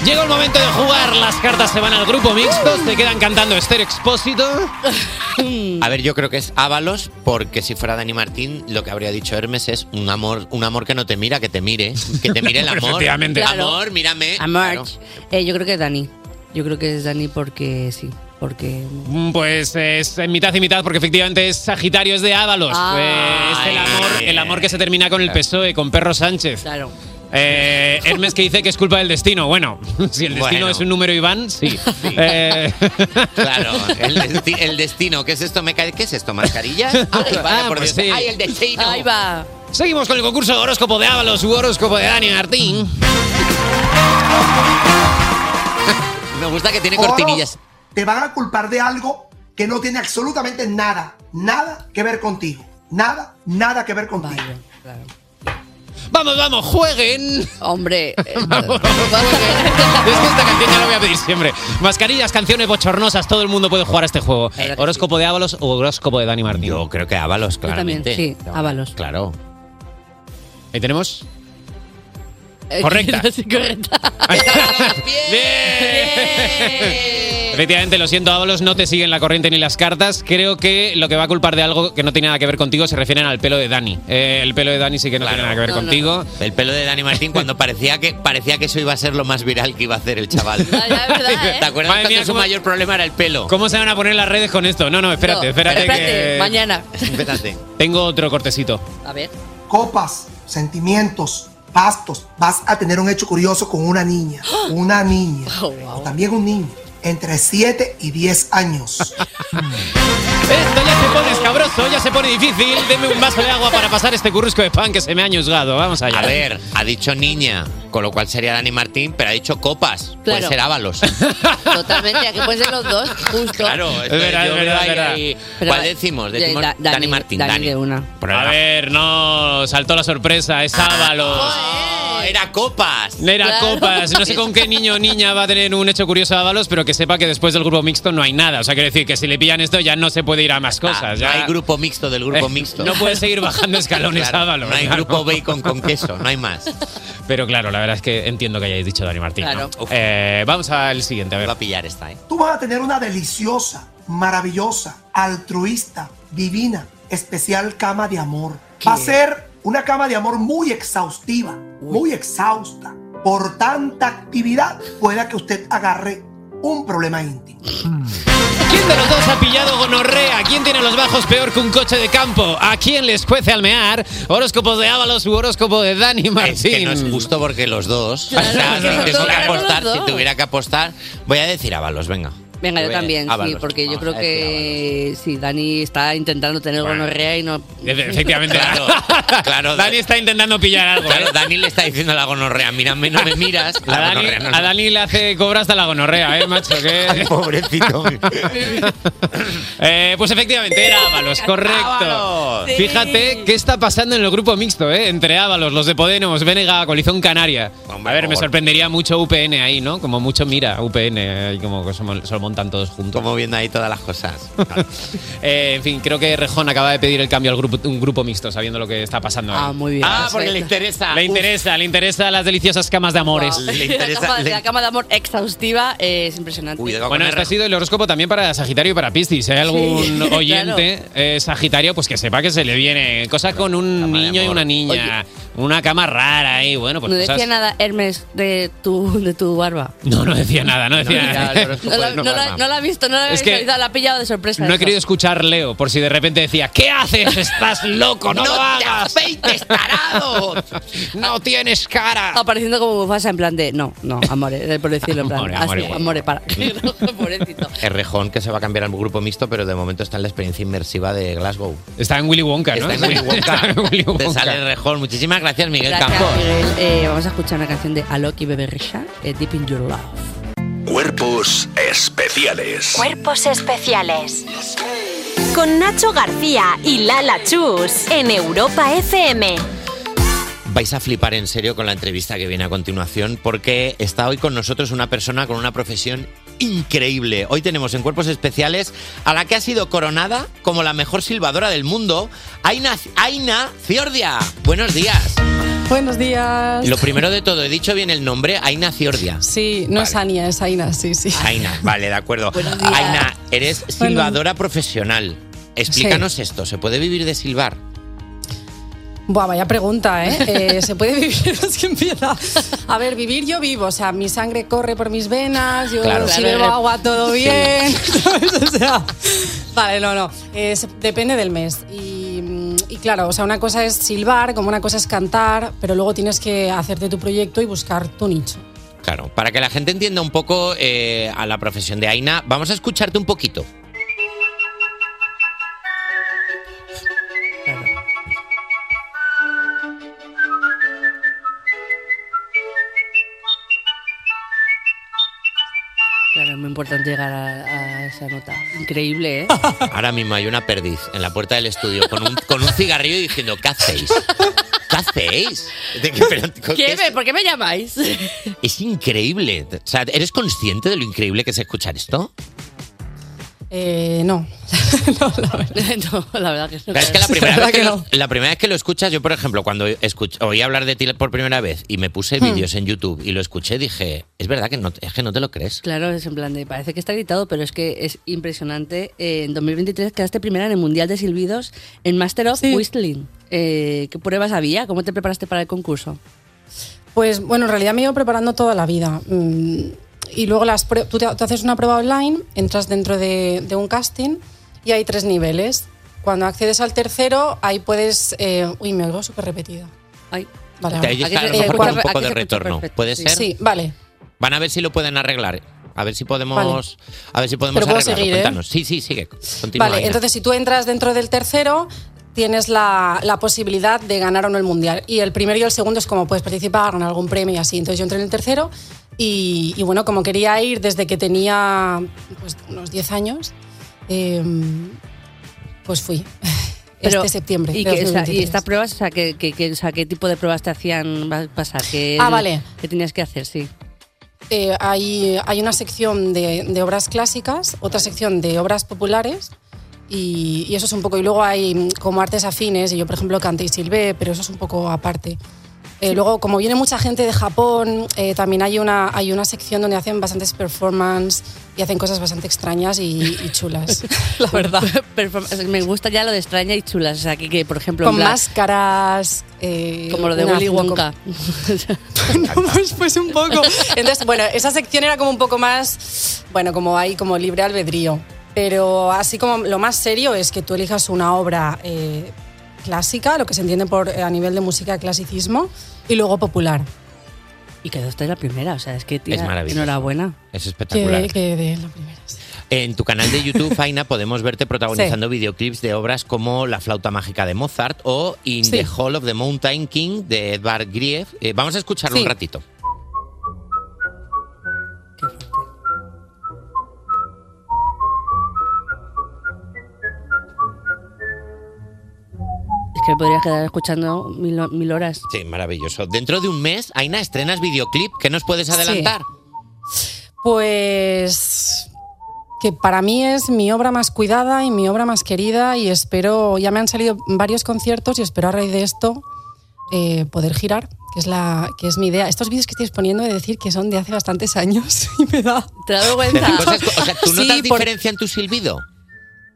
Speaker 16: Llegó el momento de jugar. Las cartas se van al grupo mixto.
Speaker 3: Uh.
Speaker 16: Se quedan cantando Esther Expósito.
Speaker 2: A ver, yo creo que es Ábalos, porque si fuera Dani Martín, lo que habría dicho Hermes es un amor, un amor que no te mira, que te mire, que te mire el amor.
Speaker 16: Efectivamente.
Speaker 2: Amor, mírame.
Speaker 3: Amor. Eh, yo creo que Dani. Yo creo que es Dani porque sí, porque...
Speaker 16: Mm, Pues es en mitad y mitad, porque efectivamente es Sagitario, es de Ábalos.
Speaker 2: Ah.
Speaker 16: Eh, es el amor, el amor que se termina con el PSOE, con Perro Sánchez.
Speaker 3: Claro.
Speaker 16: Eh, Hermes que dice que es culpa del destino. Bueno, si el destino
Speaker 2: Bueno.
Speaker 16: es un número Iván, sí. Eh,
Speaker 2: Claro, el, desti- el destino. ¿Qué es esto? ¿Me cae- ¿Qué es esto? ¿Mascarillas? Ay, vaya, por Dios. Ay, el destino.
Speaker 3: Ahí va.
Speaker 16: Ah, pues Seguimos con el concurso de horóscopo de Ábalos, u horóscopo de Dani Martín.
Speaker 2: Me gusta que tiene
Speaker 17: Oro,
Speaker 2: cortinillas.
Speaker 17: Te van a culpar de algo que no tiene absolutamente nada, nada que ver contigo. Nada, nada que ver contigo.
Speaker 16: Vamos, vamos, jueguen.
Speaker 3: Hombre. eh,
Speaker 16: Vamos, jueguen. es que esta canción ya la voy a pedir siempre. Mascarillas, canciones bochornosas, todo el mundo puede jugar a este juego. Horóscopo de Ábalos o horóscopo de Dani Martín. Yo
Speaker 2: creo que Ábalos,
Speaker 3: también, sí, Ábalos.
Speaker 2: Claro.
Speaker 16: Ahí tenemos. Correcta.
Speaker 3: Eh, Sí, correcta.
Speaker 16: Efectivamente, lo siento, Ábalos, no te siguen la corriente ni las cartas. Creo que lo que va a culpar de algo que no tiene nada que ver contigo se refieren al pelo de Dani. Eh, el pelo de Dani sí que no tiene nada que ver
Speaker 2: No, no.
Speaker 16: contigo.
Speaker 2: El pelo de Dani Martín cuando parecía que parecía que eso iba a ser lo más viral que iba a hacer el chaval. ¿Te acuerdas
Speaker 16: ¿eh? Madre
Speaker 2: cuando
Speaker 16: mía,
Speaker 2: su
Speaker 16: cómo-
Speaker 2: mayor problema era el pelo?
Speaker 16: ¿Cómo se van a poner las redes con esto? No, no, espérate,
Speaker 17: No,
Speaker 16: espérate,
Speaker 17: espérate,
Speaker 16: que-
Speaker 17: mañana.
Speaker 2: Espérate.
Speaker 16: Tengo otro cortecito.
Speaker 3: A ver.
Speaker 17: Copas, sentimientos, pastos. Vas a tener un hecho curioso con una niña, una niña,
Speaker 3: Oh,
Speaker 17: o también un niño, entre 7 y 10 años.
Speaker 16: Esto ya se pone escabroso, ya se pone difícil. Deme un vaso de agua para pasar este currusco de pan que se me ha ñuzgado. Vamos allá.
Speaker 2: A ver, ha dicho niña, con lo cual sería Dani Martín, pero ha dicho copas. Puede
Speaker 3: Claro.
Speaker 2: ser Ábalos.
Speaker 3: Totalmente, aquí pueden ser los dos, justo.
Speaker 2: Claro, esto
Speaker 16: verdad,
Speaker 2: yo
Speaker 16: es
Speaker 2: veo
Speaker 16: verdad,
Speaker 2: ahí-
Speaker 16: es verdad.
Speaker 2: ahí-
Speaker 3: Pero-
Speaker 2: ¿Cuál decimos?
Speaker 3: Ya,
Speaker 2: Decimos
Speaker 3: da-
Speaker 2: Dani,
Speaker 3: Dani-
Speaker 2: Martín.
Speaker 3: Dani
Speaker 2: Dani,
Speaker 3: de una.
Speaker 16: A ver, no, saltó la sorpresa, es
Speaker 2: Ah,
Speaker 16: Ábalos.
Speaker 2: Era copas.
Speaker 16: Era
Speaker 2: Claro.
Speaker 16: copas. No sé con qué niño o niña va a tener un hecho curioso de Ábalos, pero que sepa que después del grupo mixto no hay nada. O sea, quiero decir que si le pillan esto ya no se puede ir a más cosas.
Speaker 2: Ah, No
Speaker 16: ya-
Speaker 2: hay grupo mixto del grupo
Speaker 16: Eh,
Speaker 2: mixto.
Speaker 16: No puede seguir bajando escalones
Speaker 2: Claro,
Speaker 16: Ábalos.
Speaker 2: No hay
Speaker 16: claro.
Speaker 2: grupo bacon con queso, no hay más.
Speaker 16: Pero claro, la verdad es que entiendo que hayáis dicho Dani Martín. ¿no?
Speaker 2: Claro. Uf.
Speaker 16: Eh, vamos al siguiente, a ver.
Speaker 2: Va a pillar esta, ¿eh?
Speaker 17: Tú vas a tener una deliciosa, maravillosa, altruista, divina, especial cama de amor. Va a ser una cama de amor muy exhaustiva, muy exhausta. Por tanta actividad, pueda que usted agarre un problema íntimo.
Speaker 16: ¿Quién de los dos ha pillado gonorrea? ¿Quién tiene los bajos peor que un coche de campo? ¿A quién les cuece almear? Horóscopos de Ábalos u horóscopo de Dani Martín.
Speaker 2: Que no es justo porque los dos.
Speaker 16: Claro,
Speaker 2: o sea,
Speaker 16: los
Speaker 2: si,
Speaker 16: dos,
Speaker 2: tuviera que
Speaker 16: claro, los
Speaker 2: apostar,
Speaker 3: dos.
Speaker 2: si tuviera que apostar, voy a decir Ábalos, venga.
Speaker 3: Venga, yo
Speaker 2: Voy a-
Speaker 3: también, sí,
Speaker 2: Ábalos, este
Speaker 3: porque yo
Speaker 2: vamos
Speaker 3: creo
Speaker 2: a decir
Speaker 3: que sí, Dani está intentando tener gonorrea y no.
Speaker 2: Ábalos. claro. claro Dani
Speaker 16: está intentando pillar algo. ¿eh?
Speaker 2: Claro, Dani le está diciendo a la gonorrea, mírame, no me miras.
Speaker 16: A
Speaker 2: La
Speaker 16: Dani,
Speaker 2: gonorrea no
Speaker 16: a Dani le hace cobra hasta la gonorrea, ¿eh, macho? Que...
Speaker 2: Pobrecito.
Speaker 16: Eh, pues efectivamente, era Ábalos, correcto.
Speaker 2: Ábalos. Sí.
Speaker 16: Fíjate qué está pasando en el grupo mixto, ¿eh? Entre Ábalos, los de Podemos, Venega, Coalizón Canaria. a ver, me
Speaker 2: por-
Speaker 16: sorprendería mucho UPN ahí, ¿no? Como mucho mira, UPN, eh, ahí como que se mon- se lo montan todos juntos.
Speaker 2: Como viendo ahí todas las cosas.
Speaker 16: Eh, en fin, creo que Rejón acaba de pedir el cambio al grupo, un grupo mixto, sabiendo lo que está pasando. ahí.
Speaker 3: Ah, muy bien.
Speaker 2: Ah, porque le interesa.
Speaker 16: Le interesa, le interesa las deliciosas camas de amores.
Speaker 3: Wow. la, cama, la cama de amor exhaustiva eh, es impresionante.
Speaker 16: Bueno, este ha sido el horóscopo también para Sagitario y para Piscis. Si hay algún
Speaker 3: Sí,
Speaker 16: oyente eh, Sagitario, pues que sepa que se le viene cosas con un niño y una niña, una cama rara y bueno, pues
Speaker 3: no
Speaker 16: cosas-
Speaker 3: decía nada Hermes de tu, de tu barba.
Speaker 16: No, no decía nada, no decía nada.
Speaker 3: No la, no la- no la ha visto, no la ha
Speaker 16: Es que
Speaker 3: visualizado, la ha pillado de sorpresa.
Speaker 16: No he
Speaker 3: eso.
Speaker 16: querido escuchar Leo por si de repente decía, ¿qué haces? Estás loco, no,
Speaker 3: No
Speaker 16: lo
Speaker 3: te
Speaker 16: hagas.
Speaker 2: tarado!
Speaker 16: ¡No tienes cara!
Speaker 3: Ah, Apareciendo como bufasa en plan de. No, no, amore, eh, por decirlo en plan.
Speaker 2: Amore,
Speaker 3: "Haz-
Speaker 2: amore,
Speaker 3: amore,
Speaker 2: guapo".
Speaker 3: para.
Speaker 2: El rejón que se va a cambiar al grupo mixto, pero de momento está en la experiencia inmersiva de Glasgow.
Speaker 16: Está en Willy Wonka, ¿no?
Speaker 2: Está en Willy Wonka.
Speaker 16: Está en Willy Wonka.
Speaker 2: Te sale el rejón. Muchísimas gracias, Miguel
Speaker 3: Gracias,
Speaker 2: Campos.
Speaker 3: Miguel. Eh, vamos a escuchar una canción de Alok y Bebe Rexha, eh, Deep in Your Love.
Speaker 9: Cuerpos especiales.
Speaker 1: Cuerpos especiales. Con Nacho García y Lala Chus en Europa FM.
Speaker 2: Vais a flipar en serio con la entrevista que viene a continuación porque está hoy con nosotros una persona con una profesión increíble. Hoy tenemos en Cuerpos Especiales a la que ha sido coronada como la mejor silbadora del mundo, Aina, Aina Ciordia. Buenos días.
Speaker 18: Buenos días.
Speaker 2: Lo primero de todo, he dicho bien el nombre, Aina Ciordia.
Speaker 18: Sí, no es Ania, es Aina, sí, sí.
Speaker 2: Aina, vale, de acuerdo. Aina, eres silbadora profesional. Explícanos esto, ¿se puede vivir de silbar?
Speaker 18: Buah, vaya pregunta, ¿eh? Eh, se puede vivir? Es que empieza. A ver, vivir yo vivo. O sea, mi sangre corre por mis venas, yo
Speaker 4: Claro.
Speaker 18: si
Speaker 4: Claro,
Speaker 18: bebo
Speaker 4: eh,
Speaker 18: agua todo
Speaker 4: sí.
Speaker 18: bien. ¿sabes? O sea, vale, no, no. Eh, se- depende del mes. Y, mm, y claro, o sea, una cosa es silbar, como una cosa es cantar, pero luego tienes que hacerte tu proyecto y buscar tu nicho.
Speaker 2: Claro, para que la gente entienda un poco eh, a la profesión de Aina, vamos a escucharte un poquito.
Speaker 3: Claro, es muy importante llegar a, a esa nota. Increíble, ¿eh?
Speaker 2: Ahora mismo hay una perdiz en la puerta del estudio con un, con un cigarrillo y diciendo, ¿qué hacéis? ¿Qué hacéis? De que, pero, ¿con qué
Speaker 3: ¿Qué
Speaker 2: es?
Speaker 3: me- ¿Por qué me llamáis?
Speaker 2: Es increíble. O sea, ¿eres consciente de lo increíble que es escuchar esto?
Speaker 18: Eh, no.
Speaker 3: no, la verdad que no.
Speaker 2: Pero es que la primera, vez que lo, la primera vez que lo escuchas, yo por ejemplo, cuando escuch- oí hablar de ti por primera vez y me puse
Speaker 3: Hmm.
Speaker 2: vídeos en YouTube y lo escuché, dije, es verdad que no, es que no te lo crees.
Speaker 3: Claro, es en plan de, parece que está editado, pero es que es impresionante. Eh, en 2023 quedaste primera en el Mundial de Silbidos en Master of Whistling. Eh, ¿Qué pruebas había? ¿Cómo te preparaste para el concurso?
Speaker 18: Pues bueno, en realidad me he ido preparando toda la vida. Mm, Y luego las prue- tú, te, tú haces una prueba online, entras dentro de, de un casting y hay tres niveles. Cuando accedes al tercero, ahí puedes... eh, uy, me oigo súper repetida.
Speaker 3: Ay.
Speaker 18: Vale,
Speaker 2: Te
Speaker 18: vale. Eh,
Speaker 2: oyes a lo mejor con un poco de retorno. ¿Puede ser?
Speaker 18: Sí, vale.
Speaker 2: Van a ver si lo pueden arreglar. A ver si podemos, a ver si podemos
Speaker 18: Pero puedo
Speaker 2: arreglarlo.
Speaker 18: seguir, ¿eh?
Speaker 2: Cuéntanos. Sí, sí, sigue. Continúa,
Speaker 18: vale,
Speaker 2: Aina.
Speaker 18: entonces si tú entras dentro del tercero, tienes la, la posibilidad de ganar o no el mundial. Y el primero y el segundo es como puedes participar, ganar algún premio y así. Entonces yo entré en el tercero y, y bueno, como quería ir desde que tenía pues, unos 10 años, eh, pues fui.
Speaker 3: Pero-
Speaker 18: este septiembre.
Speaker 3: ¿Y,
Speaker 18: de
Speaker 3: que, o sea,
Speaker 18: 2023.
Speaker 3: y estas pruebas, o sea, que, que- que- o sea, ¿qué tipo de pruebas te hacían va- pasar? ¿Qué,
Speaker 18: Ah, vale.
Speaker 3: ¿Qué tenías que hacer? Sí.
Speaker 18: Eh, hay, hay una sección de, de obras clásicas, otra sección de obras populares. Y, y eso es un poco. Y luego hay mm, como artes afines, y yo, por ejemplo, canté y silbé, pero eso es un poco aparte. Eh, luego, como viene mucha gente de Japón, eh, también hay una, hay una sección donde hacen bastantes performance y hacen cosas bastante extrañas y, y chulas. La verdad.
Speaker 3: Perform- o sea, me gusta ya lo de extraña y chulas. O sea, que, que, por ejemplo. en
Speaker 18: Con
Speaker 3: plan-
Speaker 18: máscaras. eh,
Speaker 3: Como lo de
Speaker 18: una
Speaker 3: Willy
Speaker 18: haciendo
Speaker 3: Wonka.
Speaker 18: pues, pues un poco. Entonces, bueno, esa sección era como un poco más, bueno, como ahí, como libre albedrío. Pero así como lo más serio es que tú elijas una obra eh, clásica, lo que se entiende por eh, a nivel de música clasicismo, y luego popular.
Speaker 3: Y quedó usted la primera, o sea, es que tía,
Speaker 2: Es maravilloso.
Speaker 3: enhorabuena.
Speaker 2: Es espectacular.
Speaker 18: Eh, de
Speaker 2: En tu canal de YouTube, Aina, podemos verte protagonizando videoclips de obras como La flauta mágica de Mozart o In
Speaker 18: Sí.
Speaker 2: the Hall of the Mountain King de Edvard Grieg. Eh, vamos a escucharlo
Speaker 18: Sí.
Speaker 2: un ratito.
Speaker 3: Es que me podría quedar escuchando mil, ho- mil horas.
Speaker 2: Sí, maravilloso. Dentro de un mes, Aina, estrenas videoclip. ¿Qué nos puedes adelantar?
Speaker 18: Pues que para mí es mi obra más cuidada y mi obra más querida y espero, ya me han salido varios conciertos y espero a raíz de esto eh, poder girar, que es, la, que es mi idea. Estos vídeos que estoy poniendo he de decir que son de hace bastantes años y me da...
Speaker 3: Te da
Speaker 2: Te da cosas- Pues o sea, ¿tú notas
Speaker 18: Sí, por-
Speaker 2: diferencia en tu silbido?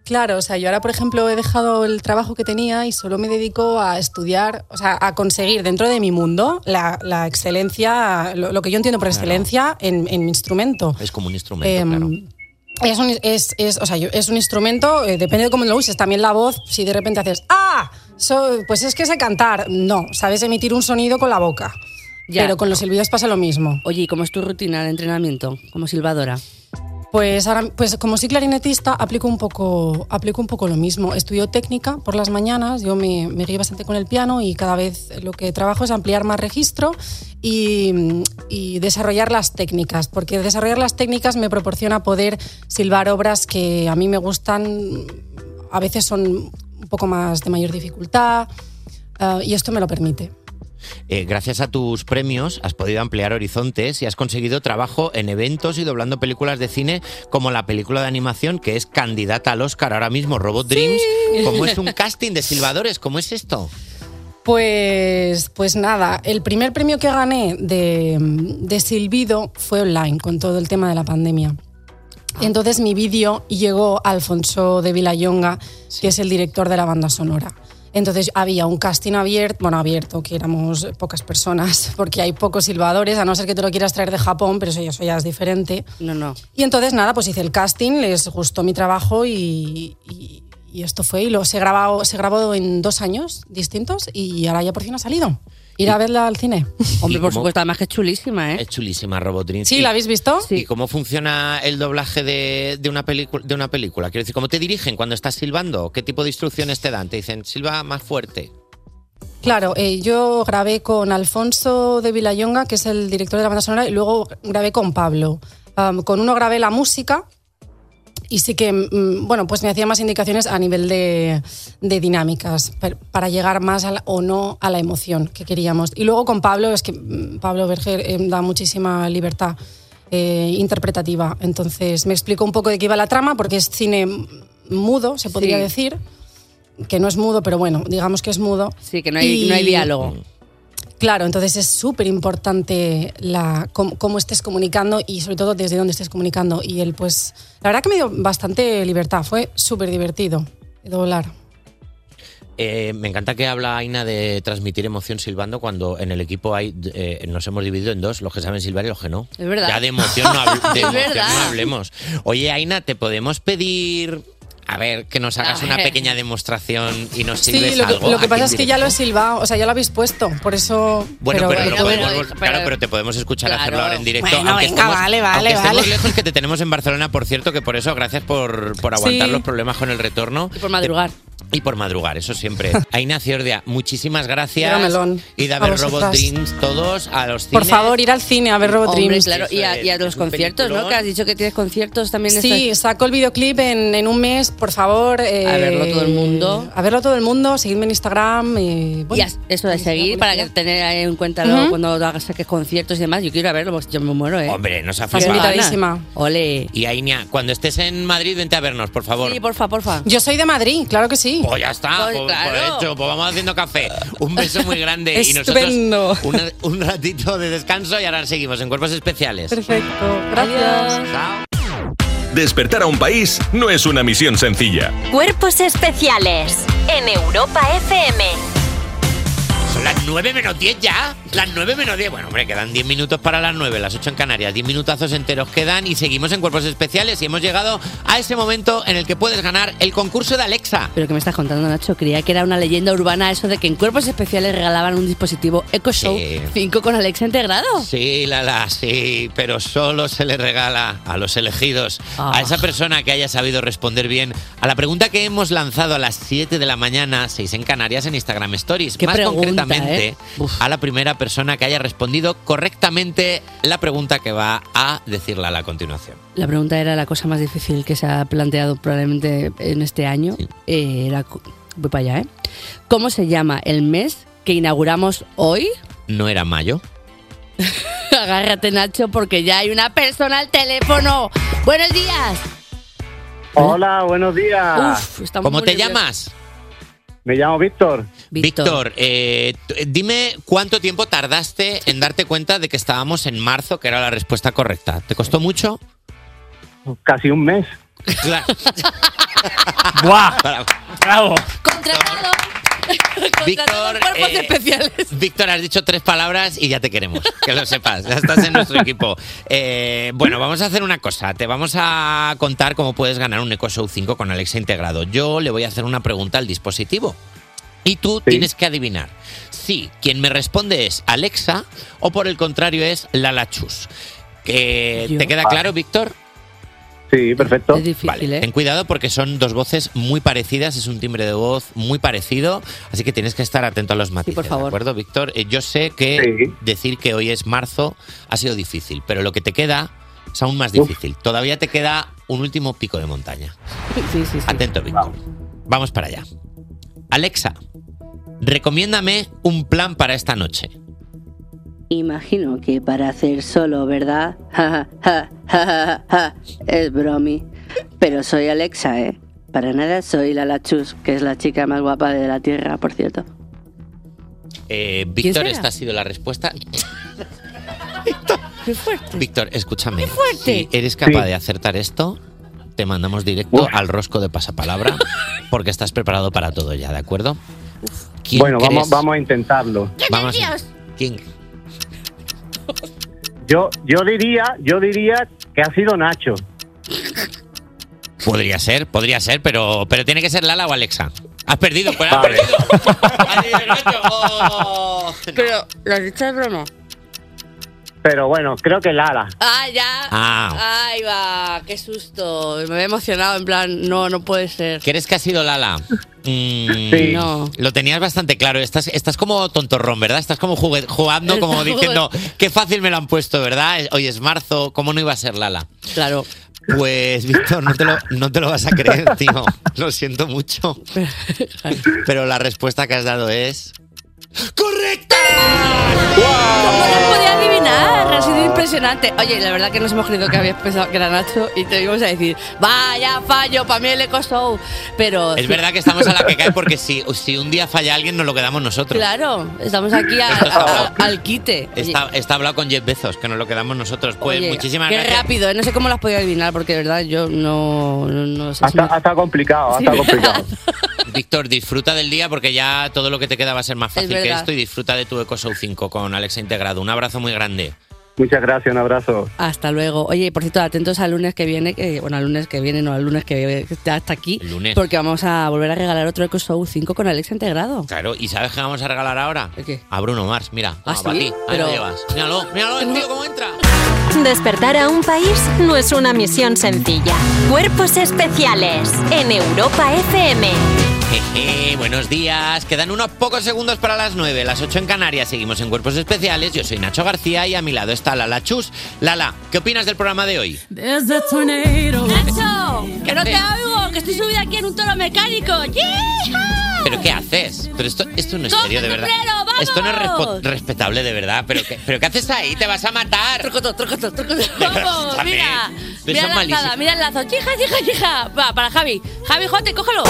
Speaker 18: Claro, o sea, yo ahora, por ejemplo, he dejado el trabajo que tenía y solo me dedico a estudiar, o sea, a conseguir dentro de mi mundo la, la excelencia, lo, lo que yo entiendo por excelencia en, en mi instrumento.
Speaker 2: Es como un instrumento,
Speaker 18: Em,
Speaker 2: claro.
Speaker 18: Es un, es, es- o sea, yo- es un instrumento, eh, depende de cómo lo uses, también la voz, si de repente haces, ¡ah! So- pues es que sé cantar, no, sabes emitir un sonido con la boca.
Speaker 3: Ya.
Speaker 18: Pero con los silbidos pasa lo mismo.
Speaker 3: Oye, ¿y cómo es tu rutina de entrenamiento como silbadora?
Speaker 18: Pues ahora, pues como soy clarinetista, aplico un poco, aplico un poco lo mismo. Estudio técnica por las mañanas, yo me, me guío bastante con el piano y cada vez lo que trabajo es ampliar más registro y, y desarrollar las técnicas, porque desarrollar las técnicas me proporciona poder silbar obras que a mí me gustan, a veces son un poco más de mayor dificultad eh, y esto me lo permite.
Speaker 2: Eh, gracias a tus premios has podido ampliar horizontes y has conseguido trabajo en eventos y doblando películas de cine como la película de animación que es candidata al Oscar ahora mismo, Robot Dreams. ¿Cómo es un casting de silbadores? ¿Cómo es esto?
Speaker 18: Pues, pues nada, el primer premio que gané de, de Silbido fue online, con todo el tema de la pandemia.
Speaker 3: Ah.
Speaker 18: Entonces mi vídeo llegó a Alfonso de Villayonga, que es el director de la banda sonora. Entonces había un casting abierto, bueno, abierto, que éramos pocas personas, porque hay pocos silbadores, a no ser que te lo quieras traer de Japón, pero eso ya, eso ya es diferente.
Speaker 3: No, no.
Speaker 18: Y entonces nada, pues hice el casting, les gustó mi trabajo y, y- y esto fue. Y lo, se, grabó, se grabó en dos años distintos y ahora ya por fin ha salido. Ir a verla al cine.
Speaker 3: Hombre,
Speaker 2: ¿Y
Speaker 3: por
Speaker 2: cómo-
Speaker 3: supuesto, además que es chulísima, ¿eh?
Speaker 2: Es chulísima Robotrin.
Speaker 18: Sí, ¿la habéis visto?
Speaker 2: ¿Y cómo funciona el doblaje de, de una película, de una película? Quiero decir, ¿cómo te dirigen cuando estás silbando? ¿Qué tipo de instrucciones te dan? Te dicen, silba más fuerte.
Speaker 18: Claro, eh, yo grabé con Alfonso de Vilayonga, que es el director de la banda sonora, y luego grabé con Pablo. Am, con uno grabé la música y sí que, mm, bueno, pues me hacía más indicaciones a nivel de, de dinámicas per- para llegar más a la- o no a la emoción que queríamos. Y luego con Pablo, es que mm, Pablo Berger eh, da muchísima libertad eh, interpretativa. Entonces me explicó un poco de qué iba la trama, porque es cine mm, mudo, se podría
Speaker 3: Sí.
Speaker 18: decir que no es mudo, pero bueno, digamos que es mudo.
Speaker 3: Sí, que no hay,
Speaker 18: Y-
Speaker 3: no hay diálogo.
Speaker 2: Mm.
Speaker 18: Claro, entonces es súper importante la- cómo, cómo estés comunicando y sobre todo desde dónde estés comunicando. Y él, pues, la verdad que me dio bastante libertad, fue súper divertido doblar.
Speaker 2: Eh, me encanta que habla Aina de transmitir emoción silbando cuando en el equipo hay eh, nos hemos dividido en dos, los que saben silbar y los que no.
Speaker 3: Es verdad.
Speaker 2: Ya de emoción no, habl- de
Speaker 3: Es
Speaker 2: emoción
Speaker 3: verdad.
Speaker 2: no hablemos. Oye, Aina, ¿te podemos pedir, a ver, que nos hagas
Speaker 18: A
Speaker 2: una
Speaker 18: ver.
Speaker 2: pequeña demostración y nos
Speaker 18: Sí,
Speaker 2: silbes
Speaker 18: lo que,
Speaker 2: algo?
Speaker 18: lo que
Speaker 2: aquí
Speaker 18: pasa
Speaker 2: en
Speaker 18: es que
Speaker 2: directo?
Speaker 18: ya lo he silbado, o sea, ya lo habéis puesto, por eso...
Speaker 2: Bueno, pero,
Speaker 18: bueno,
Speaker 2: no
Speaker 18: bueno,
Speaker 2: podemos vol- claro, pero te podemos escuchar
Speaker 18: Claro.
Speaker 2: hacerlo ahora en directo.
Speaker 18: Bueno,
Speaker 2: aunque
Speaker 18: venga,
Speaker 2: estemos,
Speaker 18: vale, vale,
Speaker 2: aunque estemos
Speaker 18: vale.
Speaker 2: lejos, que te tenemos en Barcelona, por cierto, que por eso gracias por, por aguantar
Speaker 3: Sí.
Speaker 2: los problemas con el retorno. Y
Speaker 3: por madrugar.
Speaker 2: Y por madrugar, eso siempre. Aina Ciordia, muchísimas gracias.
Speaker 18: Era melón.
Speaker 2: Y de
Speaker 18: A
Speaker 2: haber Robot
Speaker 18: vosotras.
Speaker 2: Dreams todos a los
Speaker 18: Por
Speaker 2: cines.
Speaker 18: favor, ir al cine a ver Robot
Speaker 3: Hombre,
Speaker 18: Dreams.
Speaker 3: claro, y a, y a los conciertos, ¿no? Que has dicho que tienes conciertos también.
Speaker 18: Sí, saco el videoclip en, en un mes, por favor. eh,
Speaker 3: A verlo todo el mundo.
Speaker 18: A verlo todo el mundo, seguidme en Instagram. Y, bueno,
Speaker 3: Y as- eso de seguir para que tener ahí en cuenta
Speaker 18: Ujú.
Speaker 3: luego cuando hagas saques conciertos y demás. Yo quiero ir a verlo, pues yo me muero, ¿eh?
Speaker 2: Hombre, nos ha
Speaker 3: Estás
Speaker 2: flipado.
Speaker 3: invitadísima. Ole.
Speaker 2: Y Aina, cuando estés en Madrid, vente a vernos, por favor.
Speaker 3: Sí, porfa, porfa.
Speaker 18: Yo soy de Madrid, claro que sí.
Speaker 2: Pues ya está,
Speaker 18: Pues
Speaker 2: pues,
Speaker 18: claro.
Speaker 2: por hecho, pues vamos haciendo café. Un beso muy grande y nosotros
Speaker 18: Estupendo.
Speaker 2: una- un ratito de descanso y ahora seguimos en Cuerpos Especiales.
Speaker 18: Perfecto, gracias.
Speaker 9: Despertar a un país no es una misión sencilla.
Speaker 1: Cuerpos especiales en Europa FM.
Speaker 2: Son las 9 menos 10 ya. Las 9 menos 10. Bueno, hombre, quedan 10 minutos para las 9, las 8 en Canarias. 10 minutazos enteros quedan y seguimos en Cuerpos Especiales y hemos llegado a ese momento en el que puedes ganar el concurso de Alexa.
Speaker 3: Pero que me estás contando, Nacho, creía que era una leyenda urbana eso de que en cuerpos especiales regalaban un dispositivo Echo Show
Speaker 2: Sí.
Speaker 3: 5 con Alexa integrado.
Speaker 2: Sí, Lala, sí, pero solo se le regala a los elegidos,
Speaker 3: Ah.
Speaker 2: a esa persona que haya sabido responder bien a la pregunta que hemos lanzado a las 7 de la mañana, 6 en Canarias, en Instagram Stories.
Speaker 3: Qué
Speaker 2: Más
Speaker 3: pregunta,
Speaker 2: concretamente,
Speaker 3: ¿eh?
Speaker 2: a la primera persona que haya respondido correctamente la pregunta que va a decir Lala a continuación.
Speaker 3: La pregunta era la cosa más difícil que se ha planteado probablemente en este año. Eh, era cu- voy para allá, ¿eh? ¿Cómo se llama el mes que inauguramos hoy?
Speaker 2: No era mayo.
Speaker 3: Agárrate, Nacho, porque ya hay una persona al teléfono. Buenos días.
Speaker 19: Hola, buenos días.
Speaker 3: Ah. Uf, estamos
Speaker 2: ¿Cómo
Speaker 3: muy
Speaker 2: te
Speaker 3: nerviosos.
Speaker 2: llamas?
Speaker 19: Me llamo Víctor.
Speaker 2: Víctor, eh, t- dime cuánto tiempo tardaste en darte cuenta de que estábamos en marzo, que era la respuesta correcta. ¿Te costó mucho?
Speaker 19: Casi un mes.
Speaker 2: Claro.
Speaker 5: ¡Buah!
Speaker 2: Bravo.
Speaker 5: ¡Bravo!
Speaker 3: Contratado. Contratado en cuerpos
Speaker 2: eh,
Speaker 3: especiales.
Speaker 2: Víctor, has dicho tres palabras y ya te queremos. Que lo sepas, ya estás en nuestro equipo. Eh, bueno, vamos a hacer una cosa. Te vamos a contar cómo puedes ganar un Echo Show 5 con Alexa integrado. Yo le voy a hacer una pregunta al dispositivo. Y tú tienes que adivinar si quien me responde es Alexa o por el contrario es Lala Chus. Que-
Speaker 19: Yo.
Speaker 2: ¿Te queda claro, Víctor?
Speaker 19: Sí, perfecto.
Speaker 3: Es difícil, ¿eh?
Speaker 2: Ten cuidado porque son dos voces muy parecidas, es un timbre de voz muy parecido, así que tienes que estar atento a los matices. por favor. ¿De acuerdo, Víctor? Eh, yo sé que decir que hoy es marzo ha sido difícil, pero lo que te queda es aún más difícil. Todavía te queda un último pico de montaña.
Speaker 3: Sí, sí, sí.
Speaker 2: Atento, Víctor. Vamos para allá. Alexa, recomiéndame un plan para esta noche.
Speaker 20: Imagino que para hacer solo, ¿verdad? Ja, ja, ja, ja, ja, es bromi. Pero soy Alexa, ¿eh? Para nada soy la Lachus, que es la chica más guapa de la Tierra, por cierto.
Speaker 2: Eh, Víctor,
Speaker 20: será?
Speaker 2: esta ha sido la respuesta.
Speaker 3: Qué fuerte.
Speaker 2: Víctor, escúchame.
Speaker 3: fuerte!
Speaker 2: Si eres capaz de acertar esto, te mandamos directo al rosco de pasapalabra porque estás preparado para todo ya, ¿de acuerdo?
Speaker 19: Bueno, vamos,
Speaker 2: crees?
Speaker 19: vamos a intentarlo.
Speaker 2: Vamos a- ¿Quién?
Speaker 19: Yo, yo diría, yo diría que ha sido Nacho.
Speaker 2: Podría ser, podría ser, pero, pero tiene que ser Lala o Alexa. Has perdido, pues has perdido.
Speaker 3: Pero, ¿lo has dicho o no?
Speaker 19: Pero bueno, creo que Lara.
Speaker 3: Ah, ya.
Speaker 2: Ah.
Speaker 3: Ahy va, qué susto. Me había emocionado, en plan, no, no puede ser.
Speaker 2: ¿Crees que ha sido Lala? Mm,
Speaker 3: Sí. No.
Speaker 2: Lo tenías bastante claro. Estás, estás como tontorrón, ¿verdad? Estás como jugue- jugando, como
Speaker 3: Estás
Speaker 2: diciendo, qué fácil me lo han puesto, ¿verdad? Hoy es marzo, ¿cómo no iba a ser Lala?
Speaker 3: Claro.
Speaker 2: Pues, Víctor, no te, lo, no te lo vas a creer, tío. Lo siento mucho. Pero la respuesta que has dado es...
Speaker 3: ¿Cómo lo podía adivinar? Ha sido impresionante. Oye, la verdad que nos hemos creído que habías pensado que era Nacho y te íbamos a decir, vaya fallo, para mí el Eco Show. Pero.
Speaker 2: Es verdad que estamos a la que cae porque si, si un día falla alguien, nos lo quedamos nosotros.
Speaker 3: Claro, estamos aquí a- a- a- al quite. Oye,
Speaker 2: Está, está hablado con Jeff Bezos, que nos lo quedamos nosotros. Pues
Speaker 3: oye,
Speaker 2: muchísimas
Speaker 3: qué
Speaker 2: gracias.
Speaker 3: rápido, eh, no sé cómo lo has podido adivinar porque de verdad yo no, no, no sé. si
Speaker 19: Ha estado complicado, ha
Speaker 3: Sí.
Speaker 19: estado complicado.
Speaker 2: Víctor, disfruta del día porque ya todo lo que te queda va a ser más
Speaker 3: Es
Speaker 2: fácil que
Speaker 3: verdad.
Speaker 2: esto y disfruta de tu EcoShow 5 con Alexa integrado. Un abrazo muy grande.
Speaker 19: Muchas gracias, un abrazo.
Speaker 3: Hasta luego. Oye, por cierto, atentos al lunes que viene, que, bueno, al lunes que viene, no, al lunes que está hasta aquí,
Speaker 2: lunes.
Speaker 3: porque vamos a volver a regalar otro Eco Show 5 con Alexa integrado.
Speaker 2: Claro, ¿y sabes qué vamos a regalar ahora? A Bruno Mars, mira.
Speaker 3: ¿Ah,
Speaker 2: para ti.
Speaker 3: sí?
Speaker 2: Ahí
Speaker 3: Pero-
Speaker 2: lo llevas. Míralo, míralo, el tío, cómo entra.
Speaker 1: Despertar a un país no es una misión sencilla. Cuerpos especiales en Europa FM.
Speaker 2: Jeje, buenos días. Quedan unos pocos segundos para las 9, las 8 en Canarias. Seguimos en Cuerpos Especiales. Yo soy Nacho García y a mi lado está Lala Chus. Lala, ¿qué opinas del programa de hoy?
Speaker 3: ¡Nacho! ¡Que no te oigo! ¡Que estoy subida aquí en un toro mecánico!
Speaker 2: ¿Pero qué haces? Pero esto, esto no es
Speaker 3: ¡Coge
Speaker 2: serio, de
Speaker 3: tu
Speaker 2: verdad.
Speaker 3: freno, vamos!
Speaker 2: Esto no es respo- respetable, de verdad. ¿Pero qué, ¿Pero qué haces ahí? ¡Te vas a matar!
Speaker 3: ¡Trocoto, trocoto, trocoto!
Speaker 2: Pero,
Speaker 3: ¡Vamos!
Speaker 2: escúchame,
Speaker 3: ¡Mira!
Speaker 2: pero
Speaker 3: Mira
Speaker 2: son
Speaker 3: la
Speaker 2: malísimos.
Speaker 3: lanzada, mira el lazo. ¡Chija, chija, chija! Va, para Javi. Javi, jote, cógelo.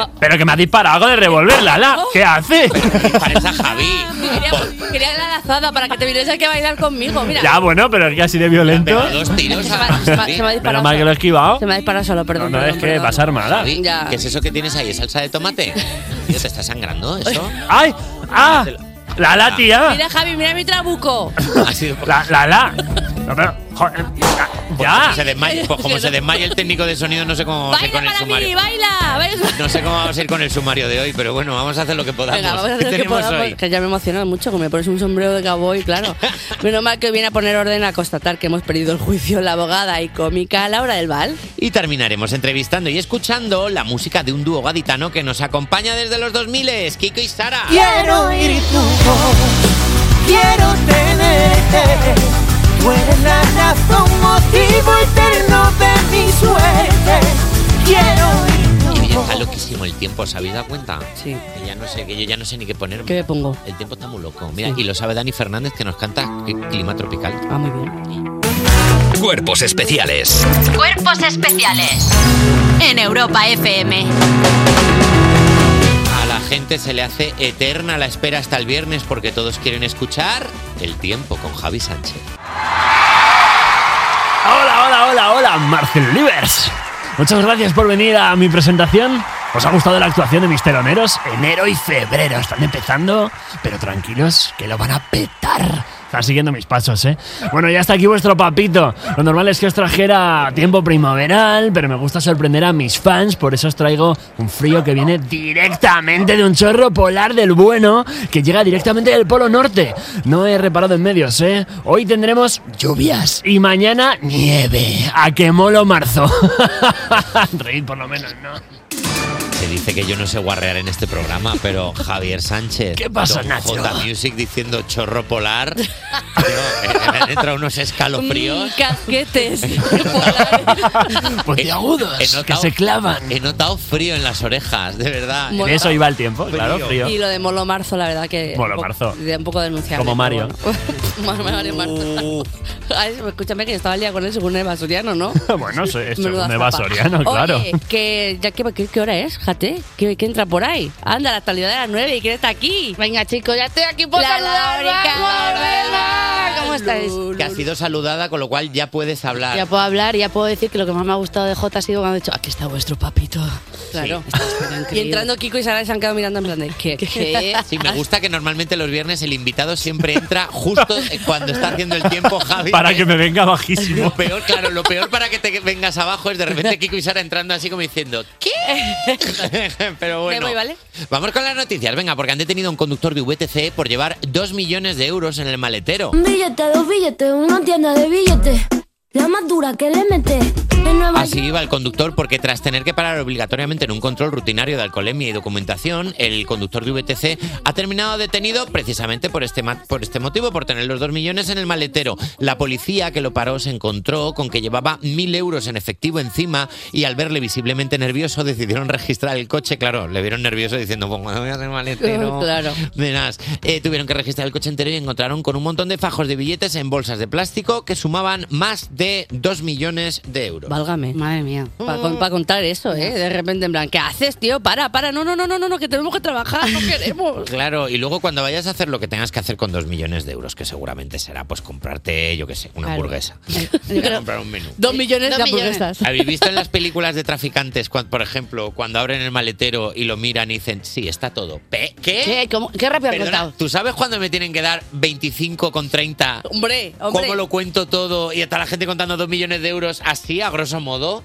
Speaker 5: Ah, Pero que me ha disparado algo de revólver, Lala. ¿Qué hace?
Speaker 2: Parece a Javi.
Speaker 3: Quería, quería la lanzada para que te vinieras aquí a bailar conmigo. Mira.
Speaker 5: Ya, bueno, pero es que así de violento. Dos
Speaker 2: tiros.
Speaker 3: Se me- se me ha disparado
Speaker 5: Menos mal que lo he esquivado.
Speaker 3: Se me ha disparado solo,
Speaker 5: No,
Speaker 3: perdón.
Speaker 5: no, es
Speaker 3: perdón,
Speaker 5: que
Speaker 3: perdón.
Speaker 5: vas armada.
Speaker 2: Javi,
Speaker 3: Ya.
Speaker 2: ¿Qué es eso que tienes ahí? ¿Es salsa de tomate? Tío, ¿Te está sangrando eso?
Speaker 5: ¡Ay! ¡Ah! ¡Lala, tía!
Speaker 3: Mira, Javi, mira mi trabuco.
Speaker 5: La, la, la. No, pero, joder,
Speaker 2: ya. Pues como, se desmaya, pues como se desmaya el técnico de sonido, no sé cómo vamos a ir con el
Speaker 3: Javi,
Speaker 2: sumario.
Speaker 3: baila. baila.
Speaker 2: No sé cómo vamos a ir con el sumario de hoy, pero bueno, vamos a hacer lo que podamos.
Speaker 3: Venga, vamos a hacer
Speaker 2: ¿Qué
Speaker 3: lo que
Speaker 2: tenemos
Speaker 3: podamos,
Speaker 2: hoy?
Speaker 3: que ya me emociona mucho, que me pones un sombrero de cowboy, claro. Menos mal que hoy viene a poner orden a constatar que hemos perdido el juicio la abogada y cómica Laura del Val.
Speaker 2: Y terminaremos entrevistando y escuchando la música de un dúo gaditano que nos acompaña desde los 2000, Kiko y Sara.
Speaker 4: Quiero ir tu voz, quiero tenerte. Tú eres la razón, motivo eterno de mi suerte. Quiero ir
Speaker 2: Y oye, está loquísimo el tiempo, ¿os habéis dado cuenta?
Speaker 3: Sí.
Speaker 2: Que ya no sé, que yo ya no sé ni qué ponerme.
Speaker 3: ¿Qué me pongo?
Speaker 2: El tiempo está muy loco. Mira, y lo sabe Dani Fernández que nos canta eh, Clima Tropical.
Speaker 3: Ah, muy bien.
Speaker 6: Cuerpos especiales.
Speaker 1: Cuerpos especiales en Europa FM.
Speaker 2: A la gente se le hace eterna la espera hasta el viernes porque todos quieren escuchar El tiempo con Javi Sánchez.
Speaker 5: Hola, hola, hola, hola, Marcel Livers. Muchas gracias por venir a mi presentación. ¿Os ha gustado la actuación de mis teloneros? Enero y febrero están empezando, pero tranquilos, que lo van a petar. Están siguiendo mis pasos, ¿eh? Bueno, ya está aquí vuestro papito. Lo normal es que os trajera tiempo primaveral, pero me gusta sorprender a mis fans, por eso os traigo un frío que viene directamente de un chorro polar del bueno, que llega directamente del Polo Norte. No he reparado en medios, ¿eh? Hoy tendremos lluvias y mañana nieve. A que molo marzo. Reír por lo menos, ¿no?
Speaker 2: Se dice que yo no sé guarrear en este programa, pero Javier Sánchez.
Speaker 5: ¿Qué pasa,
Speaker 2: Don
Speaker 5: Nacho?
Speaker 2: J Music diciendo chorro polar. Tío, eh, me han entrado unos escalofríos.
Speaker 3: Mm, casquetes.
Speaker 5: Puntiagudos, Pues que se clavan.
Speaker 2: He notado frío en las orejas, de verdad.
Speaker 3: En eso
Speaker 5: iba el tiempo, claro, frío.
Speaker 3: Y lo de Molo Marzo, la verdad que...
Speaker 5: Molo
Speaker 3: un po-
Speaker 5: Marzo.
Speaker 3: de Un poco denunciable.
Speaker 5: Como Mario.
Speaker 3: Mar- Mario Marzo. Ay, escúchame que yo estaba liada con él según Eva Soriano, ¿no?
Speaker 5: bueno, eso es
Speaker 3: Menuda
Speaker 5: de
Speaker 3: zapa.
Speaker 5: Vasoriano, claro.
Speaker 3: Oye, que, ya que, que- ¿qué hora es? Jate, que, que entra por ahí. Anda, la actualidad de las 9 y que está aquí. Venga, chicos, ya estoy aquí
Speaker 10: por
Speaker 3: la
Speaker 10: saludar,
Speaker 3: Laurica,
Speaker 10: vamos,
Speaker 3: Laura,
Speaker 10: venga.
Speaker 3: ¿Cómo
Speaker 13: esta es.
Speaker 2: Que has sido saludada, con lo cual ya puedes hablar.
Speaker 13: Ya puedo hablar, ya puedo decir que lo que más me ha gustado de Jota ha sido cuando ha dicho, aquí está vuestro papito.
Speaker 3: Claro.
Speaker 13: increíble.
Speaker 3: Y entrando Kiko y Sara se han quedado mirando en plan de ¿qué?
Speaker 13: ¿Qué?
Speaker 2: Sí, me gusta que normalmente los viernes el invitado siempre entra justo cuando está haciendo el tiempo, Javi.
Speaker 5: Para que me venga bajísimo.
Speaker 2: Lo peor, claro, lo peor para que te vengas abajo es de repente Kiko y Sara entrando así como diciendo, ¿qué? Pero bueno.
Speaker 3: Me voy, ¿vale?
Speaker 2: Vamos con las noticias, venga, porque han detenido a un conductor de VTC por llevar 2 millones de euros en el maletero.
Speaker 8: Un billete, dos billetes, una tienda de billetes. La más dura que le mete. En Nueva
Speaker 2: Así iba el conductor porque tras tener que parar obligatoriamente en un control rutinario de alcoholemia y documentación, el conductor de VTC ha terminado detenido precisamente por este, ma- por este motivo, por tener los dos millones en el maletero. La policía que lo paró se encontró con que llevaba mil euros en efectivo encima y al verle visiblemente nervioso decidieron registrar el coche. Claro, le vieron nervioso diciendo, pues me voy a hacer maletero.
Speaker 3: Claro.
Speaker 2: Verás, eh, tuvieron que registrar el coche entero y encontraron con un montón de fajos de billetes en bolsas de plástico que sumaban más de 2 millones de euros. Mm.
Speaker 3: Válgame. Madre mía.
Speaker 13: Mm.
Speaker 3: Para contar eso, ¿eh? De repente, en plan, ¿qué haces, tío? Para, para, no, no, no, no, no, no, que tenemos que trabajar, no queremos.
Speaker 2: Claro, y luego cuando vayas a hacer lo que tengas que hacer con 2 millones de euros, que seguramente será pues comprarte, yo qué sé, una
Speaker 3: Claro. Eh,
Speaker 2: hamburguesa.
Speaker 3: Yo
Speaker 2: Voy a
Speaker 3: creo-
Speaker 2: comprar un menú.
Speaker 3: Dos millones
Speaker 13: Dos
Speaker 3: de
Speaker 13: millones.
Speaker 3: hamburguesas.
Speaker 2: ¿Habéis visto en las películas de traficantes, cuan- por ejemplo, cuando abren el maletero y lo miran y dicen, sí, está todo? Pe- ¿Qué?
Speaker 13: ¿Eh? ¿Qué? ¿Cómo? ¿Qué rápido has
Speaker 2: Perdona,
Speaker 13: contado?
Speaker 2: ¿Tú sabes cuándo me tienen que dar 25 con 30?
Speaker 3: Hombre, hombre.
Speaker 2: ¿Cómo lo cuento todo y está la gente contando 2 millones de euros así, a grosso modo?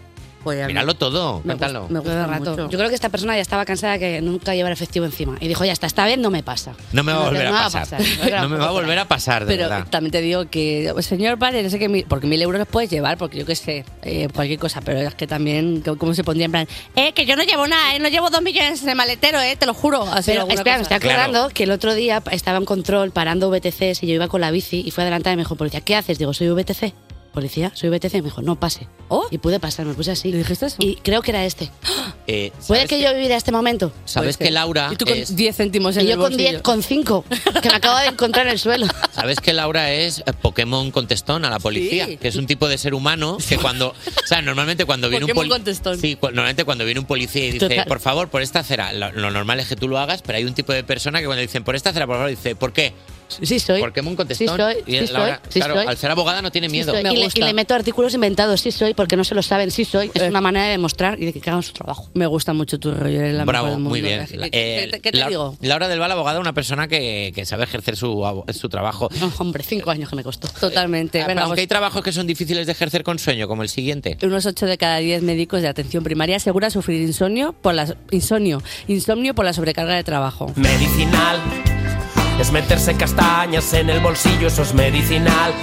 Speaker 2: Míralo todo,
Speaker 13: Pues Me gusta-
Speaker 2: cuéntalo.
Speaker 13: me gusta mucho. Yo creo que esta persona ya estaba cansada de que nunca llevar efectivo encima. Y dijo, ya está, esta vez no me pasa.
Speaker 2: No me va a
Speaker 13: No,
Speaker 2: volver
Speaker 13: no va
Speaker 2: a
Speaker 13: a
Speaker 2: pasar.
Speaker 13: pasar.
Speaker 2: No me va a volver a pasar, de
Speaker 3: Pero
Speaker 2: verdad.
Speaker 3: también te digo que, señor padre, no sé qué, mil- porque mil euros los puedes llevar, porque yo qué sé, eh, cualquier cosa, pero es que también, ¿cómo- ¿cómo se pondría en plan? Eh, que yo no llevo nada, eh, no llevo dos millones en el maletero, eh, te lo juro. Así,
Speaker 13: Pero
Speaker 3: alguna
Speaker 13: espera, me
Speaker 3: cosa.
Speaker 13: estoy acordando que el otro día estaba en control parando VTCs y yo iba con la bici y fue adelantada y me dijo, policía, ¿qué haces? Digo, soy VTC. Policía, soy VTC. Y me dijo, no pase.
Speaker 3: ¿Oh?
Speaker 13: Y pude pasar, me puse así. Y creo que era este.
Speaker 2: Eh,
Speaker 13: ¿Puede que yo viviera este momento?
Speaker 2: ¿Sabes que Laura
Speaker 13: Y
Speaker 3: Tú con
Speaker 2: es-
Speaker 3: 10 céntimos en
Speaker 13: yo
Speaker 3: el
Speaker 13: con
Speaker 3: bolsillo.
Speaker 13: 10, con 5, que me acabo de encontrar en el suelo.
Speaker 2: ¿Sabes que Laura es eh, Pokémon contestón a la policía?
Speaker 13: Sí.
Speaker 2: Que es un tipo de ser humano que cuando. O sea, normalmente cuando viene
Speaker 3: Pokémon
Speaker 2: un
Speaker 3: contestón.
Speaker 2: Sí, cu- normalmente cuando viene un policía y dice,
Speaker 3: Total.
Speaker 2: por favor, por esta acera. Lo, lo normal es que tú lo hagas, pero hay un tipo de persona que cuando dicen, por esta acera, por favor, dice, ¿por qué?
Speaker 13: Sí, soy.
Speaker 2: Pokémon contestón.
Speaker 13: Sí soy,
Speaker 2: Y
Speaker 13: sí
Speaker 2: Laura,
Speaker 13: soy, sí
Speaker 2: claro,
Speaker 13: soy.
Speaker 2: al ser abogada no tiene
Speaker 13: Sí
Speaker 2: miedo.
Speaker 13: soy. y, le, y le meto artículos inventados, sí soy, porque no se lo saben, sí soy. Es una manera de mostrar y de que hagan su trabajo.
Speaker 3: Eh. Me gusta mucho tu rollo, eres la mejor
Speaker 2: Bravo,
Speaker 3: del mundo.
Speaker 2: muy bien. La- eh,
Speaker 3: qué te
Speaker 2: Laura-
Speaker 3: digo?
Speaker 2: Laura del Val, abogada, una persona que, que sabe ejercer su, abo- su trabajo.
Speaker 13: hombre, cinco años que me costó.
Speaker 3: Totalmente.
Speaker 13: Ah,
Speaker 2: Pero
Speaker 3: Venga,
Speaker 2: aunque
Speaker 3: pues-
Speaker 2: hay trabajos que son difíciles de ejercer con sueño, como el siguiente.
Speaker 3: Unos 8 de cada 10 médicos de atención primaria asegura sufrir insomnio por la, insomnio, insomnio por la sobrecarga de trabajo.
Speaker 21: Medicinal. Es meterse castañas en el bolsillo, eso es medicinal.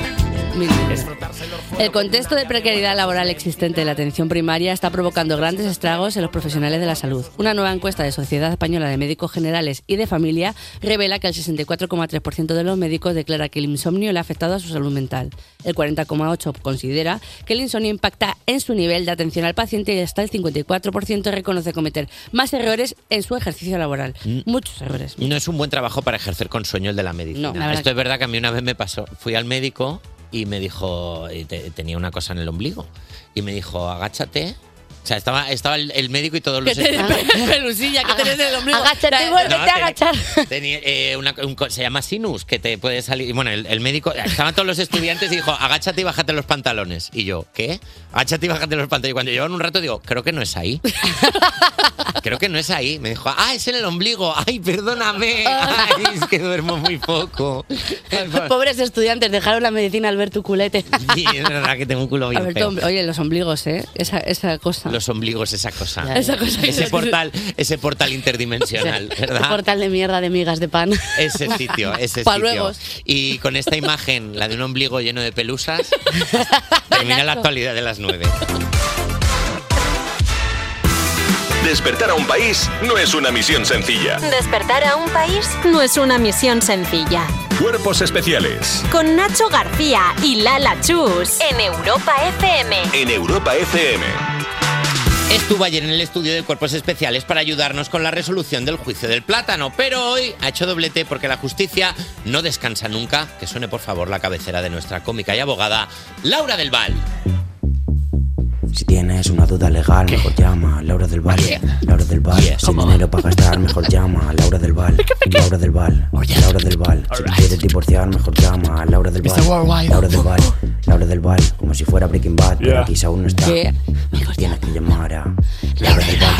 Speaker 21: Es frotarse los
Speaker 3: El contexto de precariedad laboral existente en la atención primaria está provocando grandes estragos en los profesionales de la salud. Una nueva encuesta de Sociedad Española de Médicos Generales y de Familia revela que el 64,3% de los médicos declara que el insomnio le ha afectado a su salud mental. El 40,8% considera que el insomnio impacta en su nivel de atención al paciente y hasta el 54% reconoce cometer más errores en su ejercicio laboral. Muchos errores.
Speaker 2: No es un buen trabajo para ejercer con sueño el de la medicina.
Speaker 3: No, la verdad
Speaker 2: Esto es verdad que a mí una vez me pasó. Fui al médico y me dijo, y te- tenía una cosa en el ombligo. Y me dijo, agáchate. O sea, estaba, estaba el, el médico y todos los...
Speaker 3: Que te- Pelusilla, que tenés en el ombligo.
Speaker 13: Agáchate y
Speaker 2: No,
Speaker 13: vuélvete a
Speaker 2: tenía-
Speaker 13: agachar.
Speaker 2: tenía, eh, una- un co- se llama sinus, que te puede salir... y Bueno, el, el médico... Estaban todos los estudiantes y dijo, agáchate y bájate los pantalones. Y yo, ¿qué? Agáchate y bájate los pantalones. Y cuando llevan un rato digo, creo que no es ahí. creo que no es ahí. Me dijo, ah, es en el ombligo. Ay, perdóname. Ay, es que duermo muy poco.
Speaker 13: Pobres estudiantes, dejaron la medicina al ver tu culete.
Speaker 2: Sí, es verdad que tengo un culo bien
Speaker 3: Alberto,
Speaker 2: feo.
Speaker 3: oye, los ombligos, ¿eh? Esa, esa cosa.
Speaker 2: Los ombligos, esa cosa.
Speaker 13: Ya, Esa cosa que
Speaker 2: ese
Speaker 13: no-
Speaker 2: portal, ese portal interdimensional,
Speaker 13: Ese
Speaker 2: ¿verdad?
Speaker 13: portal de mierda de migas de pan.
Speaker 2: Ese sitio, ese
Speaker 13: Pa'
Speaker 2: sitio.
Speaker 13: luegos.
Speaker 2: Y con esta imagen, la de un ombligo lleno de pelusas, termina la actualidad de las nueve.
Speaker 9: Despertar a un país no es una misión sencilla.
Speaker 1: Despertar a un país no es una misión sencilla.
Speaker 9: Cuerpos especiales
Speaker 1: Con Nacho García y Lala Chus en Europa FM.
Speaker 9: en Europa FM.
Speaker 2: Estuvo ayer en el estudio de cuerpos especiales para ayudarnos con la resolución del juicio del plátano, pero hoy ha hecho doblete porque la justicia no descansa nunca. Que suene por favor la cabecera de nuestra cómica y abogada, Laura del Val.
Speaker 12: Si tienes una duda legal, mejor llama a Laura del Val. Laura del Val. Sin dinero para gastar, mejor llama a Laura del Val. Laura del Val. Laura del Val. Si te quieres divorciar, mejor llama a Laura del Val.
Speaker 4: Mr. Worldwide.
Speaker 12: Laura del Val. Laura del Val. Como si fuera Breaking Bad, pero aquí aún no está.
Speaker 4: Yeah.
Speaker 12: Mejor tienes que llamar a Laura del Val.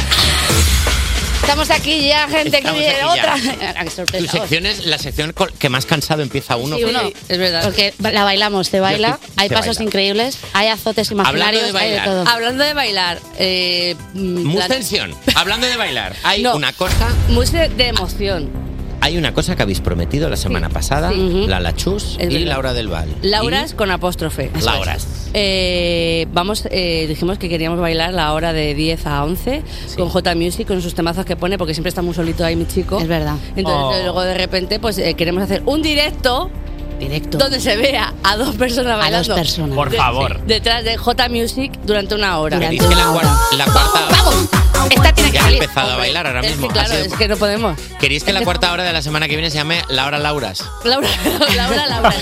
Speaker 13: Estamos aquí ya, gente, que
Speaker 2: Estamos
Speaker 13: viene
Speaker 2: aquí ya.
Speaker 13: otra. Ah, qué
Speaker 2: Tu
Speaker 13: sorpresa.
Speaker 2: sección es la sección col- que más cansado empieza uno.
Speaker 13: Sí, uno, es verdad. Porque ba- la bailamos, te baila,
Speaker 2: Yo-
Speaker 13: hay
Speaker 2: se
Speaker 13: pasos
Speaker 2: baila.
Speaker 13: increíbles, hay azotes
Speaker 2: Hablando de
Speaker 13: imaginarios, hay de
Speaker 2: bailar.
Speaker 13: todo.
Speaker 3: Hablando de bailar, eh, mm,
Speaker 2: Mus
Speaker 3: la-
Speaker 2: tensión. Hablando de bailar, hay una cosa,
Speaker 3: mus de de emoción.
Speaker 2: hay una cosa que habéis prometido la semana pasada,
Speaker 3: Sí.
Speaker 2: la Lachus
Speaker 3: Es
Speaker 2: y
Speaker 3: verdad.
Speaker 2: Laura del Val.
Speaker 3: Lauras con apóstrofe.
Speaker 2: Y Lauras.
Speaker 3: Eh, vamos, eh, dijimos que queríamos bailar la hora de 10 a 11 con J Music, con sus temazos que pone, porque siempre está muy solito ahí mi chico. Es
Speaker 13: verdad.
Speaker 3: Entonces,
Speaker 13: Oh.
Speaker 3: luego de repente, pues eh, queremos hacer un directo.
Speaker 13: Directo.
Speaker 3: Donde se vea a dos personas
Speaker 13: A dos
Speaker 3: bailando.
Speaker 13: personas. Por
Speaker 3: De-
Speaker 13: favor.
Speaker 3: Detrás de J Music durante una hora.
Speaker 2: Veréis que la, cuar- la cuarta
Speaker 3: Esta tiene que
Speaker 2: ya ha
Speaker 3: salir.
Speaker 2: empezado a bailar ahora
Speaker 3: Es
Speaker 2: mismo.
Speaker 3: que
Speaker 2: Ha
Speaker 3: claro,
Speaker 2: sido-
Speaker 3: es que no podemos.
Speaker 2: ¿Queréis que la cuarta hora de la semana que viene se llame Laura Lauras?
Speaker 3: Laura, Laura, Laura.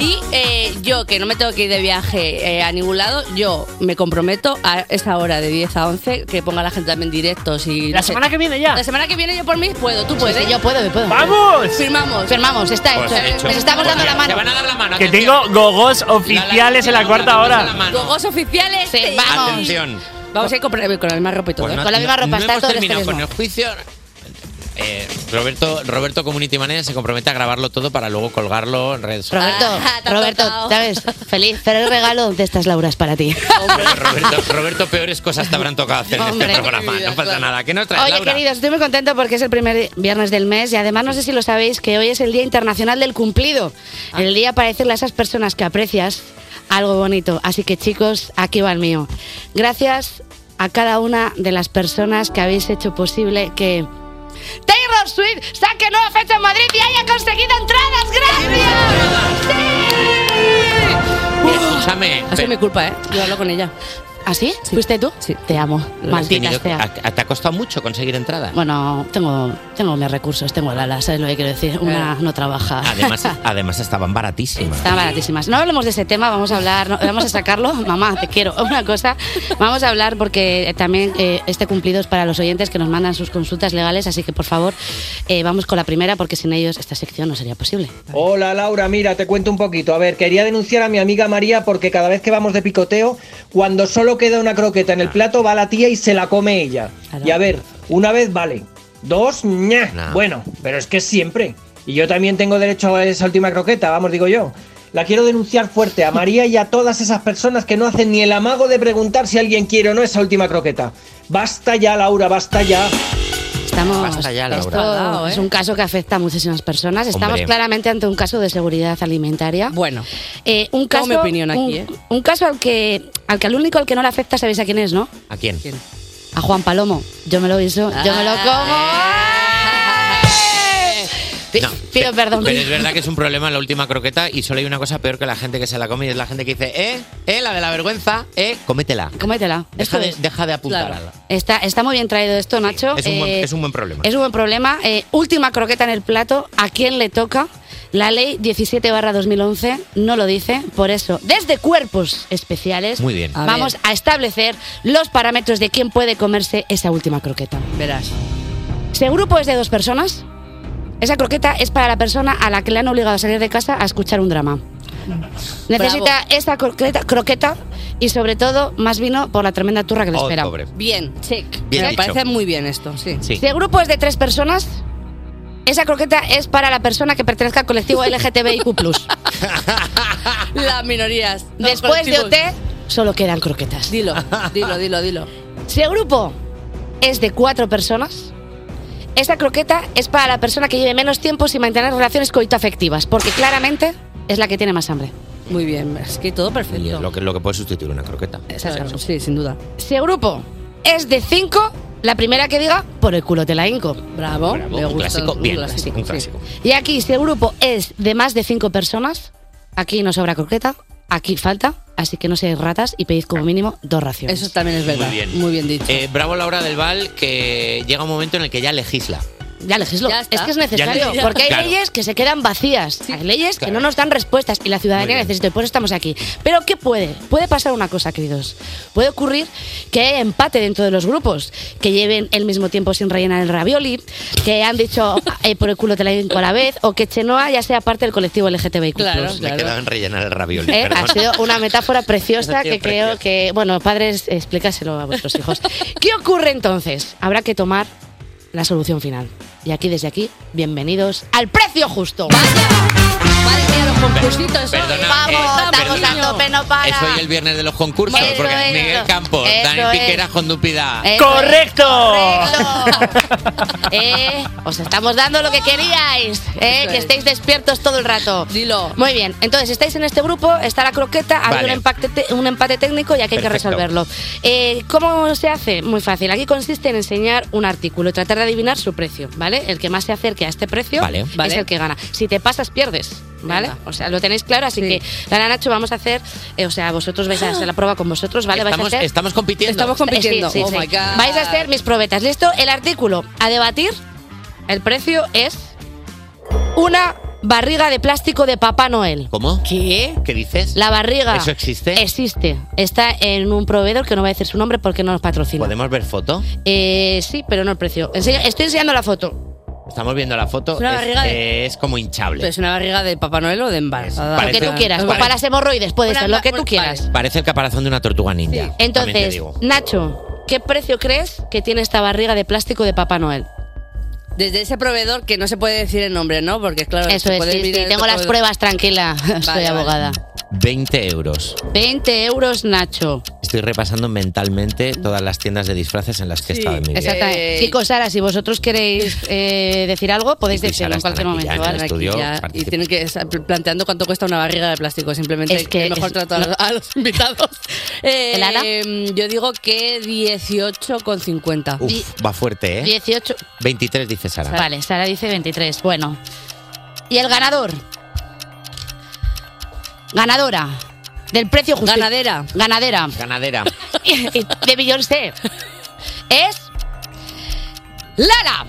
Speaker 3: Y eh, yo, que no me tengo que ir de viaje eh, a ningún lado, yo me comprometo a esa hora de 10 a 11 que ponga la gente también directos y...
Speaker 13: La semana
Speaker 3: que viene ya. La semana que viene yo por mí puedo, tú puedes.
Speaker 13: sí, yo puedo, yo puedo.
Speaker 5: ¡Vamos!
Speaker 3: Firmamos.
Speaker 13: Firmamos, está
Speaker 5: Pues
Speaker 13: hecho.
Speaker 5: hecho.
Speaker 13: Nos estamos dando la mano.
Speaker 5: Que tengo gogos oficiales en la cuarta hora.
Speaker 3: Gogos oficiales. Sí,
Speaker 13: vamos.
Speaker 2: Atención.
Speaker 3: Vamos a ir con, con la misma ropa y todo.
Speaker 2: Pues
Speaker 3: ¿eh?
Speaker 2: no- no- no hemos terminado con el juicio. Eh, Roberto, Roberto Community Manager se compromete a grabarlo todo para luego colgarlo en redes sociales.
Speaker 13: Roberto, Roberto, ¿sabes? Feliz, pero el regalo de estas Lauras para ti.
Speaker 2: Roberto, Roberto, peores cosas te habrán tocado hacer en
Speaker 13: Hombre,
Speaker 2: este programa. No pasa nada. ¿Qué nos traes,
Speaker 13: Oye,
Speaker 2: Laura?
Speaker 13: queridos, estoy muy contento porque es el primer viernes del mes y además no sé si lo sabéis que hoy es el Día Internacional del Cumplido.
Speaker 2: Ah.
Speaker 13: El día para decirle a esas personas que aprecias algo bonito. Así que chicos, aquí va el mío. Gracias a cada una de las personas que habéis hecho posible que Taylor Swift saque nueva fecha en Madrid y haya conseguido entradas. ¡Gracias! ¡Sí!
Speaker 2: Escúchame.
Speaker 3: Ha sido mi culpa, ¿eh? Yo hablo con ella.
Speaker 13: ¿Ah, sí? ¿Fuiste tú? Sí. Te amo.
Speaker 2: Has
Speaker 13: Maldita
Speaker 2: tenido-
Speaker 13: sea.
Speaker 2: ¿a- ¿Te ha costado mucho conseguir entrada?
Speaker 13: Bueno, tengo, tengo mis recursos, tengo el ala, ¿sabes lo que quiero decir? Una no trabaja.
Speaker 2: Eh. Además, además estaban baratísimas.
Speaker 13: Están baratísimas. No hablemos de ese tema, vamos a hablar, no, vamos a sacarlo. Mamá, te quiero. Una cosa, vamos a hablar porque eh, también eh, este cumplido es para los oyentes que nos mandan sus consultas legales, así que por favor, eh, vamos con la primera porque sin ellos esta sección no sería posible.
Speaker 22: Hola Laura, mira, te cuento un poquito. A ver, quería denunciar a mi amiga María porque cada vez que vamos de picoteo, cuando solo queda una croqueta en el plato, va la tía y se la come ella. Y a ver, una vez vale, dos, ña. Bueno, pero es que siempre. Y yo también tengo derecho a esa última croqueta, vamos, digo yo. La quiero denunciar fuerte a María y a todas esas personas que no hacen ni el amago de preguntar si alguien quiere o no esa última croqueta. Basta ya, Laura, basta ya.
Speaker 13: Estamos,
Speaker 22: Basta ya, Laura.
Speaker 13: esto
Speaker 22: Dado, ¿eh?
Speaker 13: es un caso que afecta a muchísimas personas. Estamos
Speaker 22: Hombre.
Speaker 13: claramente ante un caso de seguridad alimentaria. Eh,
Speaker 3: Bueno,
Speaker 13: un
Speaker 3: tengo
Speaker 13: caso,
Speaker 3: mi opinión aquí,
Speaker 13: un,
Speaker 3: ¿eh?
Speaker 13: un caso al que, al que al único al que no le afecta, sabéis a quién es, ¿no?
Speaker 2: ¿A quién? Eh.
Speaker 13: A Juan Palomo. Yo me lo hizo, yo me lo
Speaker 2: Ah.
Speaker 13: como.
Speaker 2: No,
Speaker 13: Pido
Speaker 2: pe-
Speaker 13: perdón.
Speaker 2: Pero es verdad que es un problema la última croqueta y solo hay una cosa peor que la gente que se la come y es la gente que dice, eh, eh, la de la vergüenza, eh, cométela.
Speaker 13: Cómetela.
Speaker 2: Deja
Speaker 13: Esto
Speaker 2: de,
Speaker 13: es.
Speaker 2: deja de apuntarla.
Speaker 13: Está, está muy bien traído esto, Nacho.
Speaker 2: Es, un buen,
Speaker 13: Eh,
Speaker 2: es un buen problema.
Speaker 13: Es un buen problema. Eh, última croqueta en el plato. ¿A quién le toca? La ley 17 2011 no lo dice. Por eso, desde cuerpos especiales,
Speaker 2: Muy bien. A ver.
Speaker 13: vamos a establecer los parámetros de quién puede comerse esa última croqueta.
Speaker 3: Verás.
Speaker 13: Si el grupo es de dos personas, esa croqueta es para la persona a la que le han obligado a salir de casa a escuchar un drama.
Speaker 2: Mm.
Speaker 13: Necesita esta croqueta, croqueta y sobre todo más vino por la tremenda turra que le
Speaker 3: Oh,
Speaker 13: espera.
Speaker 3: pobre. Bien, check.
Speaker 13: Bien
Speaker 3: me
Speaker 13: dicho.
Speaker 3: parece muy bien esto, sí.
Speaker 13: Si el grupo es de tres personas, esa croqueta es para la persona que pertenezca al colectivo LGTBIQ.
Speaker 3: Las minorías. los
Speaker 13: Después de
Speaker 3: colectivos.
Speaker 13: OT, solo quedan croquetas.
Speaker 3: Dilo, dilo, dilo, dilo.
Speaker 13: Si el grupo es de cuatro personas, esa croqueta es para la persona que lleve menos tiempo sin mantener relaciones coitoafectivas, porque claramente es la que tiene más hambre.
Speaker 3: Muy bien, es que todo perfecto.
Speaker 2: Y es lo que, lo que puede sustituir una croqueta.
Speaker 13: Exacto.
Speaker 3: Sí, sin duda.
Speaker 13: Si el grupo es de cinco, la primera que diga, por el culo te la hinco.
Speaker 3: Bravo, me
Speaker 2: un
Speaker 3: gusta.
Speaker 2: clásico,
Speaker 3: un
Speaker 2: bien,
Speaker 3: clásico,
Speaker 2: un clásico.
Speaker 13: Y aquí, si el grupo es de más de cinco personas, aquí no sobra croqueta, aquí falta, así que no seáis ratas y pedid como mínimo dos raciones.
Speaker 3: Eso también es verdad.
Speaker 2: Muy bien.
Speaker 3: dicho.
Speaker 2: Eh, bravo Laura del Val, que llega un momento en el que ya legisla.
Speaker 13: ya legislo.
Speaker 3: Ya está.
Speaker 13: es que es
Speaker 3: Ya
Speaker 13: necesario.
Speaker 3: está.
Speaker 13: Porque hay
Speaker 3: Claro.
Speaker 13: leyes que se quedan vacías. Hay leyes que no nos dan respuestas y la ciudadanía necesita. Y por eso estamos aquí. Pero ¿qué puede? Puede pasar una cosa, queridos. Puede ocurrir que haya empate dentro de los grupos. Que lleven el mismo tiempo sin rellenar el ravioli. Que han dicho eh, por el culo te la hinco a la vez. O que Chenoa ya sea parte del colectivo LGTBIQ.
Speaker 2: Plus, Me he quedado en rellenar el ravioli.
Speaker 13: Eh,
Speaker 2: perdón.
Speaker 13: ha sido una metáfora preciosa
Speaker 2: Ha sido
Speaker 13: que creo que, bueno, padres, explícaselo a vuestros hijos. ¿Qué ocurre entonces? Habrá que tomar la solución final. Y aquí, desde aquí, bienvenidos al precio justo.
Speaker 3: Concursitos.
Speaker 2: Perdona,
Speaker 13: Vamos, estamos a tope, no para.
Speaker 2: Es hoy el viernes de los concursos,
Speaker 13: Eso
Speaker 2: porque
Speaker 13: es.
Speaker 2: Miguel Campos,
Speaker 13: Eso
Speaker 2: Dani
Speaker 13: es.
Speaker 2: Piqueras con Dupida.
Speaker 13: Eso es. Correcto. Eh, os estamos dando lo que queríais. eh, que estéis despiertos todo el rato. Dilo. Muy bien. Entonces, estáis en este grupo, está la croqueta, ha habido
Speaker 20: Vale.
Speaker 13: un, empate te- un empate técnico y aquí hay que
Speaker 20: Perfecto.
Speaker 13: resolverlo. Eh, ¿Cómo se hace? Muy fácil. Aquí consiste en enseñar un artículo y tratar de adivinar su precio, ¿vale? El que más se acerque a este precio
Speaker 20: Vale.
Speaker 13: es
Speaker 20: Vale.
Speaker 13: el que gana. Si te pasas, pierdes. ¿Vale?
Speaker 20: Venga.
Speaker 13: O sea, lo tenéis claro, así que, Dana Nacho, vamos a hacer, eh, o sea, vosotros vais a hacer la prueba con vosotros, ¿vale? Vais a
Speaker 2: Estamos,
Speaker 13: hacer-
Speaker 2: estamos compitiendo.
Speaker 13: eh, sí, sí, sí. Vais a hacer mis probetas. ¿Listo? El artículo a debatir, el precio es una barriga de plástico de Papá Noel.
Speaker 2: ¿Cómo?
Speaker 13: ¿Qué?
Speaker 2: ¿Qué dices?
Speaker 13: La barriga.
Speaker 2: ¿Eso existe?
Speaker 13: Existe. Está en un proveedor que no voy a decir su nombre porque no nos patrocina.
Speaker 2: ¿Podemos ver foto?
Speaker 13: Eh, sí, pero no el precio. Enseña- estoy enseñando la foto.
Speaker 2: Estamos viendo la foto.
Speaker 13: Es una
Speaker 2: es,
Speaker 13: barriga
Speaker 2: eh, es como hinchable.
Speaker 3: Es una barriga de Papá Noel o de embarazada.
Speaker 2: Lo que
Speaker 13: Lo que tú quieras. O
Speaker 2: Vale.
Speaker 13: para las hemorroides, puede ser, lo que tú quieras.
Speaker 2: Parece el caparazón de una tortuga ninja. también te
Speaker 13: Entonces,
Speaker 2: digo.
Speaker 13: Nacho, ¿qué precio crees que tiene esta barriga de plástico de Papá Noel?
Speaker 3: Desde ese proveedor que no se puede decir el nombre, ¿no? Porque claro,
Speaker 13: Eso
Speaker 3: Pues se
Speaker 13: es,
Speaker 3: puede
Speaker 13: sí,
Speaker 3: mirar
Speaker 13: sí,
Speaker 3: el
Speaker 13: tengo las
Speaker 3: proveedor.
Speaker 13: pruebas, tranquila. Soy abogada.
Speaker 2: 20 euros.
Speaker 13: 20 euros, Nacho.
Speaker 2: Estoy repasando mentalmente todas las tiendas de disfraces en las que he estado en mi vida.
Speaker 13: Exactamente.
Speaker 3: Eh,
Speaker 13: Chicos, Sara, si vosotros queréis eh, decir algo, podéis
Speaker 2: Chico y Sara
Speaker 13: decirlo en
Speaker 2: están
Speaker 13: cualquier
Speaker 2: aquí
Speaker 13: momento.
Speaker 2: ya en el
Speaker 13: ¿vale?
Speaker 2: estudio,
Speaker 13: Aquí
Speaker 3: Ya, y tienen que estar planteando cuánto cuesta una barriga de plástico. Simplemente
Speaker 13: Es que
Speaker 3: es mejor
Speaker 13: es-
Speaker 3: tratar
Speaker 13: no.
Speaker 3: a los invitados. Eh,
Speaker 13: ¿El ala?
Speaker 3: em, yo digo que 18,50.
Speaker 2: Uf, va fuerte, ¿eh?
Speaker 13: 18.
Speaker 2: 23 dice Sara.
Speaker 13: Vale, Sara dice 23. Bueno. ¿Y el ganador? Ganadora. Del precio justo. Ganadera. Ganadera.
Speaker 2: Ganadera.
Speaker 13: de Beyoncé. Es. Lara.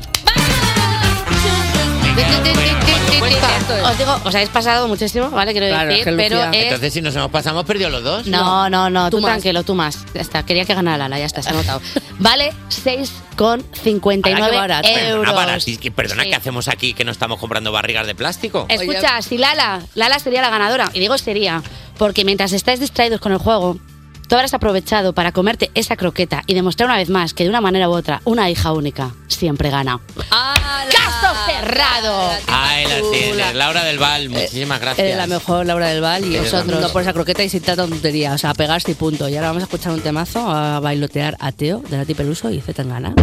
Speaker 13: pues Os digo, os habéis pasado muchísimo, ¿vale? Quiero decir, pero es-
Speaker 2: Entonces, si nos hemos pasado, hemos perdido los dos.
Speaker 13: No, no, no,
Speaker 2: Tú
Speaker 13: tú,
Speaker 2: más.
Speaker 13: tranquilo, tú más. Ya está, quería que ganara Lala, ya está, se ha notado. Vale, 6,59 euros.
Speaker 2: Perdona, ¿qué hacemos aquí que no estamos comprando barrigas de plástico?
Speaker 13: Escucha, si Lala, Lala sería la ganadora, y digo sería, porque mientras estáis distraídos con el juego, tú habrás aprovechado para comerte esa croqueta y demostrar una vez más que de una manera u otra, una hija única siempre gana. ¡Caso cerrado!
Speaker 2: Ahí la tienes, Laura del
Speaker 13: Eh,
Speaker 2: Val, muchísimas gracias.
Speaker 3: Eres la mejor Laura del Val y
Speaker 2: Eres la
Speaker 3: vosotros
Speaker 2: mejor.
Speaker 3: no por esa croqueta y sin tanta tontería. O sea, pegarse y punto. Y ahora vamos a escuchar un temazo a bailotear ateo de Nati Peluso y Zetangana.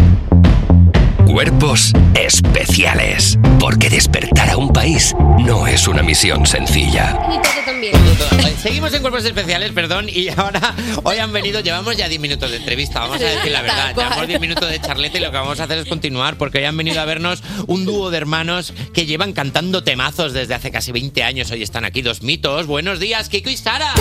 Speaker 6: Cuerpos especiales. Porque despertar a un país no es una misión sencilla.
Speaker 2: Seguimos en cuerpos especiales, perdón, y ahora hoy han venido, llevamos ya 10 minutos de entrevista, vamos a decir la verdad, llevamos 10 minutos de charleta y lo que vamos a hacer es continuar porque hoy han venido a vernos un dúo de hermanos que llevan cantando temazos desde hace casi 20 años, hoy están aquí dos mitos, buenos días Kiko y Sara,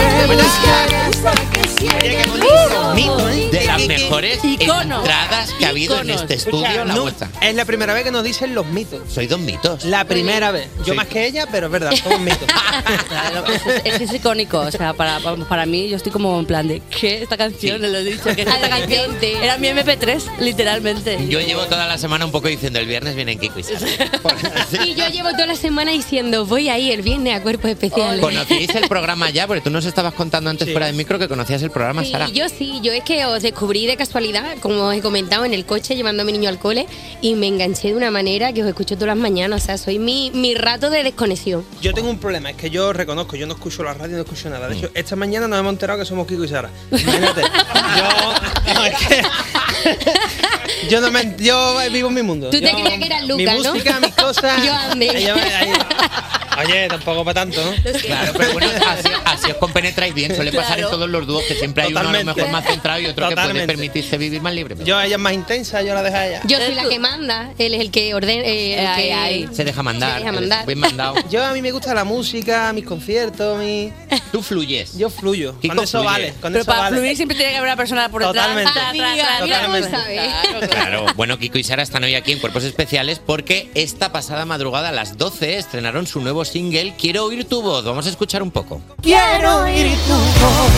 Speaker 2: de ¿eh? las mejores
Speaker 22: Icono.
Speaker 2: entradas que ha habido en
Speaker 22: Iconos.
Speaker 2: este estudio,
Speaker 22: Escucha,
Speaker 2: la
Speaker 22: no,
Speaker 2: vuestra.
Speaker 22: Es la primera vez que nos dicen los mitos.
Speaker 2: Soy dos mitos.
Speaker 22: La primera vez.
Speaker 2: Sí.
Speaker 22: Yo más que ella, pero es verdad, somos mitos.
Speaker 3: Claro, es, es que es icónico. O sea, para, para mí yo estoy como en plan de ¿qué? Esta canción, le lo he dicho, que esta canción era mi MP3, literalmente.
Speaker 2: Yo llevo toda la semana un poco diciendo el viernes vienen Kiko y Sara.
Speaker 7: Y yo llevo toda la semana diciendo, voy ahí el viernes a cuerpos especiales.
Speaker 2: ¿Conocíais el programa ya? Porque tú nos estabas contando antes fuera del micro que conocías el programa,
Speaker 7: Sí,
Speaker 2: Sara.
Speaker 7: yo sí, yo es que os descubrí de casualidad, como os he comentado, en el coche llevando a mi niño al cole y me enganché de una manera que os escucho todas las mañanas, o sea, soy mi, mi rato de desconexión.
Speaker 22: Yo tengo un problema, es que yo reconozco, yo no escucho la radio, no escucho nada. De hecho,
Speaker 2: Mm.
Speaker 22: esta mañana nos hemos enterado que somos Kiko y Sara. Imagínate. yo, no, es que- yo no me, yo vivo en mi mundo.
Speaker 7: Tú te
Speaker 22: Yo-
Speaker 7: creías que eras
Speaker 22: Mi
Speaker 7: Lucas, ¿no?
Speaker 22: música, mis cosas.
Speaker 7: Yo Ander.
Speaker 22: Ahí va, ahí va.
Speaker 23: Oye, tampoco para tanto, ¿no?
Speaker 2: Claro, pero bueno, así, así os compenetráis bien. Suele pasar en
Speaker 23: Claro.
Speaker 2: todos los dúos que siempre hay uno a lo
Speaker 23: Totalmente.
Speaker 2: mejor más centrado y otro que puede
Speaker 23: Totalmente.
Speaker 2: permitirse vivir más libremente.
Speaker 23: Yo, ella es más intensa, yo la dejo a ella.
Speaker 7: Yo soy la que manda, él es el que ordena. eh, el que-
Speaker 2: Se deja mandar.
Speaker 7: Se deja mandar.
Speaker 2: Bien mandado.
Speaker 23: Yo a mí me gusta la música, mis conciertos, mi.
Speaker 2: Tú fluyes.
Speaker 23: Yo fluyo. Con eso
Speaker 2: fluye.
Speaker 23: vale. Con
Speaker 3: Pero
Speaker 23: eso
Speaker 3: para
Speaker 23: vale.
Speaker 3: fluir siempre tiene que haber una persona por detrás. Ah,
Speaker 23: Totalmente.
Speaker 3: tra, tra, tra, tra,
Speaker 23: Totalmente.
Speaker 3: tra, tra.
Speaker 2: Claro, bueno, Kiko y Sara están hoy aquí en Cuerpos Especiales porque esta pasada madrugada a las 12 estrenaron su nuevo single Quiero oír tu voz. Vamos a escuchar un poco.
Speaker 4: Quiero oír tu voz,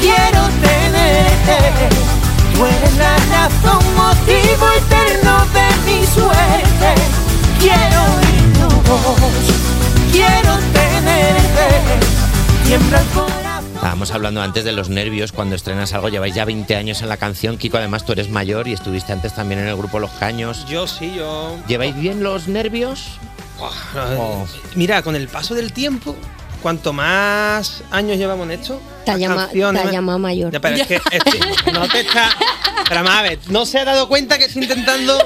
Speaker 4: quiero tenerte. Tú eres la razón, motivo eterno de mi suerte. Quiero oír tu voz, quiero tenerte. Tiembla el corazón.
Speaker 2: Estábamos hablando antes de los nervios cuando estrenas algo, lleváis ya 20 años en la canción. Kiko, además tú eres mayor y estuviste antes también en el grupo Los Caños.
Speaker 23: Yo sí, yo.
Speaker 2: ¿Lleváis bien los nervios? Oh.
Speaker 23: No, Mira, con el paso del tiempo, cuanto más años llevamos en esto,
Speaker 7: Te ha
Speaker 23: más
Speaker 7: llama- te
Speaker 23: canciones,
Speaker 7: ha
Speaker 23: más-
Speaker 7: llamado mayor.
Speaker 23: Ya, pero es que es- no te está. Pero vamos a ver, no se ha dado cuenta que estoy intentando.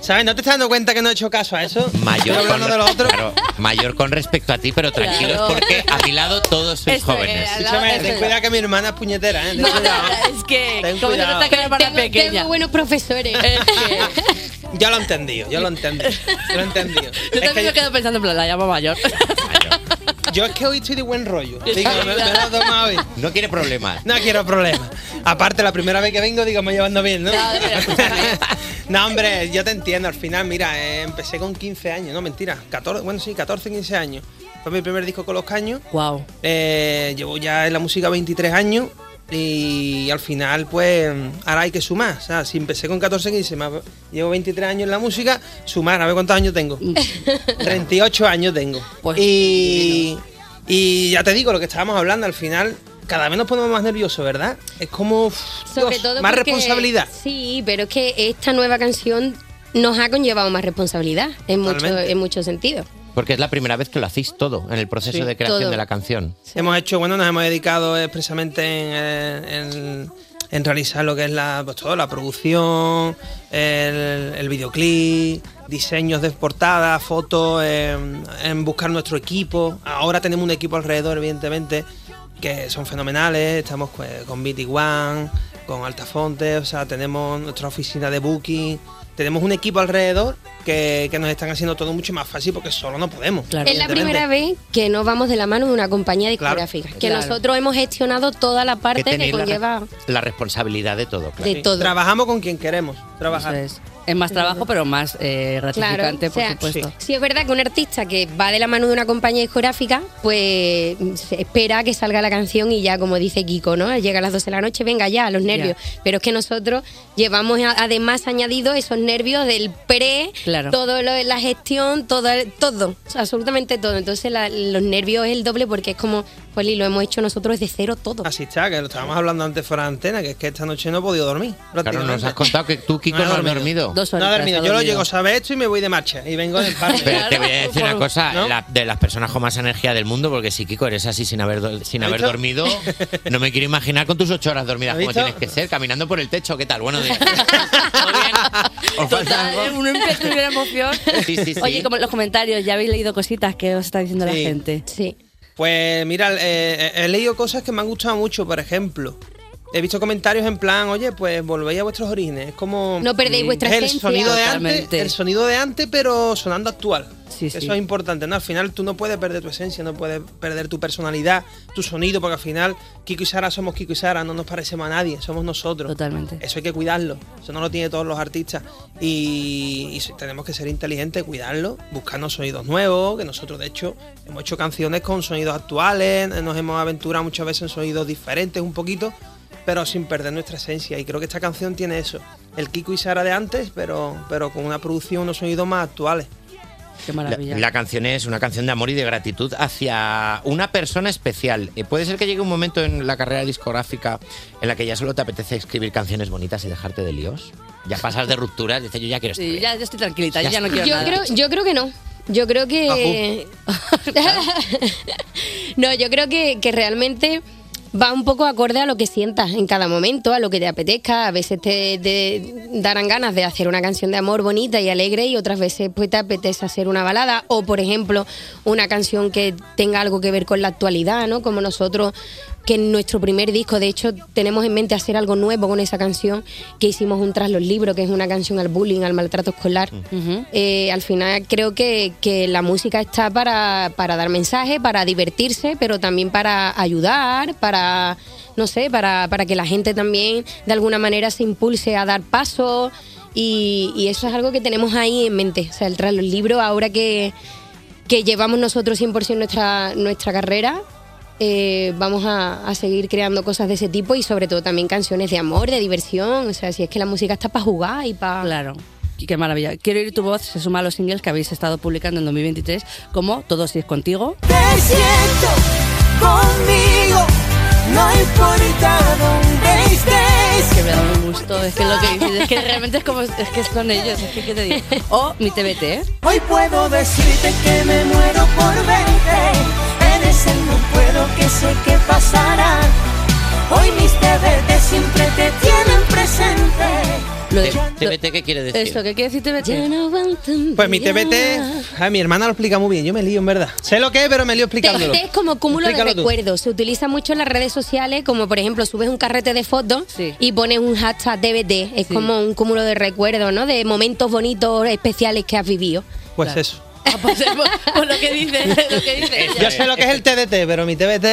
Speaker 23: ¿Sabes? No te estás dando cuenta que no he hecho caso a eso.
Speaker 2: Mayor
Speaker 23: Estoy hablando
Speaker 2: con,
Speaker 23: de lo otro.
Speaker 2: claro, mayor con respecto a ti, pero tranquilos
Speaker 23: Claro.
Speaker 2: porque a mi lado todos sois jóvenes.
Speaker 23: Escúchame, ten cuidado que mi hermana es puñetera, ¿eh? Ten cuidado.
Speaker 3: Es que,
Speaker 23: Ten
Speaker 3: como se
Speaker 23: cuidado.
Speaker 3: nota que era para
Speaker 7: Tengo-
Speaker 3: pequeña.
Speaker 7: tengo buenos profesores.
Speaker 23: Yo lo he entendido, yo lo he entendido. Yo lo he entendido.
Speaker 3: Yo
Speaker 23: Es que
Speaker 3: también me quedo pensando, en plan, la llamo mayor.
Speaker 23: Yo es que hoy estoy de buen rollo. Digo, me, me lo he tomado hoy.
Speaker 2: No quiere problemas.
Speaker 23: No quiero problemas. Aparte, la primera vez que vengo, digo, me llevando bien, ¿no? No, hombre, yo te entiendo. Al final, mira, eh, empecé con 15 años. No, mentira. 14, bueno, sí, 14, 15 años. Fue mi primer disco con los caños.
Speaker 3: Wow.
Speaker 23: Eh, llevo ya en la música 23 años y al final pues ahora hay que sumar. O sea, si empecé con 14, 15, más, llevo 23 años en la música, sumar, a ver cuántos años tengo.
Speaker 7: Mm.
Speaker 23: 38 años tengo.
Speaker 7: Pues,
Speaker 23: y, y ya te digo lo que estábamos hablando, al final cada vez nos ponemos más nerviosos, ¿verdad? Es como uf,
Speaker 7: Sobre
Speaker 23: Dios,
Speaker 7: todo
Speaker 23: más
Speaker 7: porque-
Speaker 23: responsabilidad.
Speaker 7: Sí, pero es que esta nueva canción nos ha conllevado más responsabilidad en mucho,
Speaker 2: Totalmente.
Speaker 7: en mucho sentido.
Speaker 2: Porque es la primera vez que lo hacéis todo en el proceso
Speaker 23: Sí.
Speaker 2: de creación
Speaker 23: Todo.
Speaker 2: de la canción.
Speaker 23: Hemos hecho, bueno, nos hemos dedicado expresamente en, eh, en- en realizar lo que es la, pues todo, la producción, el, el videoclip, diseños de portadas, fotos, en, en buscar nuestro equipo. Ahora tenemos un equipo alrededor, evidentemente, que son fenomenales. Estamos pues, con Viti One, con Altafonte, o sea, tenemos nuestra oficina de booking. Tenemos un equipo alrededor que, que nos están haciendo todo mucho más fácil porque solo no podemos.
Speaker 7: es la
Speaker 23: evidentemente.
Speaker 7: primera vez que no vamos de la mano de una compañía discográfica. Que
Speaker 23: Claro.
Speaker 7: nosotros hemos gestionado toda la parte que,
Speaker 2: tenéis la re-
Speaker 7: conlleva.
Speaker 2: La, responsabilidad de todo, claro.
Speaker 7: De todo.
Speaker 23: Trabajamos con quien queremos trabajar.
Speaker 3: Es. Es más trabajo, pero más eh, gratificante,
Speaker 7: o sea,
Speaker 3: por supuesto.
Speaker 7: Sí, es verdad que un artista que va de la mano de una compañía discográfica, pues se espera que salga la canción y ya, como dice Kiko, ¿no? Llega a las 12 de la noche, venga ya, a los nervios. Pero es que nosotros llevamos a- además añadido esos nervios del pre,
Speaker 3: Claro.
Speaker 7: todo lo, la gestión, todo, todo, o sea, absolutamente todo. Entonces la- los nervios es el doble porque es como, Poli, lo hemos hecho nosotros desde cero todo.
Speaker 23: Así está, que lo estábamos hablando antes fuera de antena, que es que esta noche no he podido dormir.
Speaker 2: Claro, nos has contado que tú, Kiko,
Speaker 23: No
Speaker 2: no,
Speaker 23: he
Speaker 2: has dormido.
Speaker 23: no he dormido. Yo lo llego a saber esto y me voy de marcha. Y vengo de parte.
Speaker 2: Pero te voy a decir una
Speaker 23: Por-
Speaker 2: cosa,
Speaker 23: ¿no?
Speaker 2: la- de las personas con más energía del mundo, porque si Kiko eres así sin haber, do- sin
Speaker 23: ¿Has
Speaker 2: haber
Speaker 23: visto?
Speaker 2: dormido, no me quiero imaginar con tus ocho horas dormidas
Speaker 23: ¿Has
Speaker 2: como
Speaker 23: visto?
Speaker 2: tienes que ser, caminando por el techo, ¿qué tal? Bueno,
Speaker 3: Total, un ímpetu y una emoción.
Speaker 2: Sí, sí, sí.
Speaker 3: Oye, como en los comentarios, ya habéis leído cositas que os está diciendo
Speaker 23: Sí.
Speaker 3: la gente.
Speaker 7: Sí.
Speaker 23: Pues mira, eh, he leído cosas que me han gustado mucho, por ejemplo. He visto comentarios en plan, oye, pues volvéis a vuestros orígenes. Es como.
Speaker 7: No perdéis
Speaker 23: Mm.
Speaker 7: vuestra
Speaker 23: Es el
Speaker 7: esencia.
Speaker 23: sonido de antes,
Speaker 7: Totalmente.
Speaker 23: El sonido de antes, pero sonando actual. Eso
Speaker 7: sí.
Speaker 23: es importante, ¿no? Al final tú no puedes perder tu esencia, no puedes perder tu personalidad, tu sonido, porque al final Kiko y Sara somos Kiko y Sara, no nos parecemos a nadie, somos nosotros.
Speaker 3: Totalmente.
Speaker 23: Eso hay que cuidarlo, eso no lo tienen todos los artistas. Y, y tenemos que ser inteligentes, cuidarlo, buscarnos sonidos nuevos, que nosotros de hecho hemos hecho canciones con sonidos actuales, nos hemos aventurado muchas veces en sonidos diferentes un poquito, pero sin perder nuestra esencia. Y creo que esta canción tiene eso, el Kiko y Sara de antes, pero, pero con una producción, unos sonidos más actuales.
Speaker 3: Qué
Speaker 2: La, la canción es una canción de amor y de gratitud hacia una persona especial. Eh, puede ser que llegue un momento en la carrera discográfica en la que ya solo te apetece escribir canciones bonitas y dejarte de líos. Ya pasas de rupturas, dices yo ya quiero estar
Speaker 3: Sí, ya, ya estoy tranquilita,
Speaker 2: Ya
Speaker 3: ya, no
Speaker 2: está.
Speaker 3: quiero
Speaker 7: yo
Speaker 3: nada.
Speaker 7: Creo, yo creo que no. Yo creo que. no, yo creo que, que realmente va un poco acorde a lo que sientas en cada momento, a lo que te apetezca. A veces te, te darán ganas de hacer una canción de amor bonita y alegre y otras veces pues te apetece hacer una balada o, por ejemplo, una canción que tenga algo que ver con la actualidad, ¿no? Como nosotros que en nuestro primer disco, de hecho, tenemos en mente hacer algo nuevo con esa canción que hicimos un tras los libros, que es una canción al bullying, al maltrato escolar. Eh, al final creo que, que la música está para, para dar mensaje, para divertirse, pero también para ayudar, para, no sé, para, para que la gente también de alguna manera se impulse a dar pasos. Y, y eso es algo que tenemos ahí en mente. O sea, el tras los libros, ahora que, que llevamos nosotros 100% nuestra, nuestra carrera, eh, vamos a, a seguir creando cosas de ese tipo y sobre todo también canciones de amor, de diversión. O sea, si es que la música está para jugar y para...
Speaker 3: Claro. Y Qué maravilla. Quiero oír tu voz se suma a los singles que habéis estado publicando en 2023, como Todo si es contigo,
Speaker 4: Te siento conmigo, no importa dónde estés.
Speaker 3: que me da un gusto, es que es lo que dices, es que realmente es como, es que son ellos, es que ¿qué te digo? O Mi TBT, ¿eh?
Speaker 4: Hoy puedo decirte que me muero por verte. Eres el no puedo que sé que pasará. Hoy mis verdes siempre te tienen presente.
Speaker 2: TBT, ¿qué quiere decir?
Speaker 3: ¿Esto qué quiere decir TBT?
Speaker 23: Pues mi TBT, a mi hermana lo explica muy bien, yo me lío en verdad. Sé lo que es, pero me lío explicándolo.
Speaker 7: TBT es como cúmulo de
Speaker 23: Explícalo tú.
Speaker 7: recuerdos. Se utiliza mucho en las redes sociales, como por ejemplo, subes un carrete de fotos y pones un hashtag DBT. Es como un cúmulo de recuerdos, ¿no? De momentos bonitos, especiales que has vivido.
Speaker 23: Pues eso.
Speaker 3: Pues, por, por lo que dices, lo que dices.
Speaker 23: Yo sé lo que es el TBT, pero mi TBT.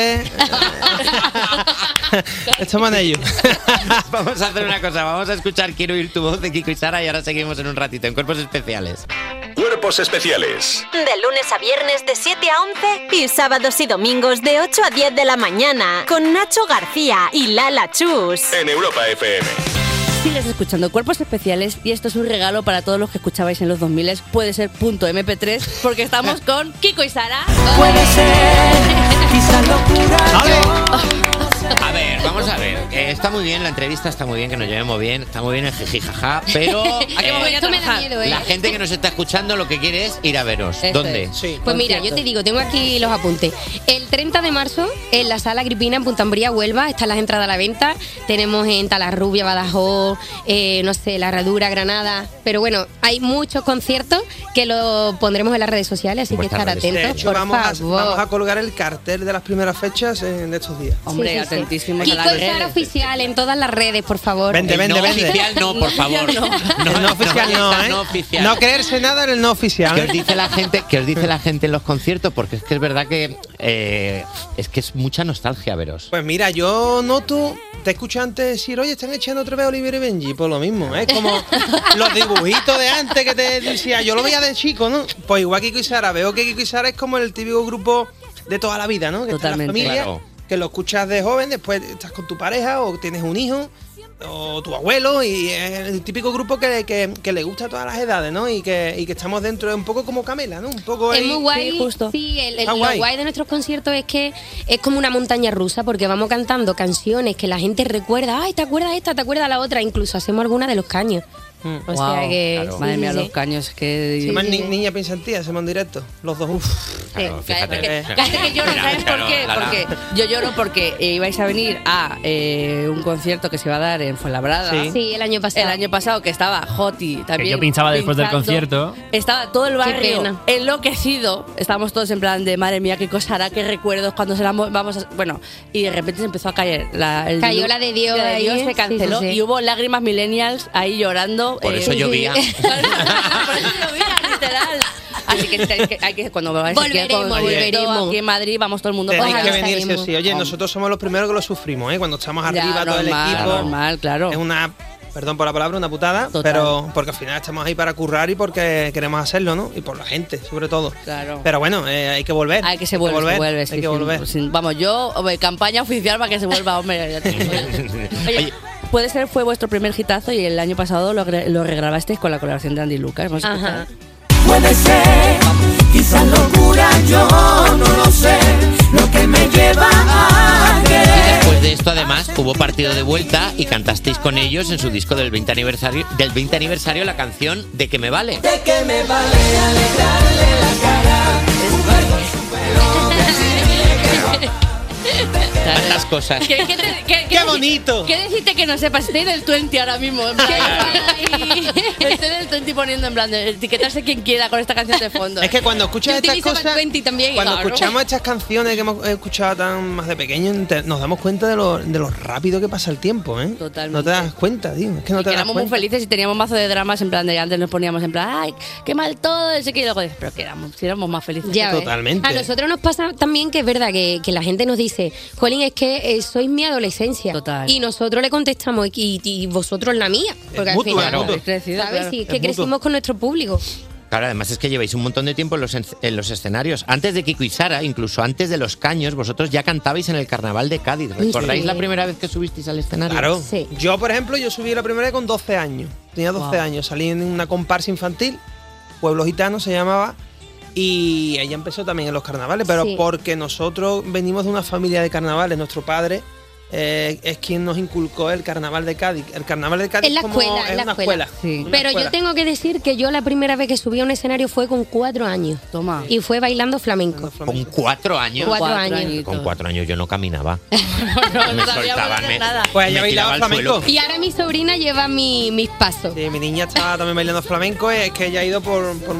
Speaker 23: Esto man ello.
Speaker 2: Vamos a hacer una cosa, vamos a escuchar Quiero oír tu voz de Kiko y Sara y ahora seguimos en un ratito en Cuerpos Especiales.
Speaker 9: Cuerpos especiales
Speaker 1: De lunes a viernes de 7 a 11 y sábados y domingos de 8 a 10 de la mañana con Nacho García y Lala Chus.
Speaker 9: en Europa FM.
Speaker 3: Sigues escuchando Cuerpos Especiales y esto es un regalo para todos los que escuchabais en los 2000. Puede ser punto .mp3 porque estamos con Kiko y Sara.
Speaker 4: Puede ser, quizás locura.
Speaker 2: A ver, vamos a ver. Eh, está muy bien la entrevista, está muy bien que nos llevemos bien, está muy bien el jijijaja, pero eh,
Speaker 7: Esto me da miedo, ¿eh?
Speaker 2: la gente que nos está escuchando lo que quiere es ir a veros.
Speaker 23: Este,
Speaker 7: Eso
Speaker 2: ¿Dónde?
Speaker 7: es. Pues mira, yo te digo, tengo aquí los apuntes. El 30 de marzo, en la sala Gripina, en Puntambría, Huelva, están las entradas a la venta. Tenemos en Talarrubia, Badajoz, eh, no sé, La Herradura, Granada. Pero bueno, hay muchos conciertos que lo pondremos en las redes sociales, así
Speaker 23: Pues
Speaker 7: que estar atentos.
Speaker 23: De hecho,
Speaker 7: por
Speaker 23: vamos, a,
Speaker 7: favor.
Speaker 23: vamos a colgar el cartel de las primeras fechas en estos días.
Speaker 3: Hombre, Sí, sí, sí. atentísimos
Speaker 7: Kiko y Sara oficial en todas las redes, por favor.
Speaker 23: Vende, vende, vende.
Speaker 7: No,
Speaker 23: El no oficial no, ¿eh?
Speaker 2: no oficial.
Speaker 23: No creerse nada en el no oficial.
Speaker 2: ¿Qué os dice la gente? ¿Qué os dice la gente en los conciertos? Porque es que es verdad que eh, es que es mucha nostalgia veros.
Speaker 23: Pues mira, yo noto, te escucho antes decir, oye, están echando otra vez a Oliver y Benji, por lo mismo, es como los dibujitos de antes que te decía, yo lo veía de chico, ¿no? Pues igual Kiko y Sara, veo que Kiko y Sara es como el típico grupo de toda la vida, ¿no? Que está en la
Speaker 2: Totalmente.
Speaker 23: familia,
Speaker 2: Claro.
Speaker 23: que lo escuchas de joven, después estás con tu pareja o tienes un hijo o tu abuelo y es el típico grupo que, que- que le gusta a todas las edades, ¿no? Y que, y que estamos dentro, es un poco como Camela, ¿no? Un poco
Speaker 7: Es
Speaker 23: ahí-
Speaker 7: muy guay. Sí, el, el-
Speaker 23: Ah,
Speaker 7: lo
Speaker 23: guay.
Speaker 7: guay. de nuestros conciertos es que es como una montaña rusa porque vamos cantando canciones que la gente recuerda. Ay, ¿te acuerdas esta? ¿Te acuerdas la otra? Incluso hacemos alguna de los caños.
Speaker 23: Mm.
Speaker 7: O sea
Speaker 3: Guau,
Speaker 7: que.
Speaker 3: claro.
Speaker 7: sí,
Speaker 3: Madre
Speaker 7: sí,
Speaker 3: mía,
Speaker 7: sí.
Speaker 3: los caños que...
Speaker 23: Se llaman Ni- Niña Piensa en Ti, hacemos en directo. Los dos, uff.
Speaker 3: Claro,
Speaker 2: fíjate.
Speaker 3: La gente que llora, ¿sabes por qué? Porque yo lloro porque eh, ibais a venir a eh, un concierto que se iba a dar en Fuenlabrada.
Speaker 5: Sí.
Speaker 7: Sí, el año pasado.
Speaker 3: El año pasado que estaba Joti
Speaker 5: Que
Speaker 3: también.
Speaker 5: yo pinchaba después del
Speaker 3: pinchando.
Speaker 5: concierto.
Speaker 3: Estaba todo el
Speaker 7: Qué
Speaker 3: barrio
Speaker 7: pena.
Speaker 3: enloquecido. Estábamos todos en plan de madre mía, qué cosa hará, qué recuerdos, cuando seramos, vamos a. Bueno, y de repente se empezó a caer. La, el
Speaker 7: Cayó
Speaker 3: diluvio-
Speaker 7: la de Dios
Speaker 3: la de
Speaker 7: ahí,
Speaker 3: Dios
Speaker 7: sí,
Speaker 3: se canceló
Speaker 7: sí, sí.
Speaker 3: y hubo lágrimas millennials ahí llorando. eh,
Speaker 2: Por eso llovía.
Speaker 3: Así que, hay que- hay que- cuando vais aquí a
Speaker 7: Volveremos,
Speaker 3: concierto,
Speaker 7: volveremos.
Speaker 3: aquí en Madrid, vamos todo el mundo
Speaker 23: Tenéis
Speaker 3: para
Speaker 23: que
Speaker 3: allá.
Speaker 23: venir sí o sí. Oye, nosotros somos los primeros que lo sufrimos, ¿eh? Cuando estamos
Speaker 3: Ya,
Speaker 23: arriba, todo el
Speaker 3: normal,
Speaker 23: equipo.
Speaker 3: normal, claro.
Speaker 23: Es una. Perdón por la palabra, una putada, pero porque al final estamos ahí para currar y porque queremos hacerlo, ¿no? Y por la gente, sobre todo.
Speaker 3: Claro.
Speaker 23: Pero bueno, eh, hay que volver.
Speaker 3: Hay que se vuelve, se vuelve,
Speaker 23: hay
Speaker 3: sí,
Speaker 23: que
Speaker 3: sí,
Speaker 23: volver.
Speaker 3: sí. Vamos, yo, hombre, campaña oficial para que se vuelva, hombre. ya te digo. Oye, puede ser fue vuestro primer hitazo y el año pasado lo, gre- lo regrabasteis con la colaboración de Andy Lucas. Vamos a escuchar.
Speaker 4: Puede ser, quizás locura, yo no lo sé. Lo que me lleva a querer.
Speaker 2: Después de esto, además, hubo partido de vuelta y cantasteis con ellos en su disco del 20 aniversario, del 20 aniversario la canción De que me vale.
Speaker 4: De que me vale alegrarle la cara. Jugar con su pelo.
Speaker 2: las cosas.
Speaker 3: ¿Qué, qué, te- qué- qué deci-
Speaker 2: bonito!
Speaker 3: ¿Qué decirte que no sepas? Estoy en el 20 ahora mismo. Estoy en el 20 poniendo en plan de etiquetarse quien quiera con esta canción de fondo.
Speaker 23: Es que cuando escuchas
Speaker 3: Yo
Speaker 23: estas
Speaker 3: utilizo Bad
Speaker 23: cosas,
Speaker 3: 20 también,
Speaker 23: cuando
Speaker 3: claro.
Speaker 23: escuchamos estas canciones que hemos escuchado tan más de pequeño, te- nos damos cuenta de lo, de lo rápido que pasa el tiempo, ¿eh?
Speaker 3: Totalmente.
Speaker 23: No te das cuenta, tío. Es que no
Speaker 3: Y que
Speaker 23: te das
Speaker 3: éramos muy
Speaker 23: cuenta.
Speaker 3: felices y teníamos mazo de dramas en plan de antes nos poníamos en plan, ay, qué mal todo, ese que y luego, pero que éramos, si éramos más felices.
Speaker 7: Ya ves. A nosotros nos pasa también que es verdad que, que la gente nos dice, Jolín, es que eh, sois mi adolescencia. Y nosotros le contestamos, y, y vosotros la mía. Porque al
Speaker 2: mutuo,
Speaker 7: final,
Speaker 2: es mutuo.
Speaker 7: ¿sabes? Sí, es
Speaker 2: Es
Speaker 7: que
Speaker 2: mutuo.
Speaker 7: crecimos con nuestro público.
Speaker 2: Claro, además es que lleváis un montón de tiempo en los, en- en los escenarios. Antes de Kiko y Sara, incluso antes de Los Caños, vosotros ya cantabais en el Carnaval de Cádiz. ¿Recordáis la primera vez que subisteis al escenario?
Speaker 23: Claro. Yo, por ejemplo, yo subí la primera vez con 12 años. Tenía 12
Speaker 2: Wow.
Speaker 23: años. Salí en una comparsa infantil, Pueblo Gitano se llamaba. Y ella empezó también en los carnavales, pero
Speaker 17: Sí.
Speaker 23: porque nosotros venimos de una familia de carnavales. Nuestro padre eh, es quien nos inculcó el carnaval de Cádiz. El carnaval de Cádiz
Speaker 7: En la
Speaker 23: es como-
Speaker 7: escuela,
Speaker 23: es
Speaker 7: en la
Speaker 23: una
Speaker 7: escuela.
Speaker 23: escuela. una
Speaker 7: Pero
Speaker 23: escuela.
Speaker 7: yo tengo que decir que yo la primera vez que subí a un escenario fue con cuatro años.
Speaker 3: Toma.
Speaker 7: Y fue bailando flamenco.
Speaker 2: Con cuatro años.
Speaker 7: Cuatro Cuatro años.
Speaker 2: Con cuatro años yo no caminaba. me
Speaker 7: sabíamos
Speaker 2: soltaban,
Speaker 7: hacer
Speaker 2: me,
Speaker 7: nada.
Speaker 23: Pues ella
Speaker 2: me
Speaker 23: bailaba
Speaker 2: tiraba al
Speaker 23: flamenco.
Speaker 2: suelo.
Speaker 7: Y ahora mi sobrina lleva mi- mis pasos.
Speaker 23: Sí, mi niña estaba también bailando flamenco, es que ella ha ido por, por,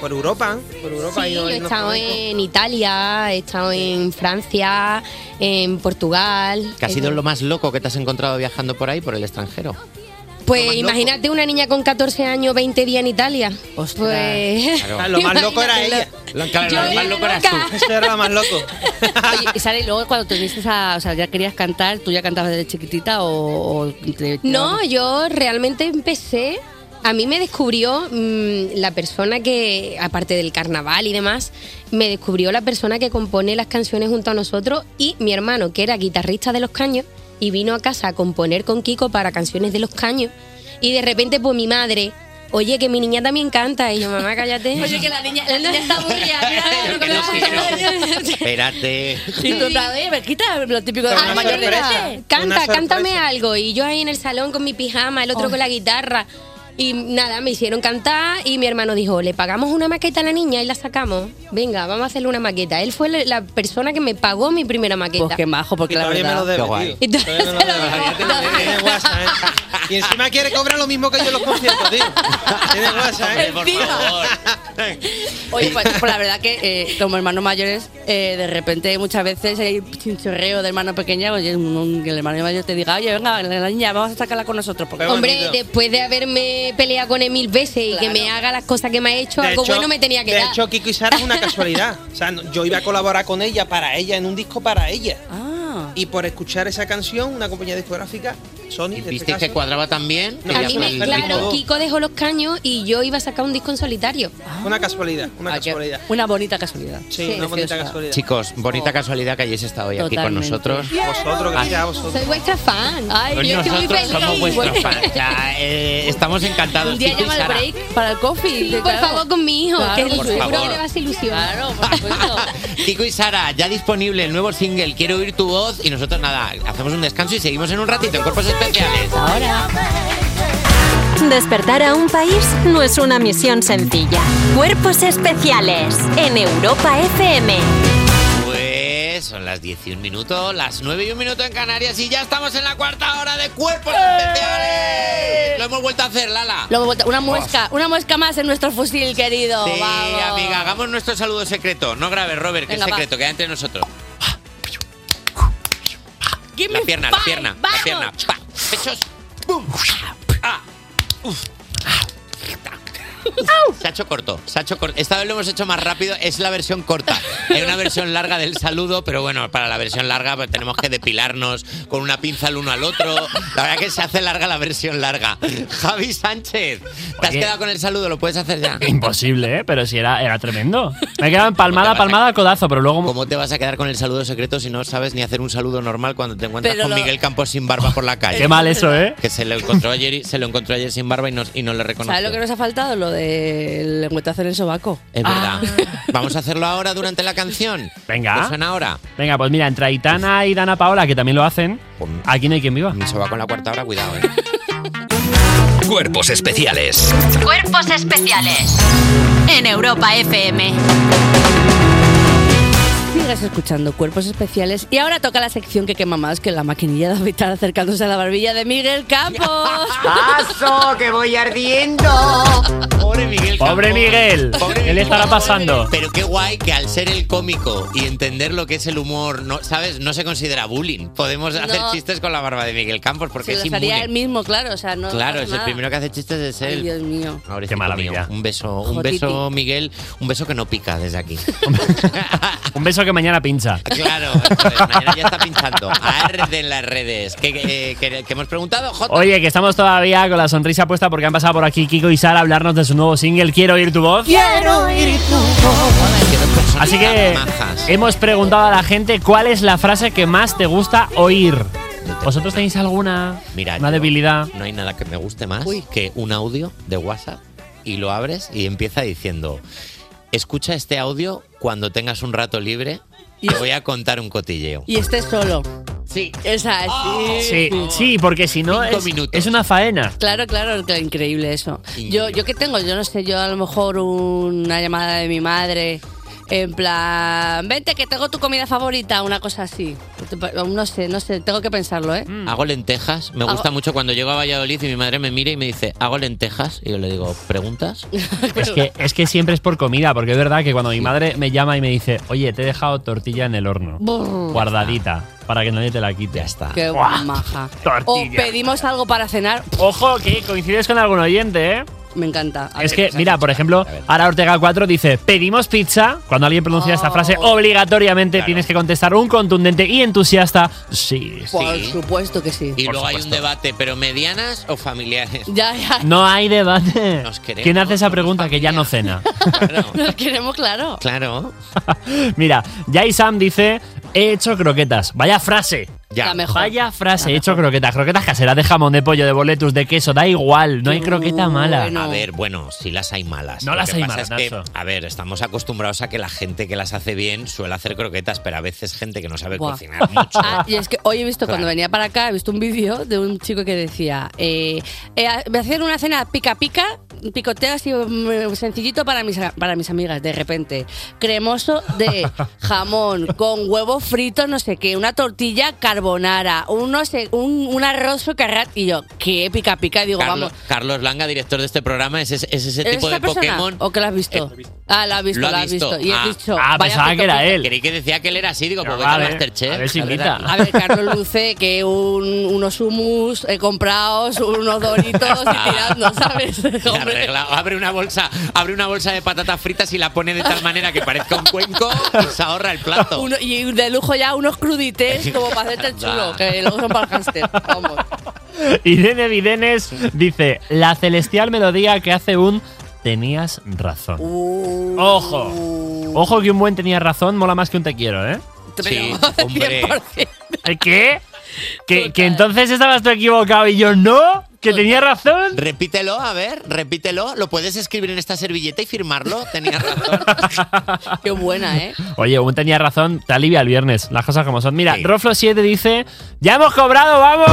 Speaker 23: por Europa, ¿eh? por Europa ha
Speaker 7: Sí,
Speaker 23: ido
Speaker 7: yo he
Speaker 23: bailando
Speaker 7: estado
Speaker 23: flamenco.
Speaker 7: en Italia, he estado en Francia, en Portugal.
Speaker 2: ¿Qué ha
Speaker 7: He
Speaker 2: sido
Speaker 7: estado-
Speaker 2: lo más loco que te has encontrado viajando por ahí, por el extranjero?
Speaker 7: Pues imagínate una niña con 14 años, 20 días en Italia. Pues.
Speaker 2: Claro. Lo más loco era ella. Lo- claro, lo más loco eras tú.
Speaker 23: Eso Este era lo más loco.
Speaker 3: Oye, y Sara, y luego cuando te viniste a, o sea, ya querías cantar, ¿tú ya cantabas desde chiquitita o, o te-
Speaker 7: No, yo realmente empecé. A mí me descubrió mm, la persona que, aparte del carnaval y demás, me descubrió la persona que compone las canciones junto a nosotros y mi hermano, que era guitarrista de Los Caños, y vino a casa a componer con Kiko para canciones de Los Caños. Y de repente, pues mi madre, oye, que mi niña también canta. Y yo, mamá, cállate.
Speaker 3: Oye, que la niña, la niña está aburrida.
Speaker 2: Yo que no quiero. Espérate.
Speaker 3: Y tú, oye, me quita lo típico de
Speaker 7: Pero
Speaker 3: la
Speaker 7: una
Speaker 3: mayor de
Speaker 7: sorpresa.
Speaker 3: edad.
Speaker 7: Canta, cántame algo. Y yo ahí en el salón con mi pijama, el otro
Speaker 3: Oh.
Speaker 7: con la guitarra. Y nada, me hicieron cantar y mi hermano dijo, le pagamos una maqueta a la niña y la sacamos. Venga, vamos a hacerle una maqueta. Él fue la- la persona que me pagó mi primera maqueta.
Speaker 3: Pues qué majo, porque la
Speaker 23: Todavía me lo
Speaker 3: verdad...
Speaker 23: debe, tío. Todavía me Este lo debe. Todavía tiene WhatsApp, ¿eh? Y encima quiere cobrar lo mismo que yo en los conciertos, tío. Tiene WhatsApp, ¿eh?
Speaker 3: Por favor. Oye, pues, pues la verdad que eh, como hermanos mayores, eh, de repente muchas veces hay chinchorreo de hermano pequeña, oye, un- un- que el hermano mayor te diga, oye, venga, la la niña, vamos a sacarla con nosotros. Porque
Speaker 7: Hombre, después de haberme peleado con él mil veces y que me haga las cosas que me ha hecho,
Speaker 23: De
Speaker 7: algo
Speaker 23: hecho-
Speaker 7: bueno me tenía que
Speaker 23: De
Speaker 7: dar.
Speaker 23: hecho, Kiko y Sara es una casualidad. O sea, no- yo iba a colaborar con ella, para ella, en un disco para ella.
Speaker 3: Ah.
Speaker 23: Y por escuchar esa canción, una compañía discográfica, Sony, en este
Speaker 2: ¿Viste
Speaker 23: caso,
Speaker 2: que cuadraba también?
Speaker 23: No,
Speaker 7: a mí me, claro, Kiko dejó los caños y yo iba a sacar un disco en solitario.
Speaker 23: Una casualidad, una casualidad.
Speaker 3: Ah. Una bonita casualidad.
Speaker 23: Sí, una bonita casualidad.
Speaker 2: Chicos,
Speaker 7: Oh.
Speaker 2: bonita casualidad que hayáis estado hoy aquí con
Speaker 23: Totalmente.
Speaker 2: nosotros.
Speaker 23: Vosotros, gracias a vosotros.
Speaker 7: Soy vuestra fan. Ay,
Speaker 2: Pues
Speaker 7: yo estoy muy
Speaker 2: nosotros
Speaker 7: feliz.
Speaker 2: somos vuestros fans. Ya, eh, estamos encantados.
Speaker 7: Un día
Speaker 2: Kiko y
Speaker 7: llama al
Speaker 2: Sara.
Speaker 7: break
Speaker 3: para el coffee.
Speaker 7: por favor, con mi hijo,
Speaker 3: Claro,
Speaker 7: que
Speaker 2: por
Speaker 7: seguro
Speaker 2: favor.
Speaker 7: que le vas a ilusionar. Claro,
Speaker 2: Kiko y Sara, ya disponible el nuevo single Quiero oír tu voz y nosotros nada, hacemos un descanso y seguimos en un ratito en Cuerpos Especiales.
Speaker 1: Despertar a un país no es una misión sencilla. Cuerpos especiales en Europa FM.
Speaker 2: Pues son las 10 y un minuto, las 9 y un minuto en Canarias y ya estamos en la cuarta hora de Cuerpos
Speaker 3: ¡Eh!
Speaker 2: Especiales. Lo hemos vuelto a hacer, Lala.
Speaker 3: Luego vuelta- una muesca, una muesca más en nuestro fusil, querido.
Speaker 2: Sí,
Speaker 3: Vamos.
Speaker 2: amiga, hagamos nuestro saludo secreto. No grave, Robert, que
Speaker 3: Venga,
Speaker 2: es
Speaker 3: va.
Speaker 2: secreto, queda entre nosotros. La pierna, la pierna, la pierna. Pa, Pechos. Bum. Ah. Uf. Ah. Se ha hecho corto, se ha hecho corto. Esta vez lo hemos hecho más rápido, es la versión corta. Es una versión larga del saludo, pero bueno, para la versión larga pues, tenemos que depilarnos con una pinza el uno al otro. La verdad que se hace larga la versión larga. Javi Sánchez, te has
Speaker 5: Oye.
Speaker 2: quedado con el saludo, lo puedes hacer ya.
Speaker 5: Imposible, ¿eh? Pero sí, era, era tremendo. Me quedaba empalmada, palmada, codazo, pero luego...
Speaker 2: ¿Cómo te vas a quedar con el saludo secreto si no sabes ni hacer un saludo normal cuando te encuentras
Speaker 5: Pero
Speaker 2: con
Speaker 5: lo-
Speaker 2: Miguel Campos sin barba por la calle?
Speaker 5: Qué mal eso, ¿eh?
Speaker 2: Que se lo encontró ayer, y- se lo encontró ayer sin barba y no, y no le reconoció.
Speaker 3: ¿Sabes lo que nos ha faltado? Lo del lengüetazo en el sobaco.
Speaker 2: Es
Speaker 3: Ah.
Speaker 2: verdad. Vamos a hacerlo ahora durante la canción.
Speaker 5: Venga.
Speaker 2: Pues suena ahora.
Speaker 5: Venga, pues mira, entre Aitana y Dana Paola, que también lo hacen, aquí no hay quien viva.
Speaker 2: Se va con la cuarta hora, cuidado, ¿eh?
Speaker 4: Cuerpos especiales.
Speaker 1: Cuerpos especiales en Europa FM.
Speaker 3: Estás Ah, escuchando Cuerpos Especiales y ahora toca la sección que quema más que la maquinilla de Vitar acercándose a la barbilla de Miguel Campos.
Speaker 2: Ah,
Speaker 14: ¡Paso, que voy ardiendo!
Speaker 2: Pobre Miguel.
Speaker 5: Pobre Miguel. Él estará pasando.
Speaker 2: Pero qué guay que al ser el cómico y entender lo que es el humor, no, ¿sabes? No se considera bullying. Podemos hacer
Speaker 3: No.
Speaker 2: chistes con la barba de Miguel Campos porque
Speaker 3: Se
Speaker 2: es
Speaker 3: los
Speaker 2: inmune.
Speaker 3: haría él mismo, claro, o sea, no
Speaker 2: claro,
Speaker 3: pasa
Speaker 2: es el
Speaker 3: nada.
Speaker 2: primero que hace chistes es él.
Speaker 3: Ay, Dios mío.
Speaker 2: Ahora Qué maravilla. Un beso, un
Speaker 3: Jotiti.
Speaker 2: beso, Miguel, un beso que no pica desde aquí.
Speaker 5: Un beso que mañana pincha.
Speaker 2: Claro, esto es, mañana ya está pinchando. Arden las redes. ¿Qué, qué- qué- qué hemos preguntado, Jota?
Speaker 5: Oye, que estamos todavía con la sonrisa puesta porque han pasado por aquí Kiko y Sara a hablarnos de su nuevo single Quiero oír tu voz.
Speaker 4: Quiero ir tu voz.
Speaker 5: Así que hemos preguntado a la gente cuál es la frase que más te gusta oír. ¿Vosotros tenéis alguna?
Speaker 2: Mira,
Speaker 5: Una
Speaker 2: yo-
Speaker 5: debilidad.
Speaker 2: No hay nada que me guste más que un audio de WhatsApp y lo abres y empieza diciendo: Escucha este audio cuando tengas un rato libre. Te voy a contar un cotilleo.
Speaker 3: Y esté solo.
Speaker 2: Sí. Oh,
Speaker 3: Esa, sí.
Speaker 5: Sí, sí, porque si no es, es una faena.
Speaker 3: Claro, claro, claro, increíble eso. Yo, yo qué tengo, yo no sé, yo a lo mejor una llamada de mi madre en plan, vente que tengo tu comida favorita, una cosa así. No sé, no sé, tengo que pensarlo, ¿eh?
Speaker 5: Mm.
Speaker 2: Hago lentejas. Me
Speaker 3: Hago-
Speaker 2: gusta mucho cuando llego a Valladolid y mi madre me mira y me dice: Hago lentejas. Y yo le digo: ¿Preguntas?
Speaker 5: Es que, es que siempre es por comida, porque es verdad que cuando mi madre me llama y me dice, oye, te he dejado tortilla en el horno,
Speaker 3: Brr.
Speaker 5: guardadita, para que nadie te la quite. Ya está.
Speaker 3: Qué maja. O pedimos algo para cenar.
Speaker 5: Ojo, que coincides con algún oyente, ¿eh?
Speaker 3: Me encanta. A
Speaker 5: Es
Speaker 3: ver,
Speaker 5: que, mira, por ejemplo, Ara Ortega 4 dice, pedimos pizza. Cuando alguien pronuncia
Speaker 3: Oh.
Speaker 5: esta frase, obligatoriamente tienes que contestar un contundente y entusiasta, sí.
Speaker 3: Por supuesto que sí.
Speaker 2: Y luego hay un debate, pero medianas o familiares.
Speaker 3: Ya, ya.
Speaker 5: No hay debate.
Speaker 2: queremos,
Speaker 5: ¿Quién hace esa pregunta que ya no cena?
Speaker 3: Nos queremos, Oh, claro.
Speaker 2: Claro.
Speaker 5: Mira, Jay Sam dice, he hecho croquetas. Vaya frase.
Speaker 3: La mejor.
Speaker 5: Vaya frase, he hecho croquetas. Croquetas caseras de jamón, de pollo, de boletus, de queso, da igual. No hay croqueta mala.
Speaker 2: A ver, bueno, si las hay malas.
Speaker 5: No
Speaker 2: Lo
Speaker 5: las
Speaker 2: que
Speaker 5: hay
Speaker 2: pasa
Speaker 5: malas,
Speaker 2: es que,
Speaker 5: Nacho.
Speaker 2: A ver, estamos acostumbrados a que la gente que las hace bien suele hacer croquetas, pero a veces gente que no sabe
Speaker 3: Buah.
Speaker 2: cocinar mucho.
Speaker 3: Ah, y es que hoy he visto,
Speaker 2: Claro.
Speaker 3: cuando venía para acá, he visto un vídeo de un chico que decía, eh, eh, a- me hacían una cena pica pica, picoteo así mm, sencillito para mis, a- para mis amigas, de repente, cremoso de jamón, con huevo frito, no sé qué, una tortilla carbonara, un, no sé, un, un arroz socarrat, y yo, ¿qué pica pica? Digo,
Speaker 2: Carlos,
Speaker 3: vamos.
Speaker 2: Carlos Langa, director de este programa, es, ese- es ese tipo de
Speaker 3: ¿Esta persona?
Speaker 2: Pokémon. Eh,
Speaker 3: ¿O que la has visto? Ah, la has visto,
Speaker 2: Lo
Speaker 3: la
Speaker 2: ha
Speaker 3: has
Speaker 2: visto.
Speaker 3: visto. Y he
Speaker 2: Ah.
Speaker 3: dicho,
Speaker 2: Ah,
Speaker 3: vaya
Speaker 2: pensaba
Speaker 3: pica
Speaker 2: que era
Speaker 3: pica.
Speaker 2: él. Creí que decía que él era así, digo, pues voy
Speaker 5: a
Speaker 2: a
Speaker 5: ver,
Speaker 2: Masterchef.
Speaker 5: a ver si
Speaker 2: A ver,
Speaker 5: quita.
Speaker 2: aquí.
Speaker 3: A ver, Carlos Luce, que un- unos humus eh, comprados, unos doritos y tirando, ¿sabes?
Speaker 2: La regla. Abre una bolsa, abre una bolsa de patatas fritas y la pone de tal manera que parezca un cuenco y se ahorra el plato.
Speaker 3: Uno- y de lujo ya unos crudités como para hacerte el chulo, que luego son para el hámster. Vamos.
Speaker 5: Irene Videnes dice, la celestial melodía que hace un tenías razón.
Speaker 3: Uh.
Speaker 5: Ojo. Ojo que un buen tenías razón mola más que un te quiero, ¿eh?
Speaker 2: Sí, hombre.
Speaker 5: ¿Qué? ¿Que, que entonces estabas tú equivocado y yo no, que tenía razón.
Speaker 2: Repítelo, a ver, repítelo. Lo puedes escribir en esta servilleta y firmarlo. Tenías razón.
Speaker 3: Qué buena, ¿eh?
Speaker 5: Oye, un tenía razón, te alivia el viernes, las cosas como son. Mira, Roflo7 dice, ya hemos cobrado, vamos.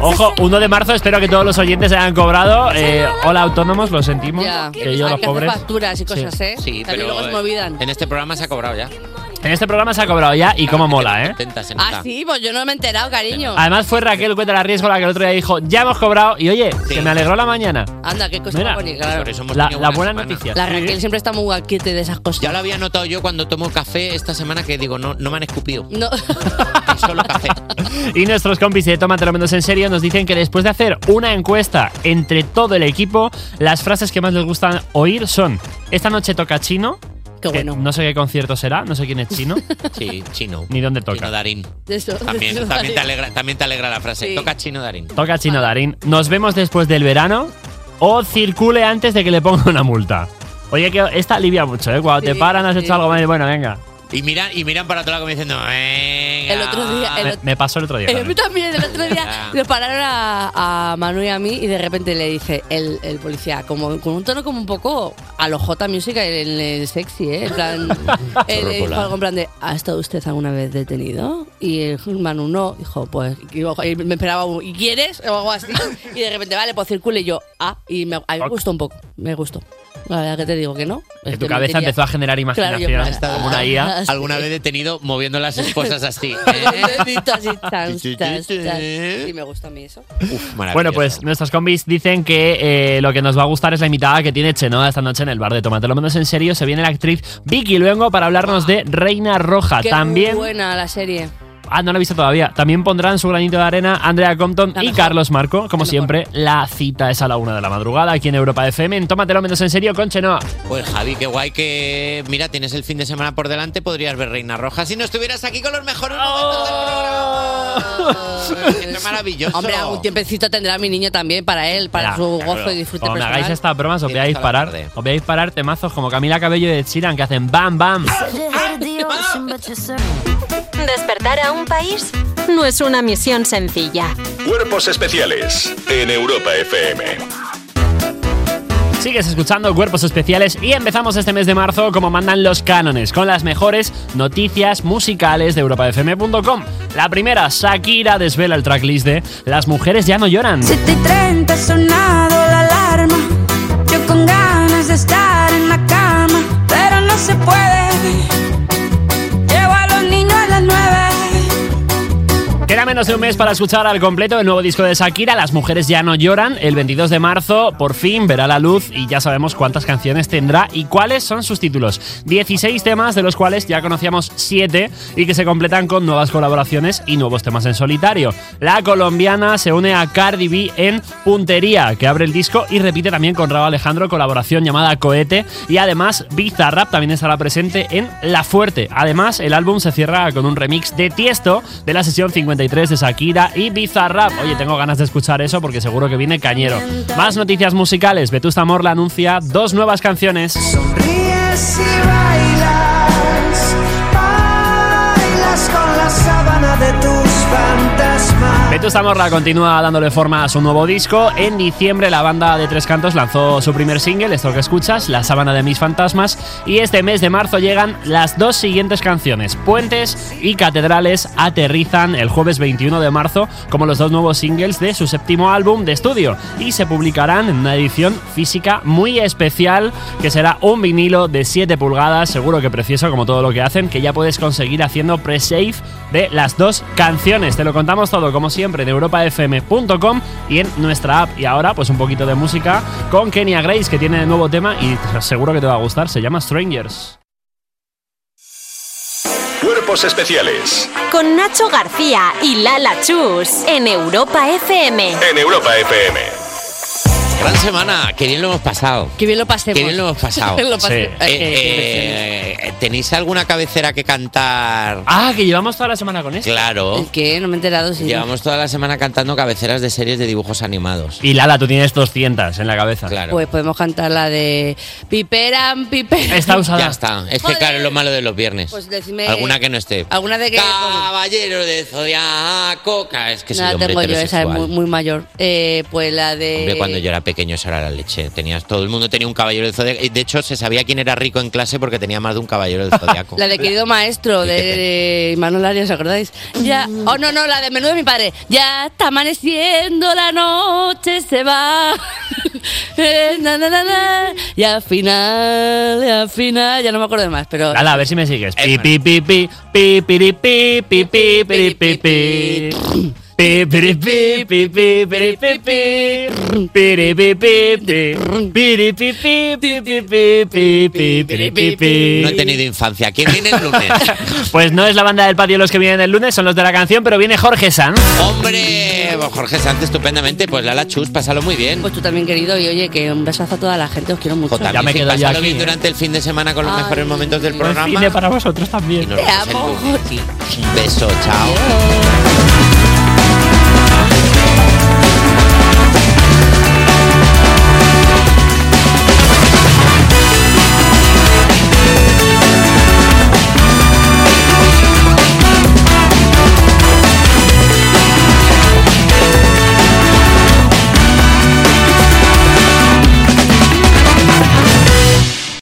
Speaker 5: Ojo, 1 de marzo, espero que todos los oyentes hayan cobrado. Eh, hola autónomos, lo sentimos.
Speaker 3: Ya.
Speaker 5: Que yo los
Speaker 3: Hay que hacer
Speaker 5: pobres.
Speaker 3: facturas y cosas, ¿eh?
Speaker 2: Sí,
Speaker 3: También
Speaker 2: pero,
Speaker 3: luego se
Speaker 2: eh,
Speaker 3: me olvidan.
Speaker 2: En este programa se ha cobrado ya. este
Speaker 5: En este programa se ha cobrado ya y cómo mola, ¿eh?
Speaker 3: Ah, sí, pues yo no me he enterado, cariño.
Speaker 5: Además fue Raquel Cuenta la Riesgo la que el otro día dijo, ya hemos cobrado y oye, que me alegró la mañana.
Speaker 3: Anda, qué cosa
Speaker 5: Mira,
Speaker 3: bonita. claro.
Speaker 5: la, la buena noticia.
Speaker 3: La Raquel siempre está muy guaquete de esas cosas.
Speaker 2: Ya lo había notado yo cuando tomo café esta semana que digo, no, no me han escupido.
Speaker 3: No.
Speaker 5: Y nuestros compis de Tómatelo Menos en Serio nos dicen que después de hacer una encuesta entre todo el equipo, las frases que más les gustan oír son Esta noche toca chino.
Speaker 3: Qué
Speaker 5: bueno. no sé qué concierto será, no sé quién es chino.
Speaker 2: Sí, chino.
Speaker 5: Ni dónde toca.
Speaker 2: Chino Darín.
Speaker 3: Eso.
Speaker 2: También, también, te alegra, también te alegra la frase.
Speaker 3: Sí.
Speaker 2: Toca chino Darín.
Speaker 5: Toca chino Darín. Nos vemos después del verano o circule antes de que le ponga una multa. Oye, que esta alivia mucho, ¿eh? Cuando te
Speaker 3: Sí,
Speaker 5: paran, has
Speaker 3: sí.
Speaker 5: hecho algo mal. Bueno, venga.
Speaker 2: Y miran, y miran para otro lado como diciendo, "Eh". "Venga".
Speaker 3: El otro día- el ot-
Speaker 5: Me pasó el otro día.
Speaker 3: Eh, a mí también, el otro día nos pararon a, a Manu y a mí y de repente le dice el, el policía, como con un tono como un poco a lo J Music, el, el sexy, ¿eh? En plan, él le dijo
Speaker 4: polar.
Speaker 3: algo en plan de, ¿ha estado usted alguna vez detenido? Y el Manu no, dijo, pues, y yo- y me esperaba un, ¿y quieres? O algo así. Y de repente, vale, pues circule y yo, ah, y me, a mí me gustó un poco, me gustó. La verdad que te digo que no. es
Speaker 5: tu
Speaker 3: que no
Speaker 5: cabeza
Speaker 3: tenía-
Speaker 5: empezó a generar
Speaker 3: Claro, yo
Speaker 5: imaginación.
Speaker 3: en plan,
Speaker 5: como una
Speaker 3: ah,
Speaker 5: IA.
Speaker 3: sí.
Speaker 2: Alguna vez detenido moviendo las esposas así. Eh,
Speaker 3: Dedito así, chas, chas, chas. Y me gusta a mí eso.
Speaker 5: Bueno, pues nuestras combis dicen que eh, lo que nos va a gustar es la invitada que tiene Chenoa esta noche en el bar de Tomate. Lo menos en serio, se viene la actriz Vicky Luengo para hablarnos de Reina Roja.
Speaker 3: Qué
Speaker 5: También.
Speaker 3: buena la serie.
Speaker 5: Ah, no la he visto todavía. También pondrán su granito de arena Andrea Compton y Carlos Marco. Como siempre, la cita es a la una de la madrugada aquí en Europa FM. En Tómatelo menos en serio con Chenoa.
Speaker 2: Pues Javi, qué guay que. Mira, tienes el fin de semana por delante, podrías ver Reina Roja si no estuvieras aquí con los mejores momentos del programa. Qué maravilloso.
Speaker 3: Hombre, algún tiempecito tendrá mi niño también para él, para su gozo y disfrute
Speaker 5: Cuando
Speaker 3: personal.
Speaker 5: hagáis estas bromas, os voy a
Speaker 2: Tienes toda la
Speaker 5: disparar. Os voy a disparar temazos como Camila Cabello de Chiran que hacen bam, bam.
Speaker 1: Despertar a un país no es una misión sencilla.
Speaker 9: Cuerpos especiales en Europa FM.
Speaker 5: Sigues escuchando Cuerpos Especiales y empezamos este mes de marzo como mandan los cánones, con las mejores noticias musicales de europafm.com. La primera, Shakira desvela el tracklist de Las mujeres ya no lloran.
Speaker 4: 30 ha sonado la alarma. Yo con ganas de estar en la cama, pero no se puede. Llevo a los niños a las nueve.
Speaker 5: Queda menos de un mes para escuchar al completo el nuevo disco de Shakira, Las mujeres ya no lloran. El 22 de marzo por fin verá la luz y ya sabemos cuántas canciones tendrá y cuáles son sus títulos. 16 temas de los cuales ya conocíamos 7 y que se completan con nuevas colaboraciones y nuevos temas en solitario. La colombiana se une a Cardi B en Puntería, que abre el disco y repite también con Raúl Alejandro colaboración llamada Cohete y además Bizarrap también estará presente en La Fuerte. Además, el álbum se cierra con un remix de Tiesto de la sesión 53 de Shakira y Bizarrap. Oye, tengo ganas de escuchar eso porque seguro que viene cañero. Más noticias musicales. Vetusta Morla anuncia dos nuevas canciones.
Speaker 4: Ríes y bailas, bailas con la sábana de tus fantasmas.
Speaker 5: Vetusta Morla continúa dándole forma a su nuevo disco. En diciembre la banda de Tres Cantos lanzó su primer single, esto que escuchas, La Sábana de Mis Fantasmas. Y este mes de marzo llegan las dos siguientes canciones, Puentes y Catedrales, aterrizan el jueves 21 de marzo como los dos nuevos singles de su séptimo álbum de estudio. Y se publicarán en una edición física muy especial, que será un vinilo de 7 pulgadas, seguro que precioso como todo lo que hacen, que ya puedes conseguir haciendo pre-save de las dos canciones. Te lo contamos todo, como siempre, en europafm.com y en nuestra app. Y ahora, pues un poquito de música con Kenia Grace, que tiene nuevo tema y seguro que te va a gustar, se llama Strangers.
Speaker 9: Cuerpos especiales
Speaker 1: Con Nacho García y Lala Chus en Europa FM.
Speaker 9: en Europa FM.
Speaker 2: Gran semana, qué bien lo hemos pasado.
Speaker 3: Qué bien lo pasemos.
Speaker 2: Qué bien lo hemos pasado.
Speaker 3: Lo pasé-
Speaker 2: Eh,
Speaker 3: Ay, qué- qué
Speaker 2: eh, ¿Tenéis alguna cabecera que cantar?
Speaker 5: Ah, que llevamos toda la semana con esto.
Speaker 2: Claro.
Speaker 3: ¿El qué? No me he enterado. Sí.
Speaker 2: Llevamos toda la semana cantando cabeceras de series de dibujos animados.
Speaker 5: Y Lala, tú tienes 200 en la cabeza. Claro.
Speaker 3: Pues podemos cantar la de Piperan, Piperan.
Speaker 2: Ya está. Es que
Speaker 3: Joder.
Speaker 2: claro, es lo malo de los viernes.
Speaker 3: Pues decime-
Speaker 2: Alguna que no esté.
Speaker 3: Alguna de que.
Speaker 2: Caballero de Zodiaco. Ah, Es Ah, que soy
Speaker 3: no la
Speaker 2: hombre
Speaker 3: tengo yo, esa es
Speaker 2: heterosexual.
Speaker 3: muy, muy mayor. Eh, pues la de.
Speaker 2: Hombre, cuando yo era pequeño eso era la leche. Tenías, todo el mundo tenía un caballero del zodiaco. Y, De hecho, se sabía quién era rico en clase porque tenía más de un caballero del zodiaco.
Speaker 3: La de querido maestro de, de Manuel Arias, ¿os acordáis? Ya, oh no, no, la de menudo de mi padre. Ya está amaneciendo, la noche se va. Eh, na, na, na, na. Y al final, y al final, ya no me acuerdo de más, pero.
Speaker 5: Lala, a ver si me sigues. Pi, pi, pi, pi, pi, piri, pi, pi, pi, piri, pi, pi. Pi, piri, pi, pi, pi, piri, pi, pi. Piri, pi, pi, pi. Piri, pi, pi, pi, pi, pi, pi, pi, piri, pi, pi.
Speaker 2: No he tenido infancia. ¿Quién viene el lunes?
Speaker 5: Pues no es la banda del patio los que vienen el lunes, son los de la canción, pero viene Jorge Sanz.
Speaker 2: Hombre, pues Jorge Sanz, estupendamente. Pues Lala Chus, pásalo muy bien.
Speaker 3: Pues tú también, querido, y oye, que un besazo a toda la gente, os quiero mucho.
Speaker 2: También sí, pásalo bien
Speaker 5: ¿eh?
Speaker 2: durante el fin de semana con los
Speaker 3: Ay,
Speaker 2: mejores momentos del
Speaker 3: buen
Speaker 2: programa.
Speaker 5: Cine para vosotros también.
Speaker 2: Nos vemos el lunes. Un beso, chao.